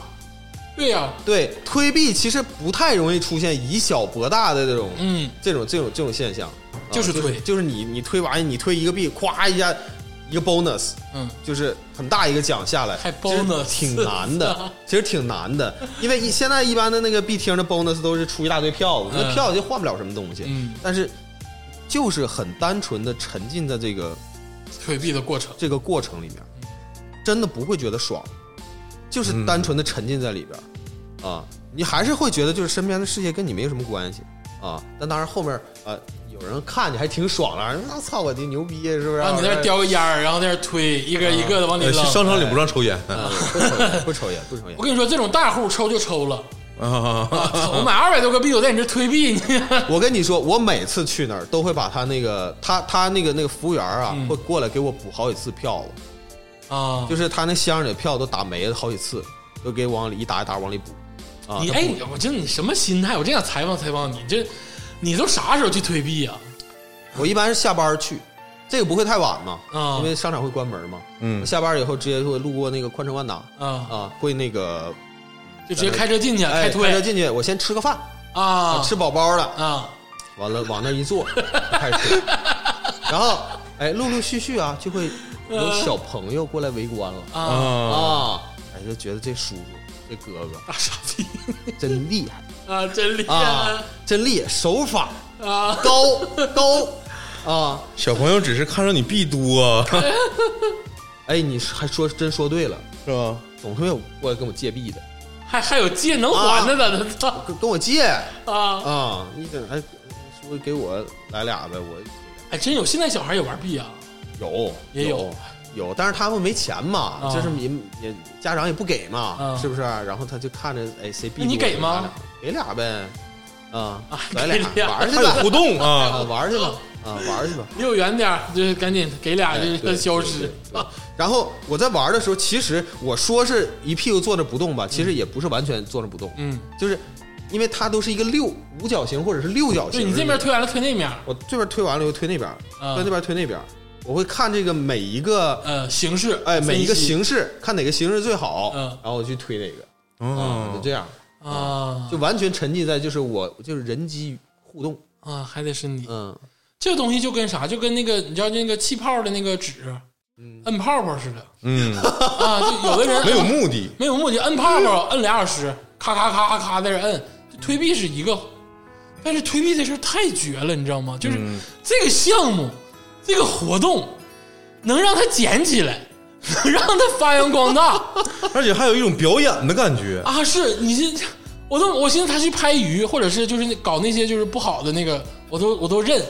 Speaker 2: 对呀、
Speaker 4: 对推币其实不太容易出现以小博大的这种，
Speaker 2: 嗯，
Speaker 4: 这种这种这种现象，啊
Speaker 2: 就是推
Speaker 4: 就是就是你你推完你推一个币，咵一下一个 bonus，
Speaker 2: 嗯，
Speaker 4: 就是很大一个奖下来，
Speaker 2: 还
Speaker 4: 其实
Speaker 2: bonus
Speaker 4: 挺 难的，其实挺难的，因为一现在一般的那个币厅的 bonus 都是出一大堆票子，那
Speaker 2: 嗯
Speaker 4: 票就换不了什么东西，
Speaker 2: 嗯
Speaker 4: 但是就是很单纯的沉浸在这个
Speaker 2: 推币的过程，
Speaker 4: 这个过程里面，真的不会觉得爽，就是
Speaker 2: 嗯
Speaker 4: 单纯的沉浸在里边儿、啊，你还是会觉得就是身边的世界跟你没有什么关系啊。但当然后面啊，有人看你还挺爽了， 那、操我的牛逼是不是？
Speaker 2: 啊然后你在那儿叼个烟儿，然后在那儿推，一个一个的往
Speaker 4: 嗯
Speaker 2: 里
Speaker 3: 呃，
Speaker 2: 扔。
Speaker 3: 商场里不让抽烟
Speaker 4: 啊，不抽烟，不抽烟，不抽烟
Speaker 2: 我。跟你说，这种大户抽就抽 了，
Speaker 3: 啊，
Speaker 4: 嗯
Speaker 2: 我买二百多个币，我在你这推币， 你
Speaker 4: 我跟你说，我每次去那儿都会把他那个他他那个那个服务员啊，
Speaker 2: 嗯
Speaker 4: 会过来给我补好几次票子，
Speaker 2: 啊，
Speaker 4: 就是他那箱里的票都打没了好几次，都给往里一打一打往里补啊。
Speaker 2: 你
Speaker 4: 他
Speaker 2: 哎
Speaker 4: 补，
Speaker 2: 我觉得你什么心态？我真想采访采访你，这你都啥时候去推币啊呀、
Speaker 4: 我一般是下班儿去，这个不会太晚嘛，
Speaker 2: 啊
Speaker 4: 因为商场会关门嘛。
Speaker 3: 嗯
Speaker 4: 下班儿以后直接会路过那个宽城万达
Speaker 2: 啊？
Speaker 4: 啊，会那个
Speaker 2: 就直接开车进去，啊
Speaker 4: 哎
Speaker 2: 开推
Speaker 4: 开车进去，我先吃个饭，
Speaker 2: 啊，
Speaker 4: 吃饱饱了，
Speaker 2: 啊，
Speaker 4: 完了往那一 坐开始吃，然后哎，陆陆续续啊就会有小朋友过来围观了
Speaker 2: 啊
Speaker 3: 啊，
Speaker 4: 啊，哎就觉得这叔叔这哥哥
Speaker 2: 大傻逼
Speaker 4: 真厉害
Speaker 2: 啊，真厉害
Speaker 4: 啊，真厉害，手法
Speaker 2: 啊！
Speaker 4: 高 高啊，
Speaker 3: 小朋友只是看上你币多啊，
Speaker 4: 哎你还说真说对了，
Speaker 3: 是吧？
Speaker 4: 总会有过来跟我借币的，
Speaker 2: 还还有借能还的呢，操
Speaker 4: 跟跟我借
Speaker 2: 啊！
Speaker 4: 啊，你怎哎叔给我来俩呗，我。
Speaker 2: 还哎真有，现在小孩也玩币啊，
Speaker 4: 有
Speaker 2: 也有
Speaker 4: 有有但是他们没钱嘛，
Speaker 2: 啊
Speaker 4: 就是也也家长也不给嘛，
Speaker 2: 啊
Speaker 4: 是不是？然后他就看着哎谁逼
Speaker 2: 那你
Speaker 4: 多
Speaker 2: 给吗？
Speaker 4: 给俩呗，啊
Speaker 2: 啊，
Speaker 4: 来
Speaker 2: 给
Speaker 4: 俩
Speaker 2: 俩
Speaker 4: 玩儿去
Speaker 3: 还有互
Speaker 4: 吧，
Speaker 3: 动
Speaker 4: 啊
Speaker 3: 啊，
Speaker 4: 玩儿去吧，啊玩儿去吧。
Speaker 2: 离我远点儿，就是赶紧给俩
Speaker 4: 哎
Speaker 2: 就
Speaker 4: 对
Speaker 2: 消
Speaker 4: 对
Speaker 2: 失
Speaker 4: 对然后我在玩儿的时候，其实我说是一屁股坐着不动吧，其实也不是完全坐着不动，
Speaker 2: 嗯，
Speaker 4: 就是因为它都是一个六五角形或者是六角形。
Speaker 2: 对你这边推完了推那面儿，
Speaker 4: 我这边推完了以后推那边儿，
Speaker 2: 啊
Speaker 4: 推那边儿推那边儿，我会看这个每一个
Speaker 2: 呃，形式
Speaker 4: 哎，每一个
Speaker 2: 分析
Speaker 4: 形式看哪个形式最好，
Speaker 2: 嗯
Speaker 4: 然后我去推哪个，
Speaker 3: 嗯
Speaker 4: 就这样，
Speaker 2: 啊，
Speaker 4: 就完全沉浸在就是我就是人机互动，
Speaker 2: 啊，还得是你
Speaker 4: 嗯，
Speaker 2: 这个东西就跟啥，就跟那个你知道那个气泡的那个纸，
Speaker 4: 嗯
Speaker 2: 摁泡泡似的
Speaker 3: 嗯，
Speaker 2: 啊，就有的人
Speaker 3: 没有目的，
Speaker 2: 没有目的，摁泡泡摁俩小时，咔咔咔咔咔在这摁，推币是一个，但是推币这事儿太绝了，你知道吗？就是
Speaker 4: 嗯
Speaker 2: 这个项目，这个活动，能让它捡起来， 能让它发扬光大
Speaker 3: 而且还有一种表演的感觉，
Speaker 2: 啊！是你这，我都我寻思他去拍鱼，或者是就是那搞那些就是不好的那个，我都我都认，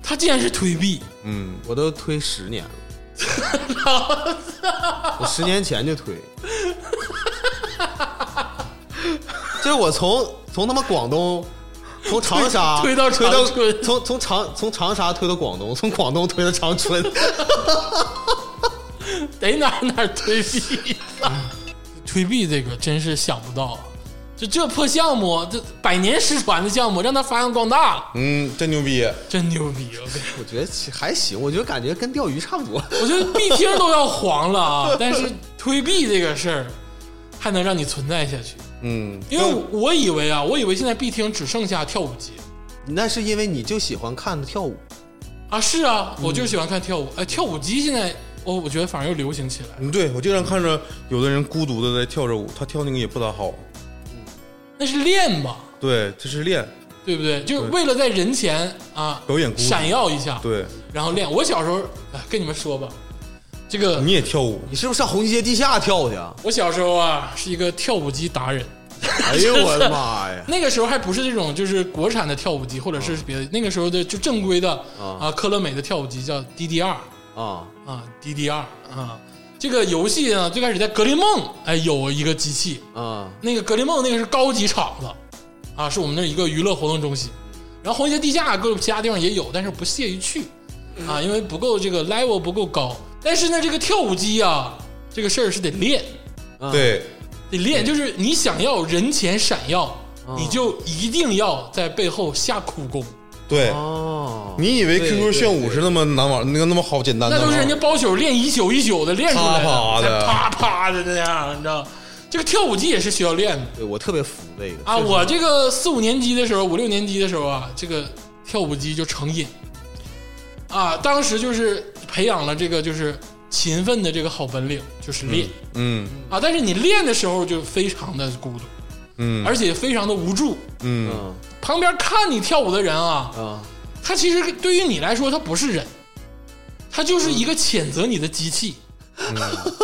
Speaker 2: 他竟然是推币，
Speaker 3: 嗯，
Speaker 4: 我都推十年了，我十年前就推，就是我从从他妈广东。从长沙
Speaker 2: 推推到
Speaker 4: 推到
Speaker 2: 长春
Speaker 4: 从从长从长沙推到广东，从广东推到长春，
Speaker 2: 得哪儿哪儿推币、 推币这个真是想不到啊！就这破项目，这百年失传的项目，让它发扬光大了，
Speaker 3: 嗯，真牛逼，
Speaker 2: 真牛逼！我跟你
Speaker 4: 我觉得还行，我觉得感觉跟钓鱼差不多。
Speaker 2: 我觉得币厅都要黄了 啊，但是推币这个事儿还能让你存在下去，
Speaker 3: 嗯，
Speaker 2: 因为我以为啊，我以为现在币厅只剩下跳舞节
Speaker 4: 那是因为你就喜欢看跳舞，
Speaker 2: 啊，是啊，
Speaker 3: 嗯
Speaker 2: 我就喜欢看跳舞，哎，跳舞机现在我我觉得反而又流行起来了，
Speaker 3: 嗯，对我经常看着有的人孤独的在跳着舞，他跳那个也不咋好，
Speaker 2: 那是练吧，
Speaker 3: 对，这是练
Speaker 2: 对不对？就是为了在人前啊
Speaker 3: 表演孤独，
Speaker 2: 闪耀一下，
Speaker 3: 对，
Speaker 2: 然后练。我小时候，哎，跟你们说吧，这个
Speaker 3: 你也跳舞，
Speaker 4: 你是不是上红旗街地下跳去啊？
Speaker 2: 我小时候啊是一个跳舞机达人。
Speaker 4: 哎呦我的妈呀！
Speaker 2: 那个时候还不是这种，就是国产的跳舞机，或者是
Speaker 3: 啊
Speaker 2: 别的。那个时候的就正规的
Speaker 4: 啊
Speaker 2: 啊，科乐美的跳舞机叫 DDR
Speaker 4: 啊，
Speaker 2: 啊，DDR 啊。这个游戏呢，最开始在格林梦哎有一个机器，
Speaker 4: 啊，
Speaker 2: 那个格林梦那个是高级厂子啊，是我们那儿一个娱乐活动中心。然后红旗街地下各种其他地方也有，但是不屑于去啊，因为不够这个 level 不够高。但是呢，这个跳舞机啊，这个事儿是得练
Speaker 3: 对，
Speaker 2: 得练，就是你想要人前闪耀，你就一定要在背后下苦功，
Speaker 3: 对，
Speaker 4: 哦，
Speaker 3: 你以为
Speaker 4: 对
Speaker 3: QQ 炫舞是那么难玩，那个那么好简单的
Speaker 2: 那
Speaker 3: 吗？
Speaker 2: 都是人家包宿练一宿一宿的练出来
Speaker 3: 啪啪
Speaker 2: 的，
Speaker 3: 的
Speaker 2: 才啪啪的那样，你知道？这个跳舞机也是需要练的
Speaker 4: 对我特别服这个
Speaker 2: 啊！我这个四五年级的时候，五六年级的时候啊，这个跳舞机就成瘾啊，当时就是培养了这个就是勤奋的这个好本领，就是练。
Speaker 3: 嗯
Speaker 2: 啊，但是你练的时候就非常的孤独，
Speaker 3: 嗯
Speaker 2: 而且非常的无助。
Speaker 3: 嗯，
Speaker 4: 嗯
Speaker 2: 旁边看你跳舞的人啊，
Speaker 4: 啊，
Speaker 2: 他其实对于你来说，他不是人，他就是一个谴责你的机器。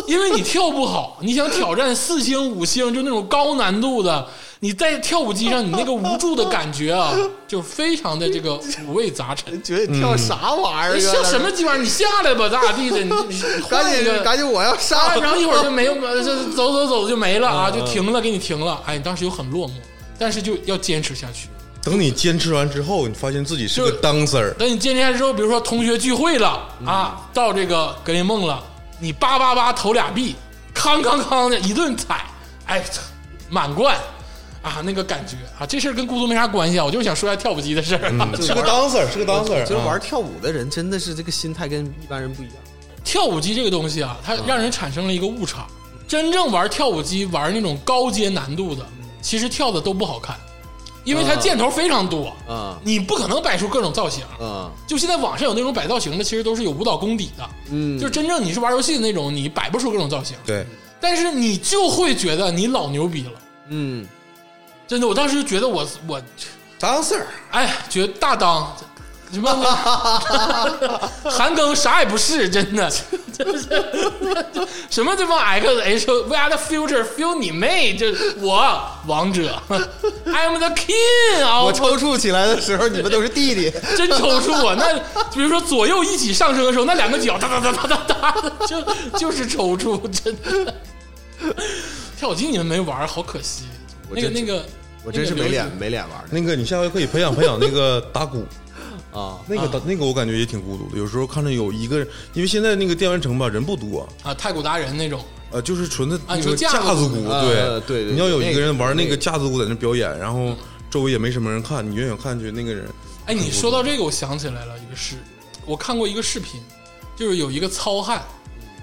Speaker 2: 因为你跳不好，你想挑战四星、五星，就那种高难度的，你在跳舞机上，你那个无助的感觉啊，就非常的这个五味杂 陈。
Speaker 4: 觉得你跳啥玩意儿？啊
Speaker 2: 哎像什么鸡巴，你下来吧，咋地的？你你
Speaker 4: 赶
Speaker 2: 换一个
Speaker 4: 紧，赶紧，我要
Speaker 2: 啊，
Speaker 4: 上！
Speaker 2: 然后一会儿 就没有，呃这走走走就没了啊，就停
Speaker 4: 嗯
Speaker 2: 了，给你停了。哎，当时就很落寞，但是就要坚持下去。
Speaker 3: 等你坚持完之后，你发现自己是
Speaker 2: 就
Speaker 3: 个 dancer，
Speaker 2: 等你坚持下去之后，比如说同学聚会了啊，到这个格林梦了，你叭叭叭投俩币，康康康的一顿踩，哎，操满贯啊，那个感觉啊，这事儿跟孤独没啥关系啊，我就是想说一下跳舞机的事儿、啊
Speaker 3: 嗯是个 dancer，是个 dancer，
Speaker 4: 就是玩
Speaker 3: 啊
Speaker 4: 跳舞的人真的是这个心态跟一般人不一样。
Speaker 2: 跳舞机这个东西啊，它让人产生了一个误差。真正玩跳舞机玩那种高阶难度的，其实跳的都不好看，因为它箭头非常多
Speaker 4: 啊
Speaker 2: 你不可能摆出各种造型。
Speaker 4: 啊，
Speaker 2: 就现在网上有那种摆造型的，其实都是有舞蹈功底的。
Speaker 4: 嗯
Speaker 2: 就是真正你是玩游戏的那种，你摆不出各种造型，
Speaker 3: 对，
Speaker 2: 但是你就会觉得你老牛逼了。
Speaker 4: 嗯，
Speaker 2: 真的，我当时就觉得我我
Speaker 3: dancer，
Speaker 2: 哎，觉得大当什么 韩庚啥也不是，真的， 什么这帮 X H 哎 We Are the Future Feel 你妹，这我王者 I'm the King 啊！
Speaker 4: 我抽搐起来的时候，你们都是弟弟。
Speaker 2: 真抽搐啊！那比如说左右一起上升的时候，那两个脚哒哒哒哒哒哒的，就就是抽搐，真的。跳舞机你们没玩儿，好可惜。
Speaker 4: 我
Speaker 2: 那个
Speaker 4: 真
Speaker 2: 那个，
Speaker 4: 我真是
Speaker 2: 那个
Speaker 4: 没
Speaker 2: 流
Speaker 4: 脸
Speaker 2: 行
Speaker 4: 没脸玩
Speaker 3: 那个你下回可以培养培养那个 打鼓。
Speaker 4: 的 啊。
Speaker 3: 那个打、那个我感觉也挺孤独的，有时候看着有一个人，因为现在那个电玩城吧人不多，
Speaker 2: 啊，太古达人那种。
Speaker 3: 呃，就是纯的
Speaker 2: 啊
Speaker 3: 那
Speaker 2: 你说
Speaker 3: 个
Speaker 2: 架
Speaker 3: 架
Speaker 2: 子
Speaker 3: 子
Speaker 2: 鼓
Speaker 3: 鼓，
Speaker 4: 啊
Speaker 3: 对
Speaker 4: 对对
Speaker 3: 你要有一个人玩
Speaker 4: 那个
Speaker 3: 那个架子鼓在那表演，然后周围也没什么人看，你远远看去那个人，
Speaker 2: 哎，你说到这个，我想起来了一个事，我看过一个视频，就是有一个糙汉，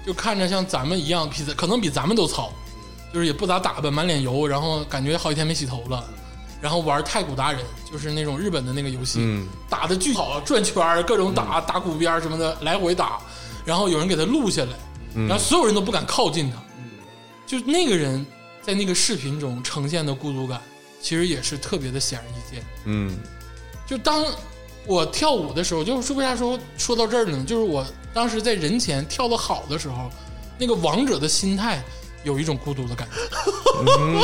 Speaker 2: 就看着像咱们一样，比可能比咱们都糙，就是也不咋打扮，满脸油，然后感觉好几天没洗头了，然后玩太古达人，就是那种日本的那个游戏，
Speaker 3: 嗯
Speaker 2: 打的巨好，转圈儿，各种打、打鼓边儿什么的，来回打，然后有人给他录下来，然后所有人都不敢靠近他，就那个人在那个视频中呈现的孤独感，其实也是特别的显而易见。
Speaker 3: 嗯
Speaker 2: 就当我跳舞的时候，就是为啥说说到这儿了呢？就是我当时在人前跳的好的时候，那个王者的心态有一种孤独的感觉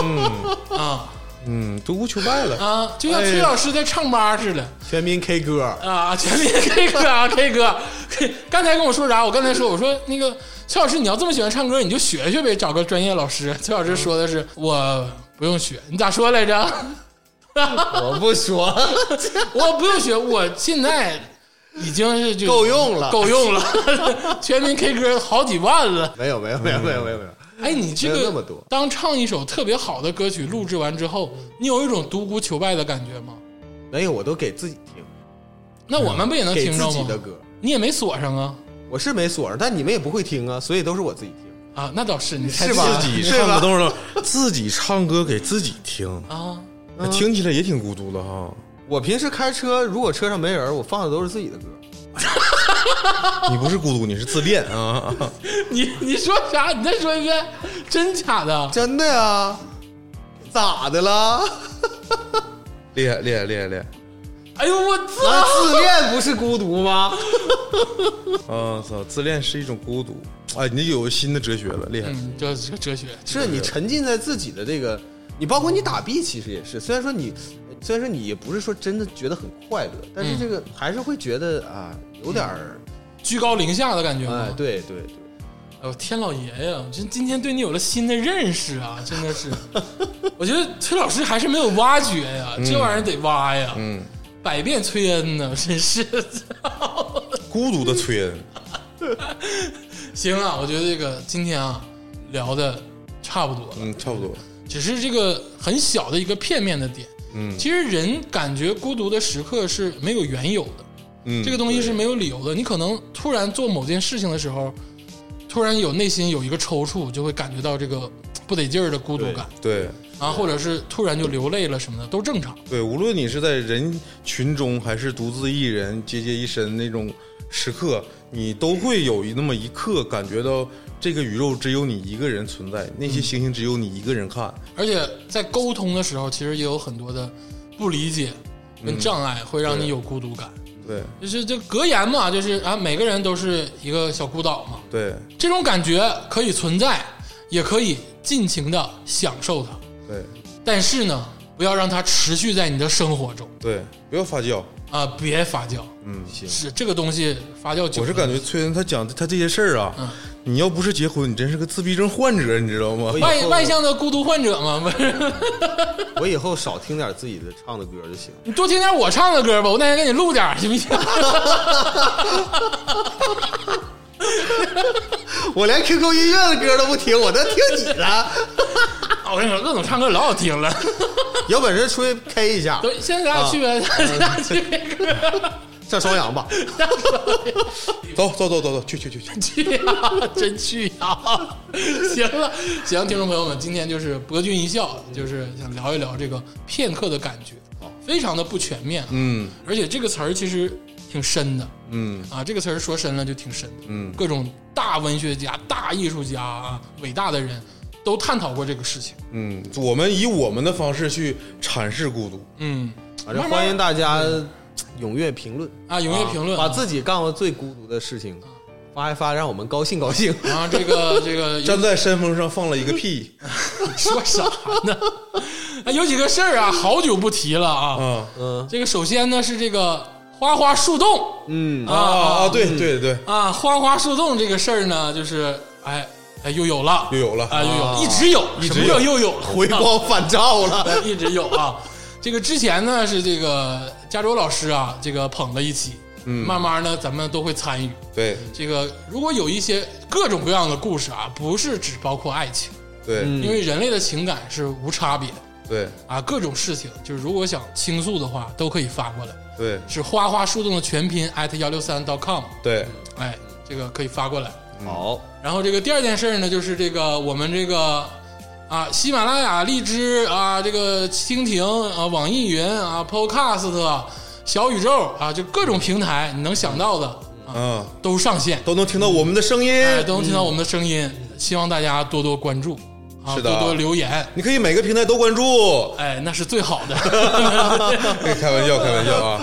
Speaker 2: 啊
Speaker 3: 嗯，都无求败了，
Speaker 2: 啊，就像崔老师在唱吧似的、
Speaker 4: 全民 K 歌，
Speaker 2: 啊！ 全民 K 歌啊，K 歌，刚才跟我说啥？我刚才说我说那个崔老师，你要这么喜欢唱歌，你就学学呗，找个专业老师。崔老师说的是我不用学，你咋说来 着？
Speaker 4: 我不 说，
Speaker 2: 我不用学，我现在已经是就
Speaker 4: 够用了。
Speaker 2: 够用了， 全民 K 歌好几万了。
Speaker 4: 没有没有没有没有没有没有，
Speaker 2: 哎，你这
Speaker 4: 嗯没
Speaker 2: 个
Speaker 4: 有那么多
Speaker 2: 当唱一首特别好的歌曲录制完之后，你有一种独孤求败的感觉吗？
Speaker 4: 没有我都给自己听，
Speaker 2: 那我们不也能
Speaker 4: 嗯给
Speaker 2: 听
Speaker 4: 自
Speaker 2: 着
Speaker 4: 己的
Speaker 2: 吗？
Speaker 4: 歌，
Speaker 2: 你也没锁上啊
Speaker 4: 我是没锁上，但你们也不会听啊，所以都是我自己听。
Speaker 2: 啊，那倒是，你才
Speaker 4: 是吧
Speaker 3: 自己
Speaker 4: 是吧
Speaker 3: 唱歌，等会儿等会儿自己唱歌给自己听，
Speaker 2: 啊？
Speaker 3: 听起来也挺孤独的哈。
Speaker 4: 我平时开车，如果车上没人，我放的都是自己的歌。
Speaker 3: 你不是孤独，你是自恋 啊！
Speaker 2: 你你说啥？你再说一遍，真假的？
Speaker 4: 真的呀？咋 的了？
Speaker 3: 厉害厉害厉害厉害！
Speaker 2: 哎呦我操！
Speaker 4: 那自恋不是孤独吗？
Speaker 3: 啊操，自恋是一种孤独。哎，你有新的哲学了，厉害！
Speaker 2: 嗯，这这个哲学
Speaker 4: 是你沉浸在自己的这个，你包括你打 B，其实也是。虽然说你，虽然说你也不是说真的觉得很快乐，但是这个还是会觉得啊，有点儿，
Speaker 2: 居高临下的感觉吗？
Speaker 4: 哎，对对对，
Speaker 2: 哎呦，天老爷呀！真今天对你有了新的认识啊，真的是。 我觉得崔老师还是没有挖掘呀，
Speaker 4: 嗯
Speaker 2: 这玩意儿得挖呀。
Speaker 3: 嗯，
Speaker 2: 百变崔恩呢，真是。
Speaker 3: 孤独的崔恩，
Speaker 2: 行啊，我觉得这个今天啊聊的差不多了，
Speaker 3: 嗯，差不多。
Speaker 2: 只是这个很小的一个片面的点。嗯，其实人感觉孤独的时刻是没有缘由的，
Speaker 3: 嗯，
Speaker 2: 这个东西是没有理由的。你可能突然做某件事情的时候，突然有内心有一个抽搐，就会感觉到这个不得劲儿的孤独感
Speaker 3: 对
Speaker 2: 啊，或者是突然就流泪了什么的，都正常。
Speaker 3: 对，无论你是在人群中还是独自一人孑孑一身那种时刻，你都会有一那么一刻感觉到这个宇宙只有你一个人存在，那
Speaker 2: 嗯
Speaker 3: 些星星只有你一个人看。
Speaker 2: 而且在沟通的时候，其实也有很多的不理解跟
Speaker 3: 嗯
Speaker 2: 障碍，会让你有孤独感。
Speaker 3: 对
Speaker 2: 就是这格言嘛，就是啊，每个人都是一个小孤岛嘛，
Speaker 3: 对
Speaker 2: 这种感觉可以存在，也可以尽情的享受它，
Speaker 3: 对
Speaker 2: 但是呢，不要让它持续在你的生活中
Speaker 3: 对，不要发酵。
Speaker 2: 啊，别发酵。嗯， 是这个东西发酵久了，
Speaker 3: 我是感觉崔恩他讲他这些事儿啊，
Speaker 2: 嗯
Speaker 3: 你要不是结婚，你真是个自闭症患者，你知道吗？
Speaker 2: 外外向的孤独患者嘛，不是？
Speaker 4: 我以后少听点自己的唱的歌就行。
Speaker 2: 你多听点我唱的歌吧，我那天给你录点儿行不行？
Speaker 4: 我连 QQ 音乐的歌都不听，我都听你的。
Speaker 2: 我跟你说，乐总唱歌老好听 了。
Speaker 4: 有本事出去 K 一 下，
Speaker 2: 对，现在咱俩去呗，
Speaker 3: 啊
Speaker 2: 咱 俩去呗
Speaker 4: 上双阳吧。
Speaker 3: 走走走走走，去去去去。
Speaker 2: 去呀， 真去呀！行了，行，听众朋友们，今天就是博君一笑，就是想聊一聊这个片刻的感觉，哦非常的不全面，啊
Speaker 3: 嗯
Speaker 2: 而且这个词儿其实挺深的
Speaker 3: 嗯
Speaker 2: 啊，这个词儿说深了就挺深的，
Speaker 3: 嗯
Speaker 2: 各种大文学家、大艺术家啊，伟大的人都探讨过这个事情，
Speaker 3: 嗯，我们以我们的方式去阐释孤独。
Speaker 2: 嗯，
Speaker 4: 反正欢迎大家踊跃评论
Speaker 2: 啊，踊跃评论，
Speaker 4: 啊把自己干过最孤独的事情发一发，让我们高兴高兴。
Speaker 2: 然后啊这个这个
Speaker 3: 站在山峰上放了一个屁，
Speaker 2: 说啥呢？ 啊，有几个事儿啊，好久不提了啊，
Speaker 3: 啊
Speaker 4: 嗯
Speaker 2: 这个首先呢是这个花花树洞
Speaker 4: 嗯，
Speaker 3: 啊啊！对对对，
Speaker 2: 啊，花花树洞这个事儿呢，就是哎哎又有了，
Speaker 3: 又有了
Speaker 2: 啊，又有，一直有，
Speaker 3: 一直
Speaker 2: 什么叫
Speaker 3: 有
Speaker 2: 又有？
Speaker 4: 回光返照了。
Speaker 2: 一直有啊。这个之前呢是这个加州老师啊，这个捧了一期，嗯，慢慢呢咱们都会参与。
Speaker 3: 对
Speaker 2: 这个如果有一些各种各样的故事啊，不是只包括爱情，
Speaker 3: 对
Speaker 2: 因为人类的情感是无差别的
Speaker 3: 对
Speaker 2: 啊，各种事情就是如果想倾诉的话，都可以发过来。
Speaker 3: 对
Speaker 2: 是花花树洞的全拼 at 幺六三 .com，
Speaker 3: 对，
Speaker 2: 哎，这个可以发过来。
Speaker 3: 嗯
Speaker 4: 好，
Speaker 2: 然后这个第二件事呢，就是这个我们这个啊，喜马拉雅、荔枝啊，这个蜻蜓啊、网易云啊、Podcast、小宇宙啊，就各种平台你能想到的啊，
Speaker 3: 嗯，
Speaker 2: 都上线，
Speaker 3: 都能听到我们的声音。
Speaker 2: 哎，都能听到我们的声音。希望大家多多关注啊，
Speaker 3: 是
Speaker 2: 多
Speaker 3: 的
Speaker 2: 多留言，
Speaker 3: 你可以每个平台都关注，哎
Speaker 2: 哎，那是最好的。
Speaker 3: 开玩笑开玩笑啊！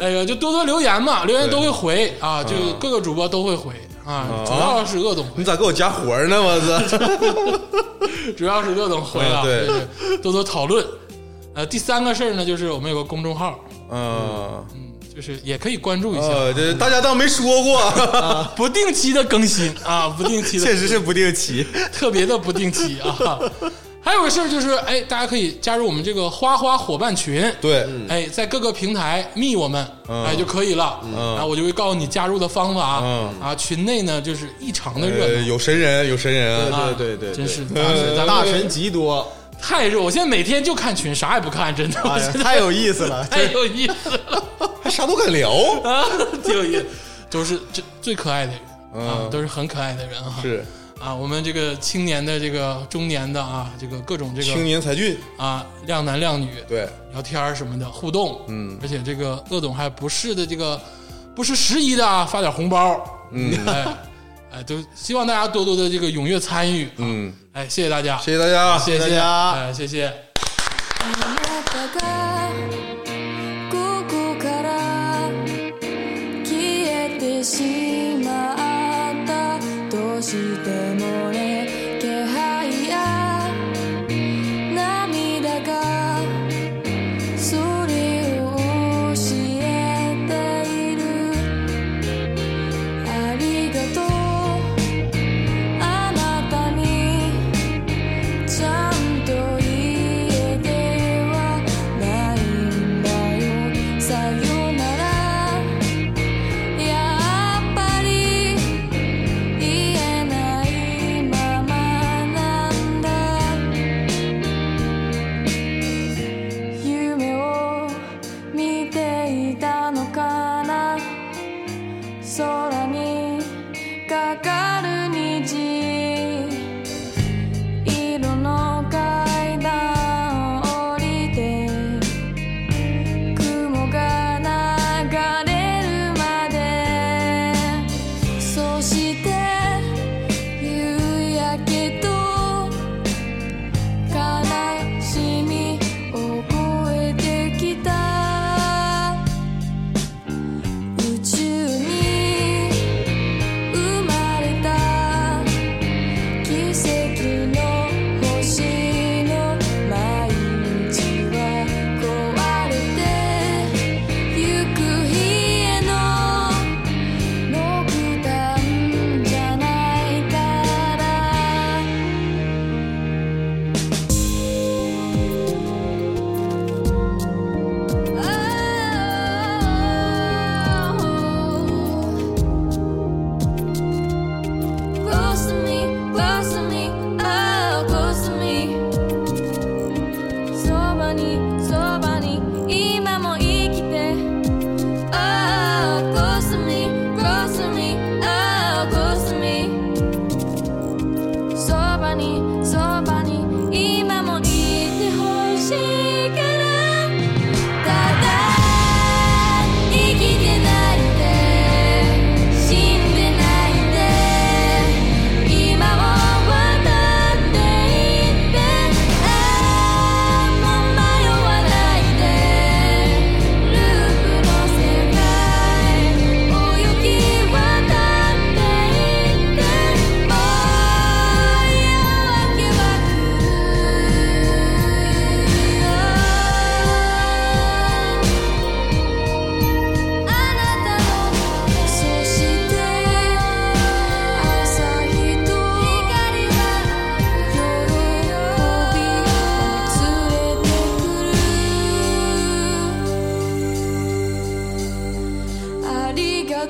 Speaker 2: 哎呀，就多多留言嘛，留言都会回
Speaker 3: 嗯
Speaker 2: 啊，就各个主播都会回啊，主要是鄂总回
Speaker 3: 你咋给我加活呢？我 操！
Speaker 2: 主要是各种回了，
Speaker 3: 啊对
Speaker 2: 就是多多讨论。呃，第三个事儿呢，就是我们有个公众号，
Speaker 3: 嗯
Speaker 2: 就是也可以关注一下，
Speaker 3: 呃，这大家当没说 过，
Speaker 2: 不定期的更 新啊，不定期的，
Speaker 4: 实是不定期。
Speaker 2: 特别的不定期 啊。还有个事儿就是，哎，大家可以加入我们这个花花伙伴群，
Speaker 3: 对，
Speaker 4: 嗯
Speaker 2: 哎，在各个平台密我们，
Speaker 3: 嗯
Speaker 2: 哎就可以了。
Speaker 3: 嗯
Speaker 2: 啊，我就会告诉你加入的方法。
Speaker 3: 嗯
Speaker 2: 啊，群内呢就是异常的热
Speaker 3: 呃，
Speaker 2: 闹，
Speaker 3: 有神人有神人啊！
Speaker 2: 啊
Speaker 4: 对对
Speaker 2: 真
Speaker 4: 对，
Speaker 2: 是大
Speaker 3: 哎
Speaker 2: 神，呃咱们
Speaker 4: 对大神 极多，
Speaker 2: 太热，我现在每天就看群，啥也不看，真的，我
Speaker 4: 哎呀
Speaker 2: 现在
Speaker 4: 太有意思 了。
Speaker 2: 太有意思了。
Speaker 3: 还啥都敢聊，
Speaker 2: 啊， 挺有意思，都是这最可爱的人、啊，
Speaker 3: 嗯
Speaker 2: 都是很可爱的人啊。
Speaker 3: 是
Speaker 2: 啊，我们这个青年的、这个中年的啊，这个各种这
Speaker 3: 青
Speaker 2: 个
Speaker 3: 年才俊，
Speaker 2: 啊，靓男靓女
Speaker 3: 对，
Speaker 2: 聊天儿什么的互动，
Speaker 3: 嗯
Speaker 2: 而且这个鄂总还不是的这个不是时宜的啊，发点红包，
Speaker 3: 嗯
Speaker 2: 哎哎，都希望大家多多的这个踊跃参与，
Speaker 3: 嗯，
Speaker 2: 哎，谢谢大家，
Speaker 3: 谢谢大家，
Speaker 2: 谢
Speaker 4: 大
Speaker 2: 谢
Speaker 4: 家
Speaker 2: 哎，谢谢。
Speaker 5: 「ここから消えてしまった」「どうしてもね気配や涙がそれを教えている」「ありがとうあなたに」ちゃんと言えてはないん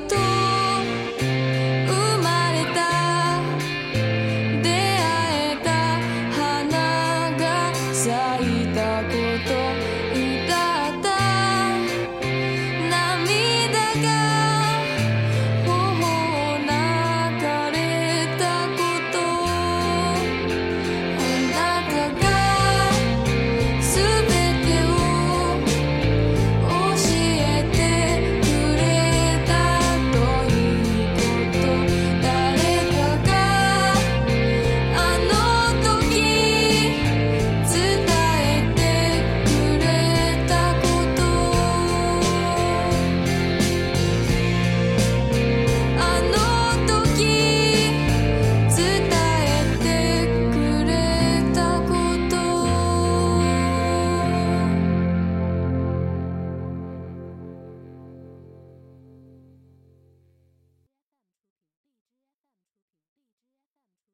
Speaker 5: 多。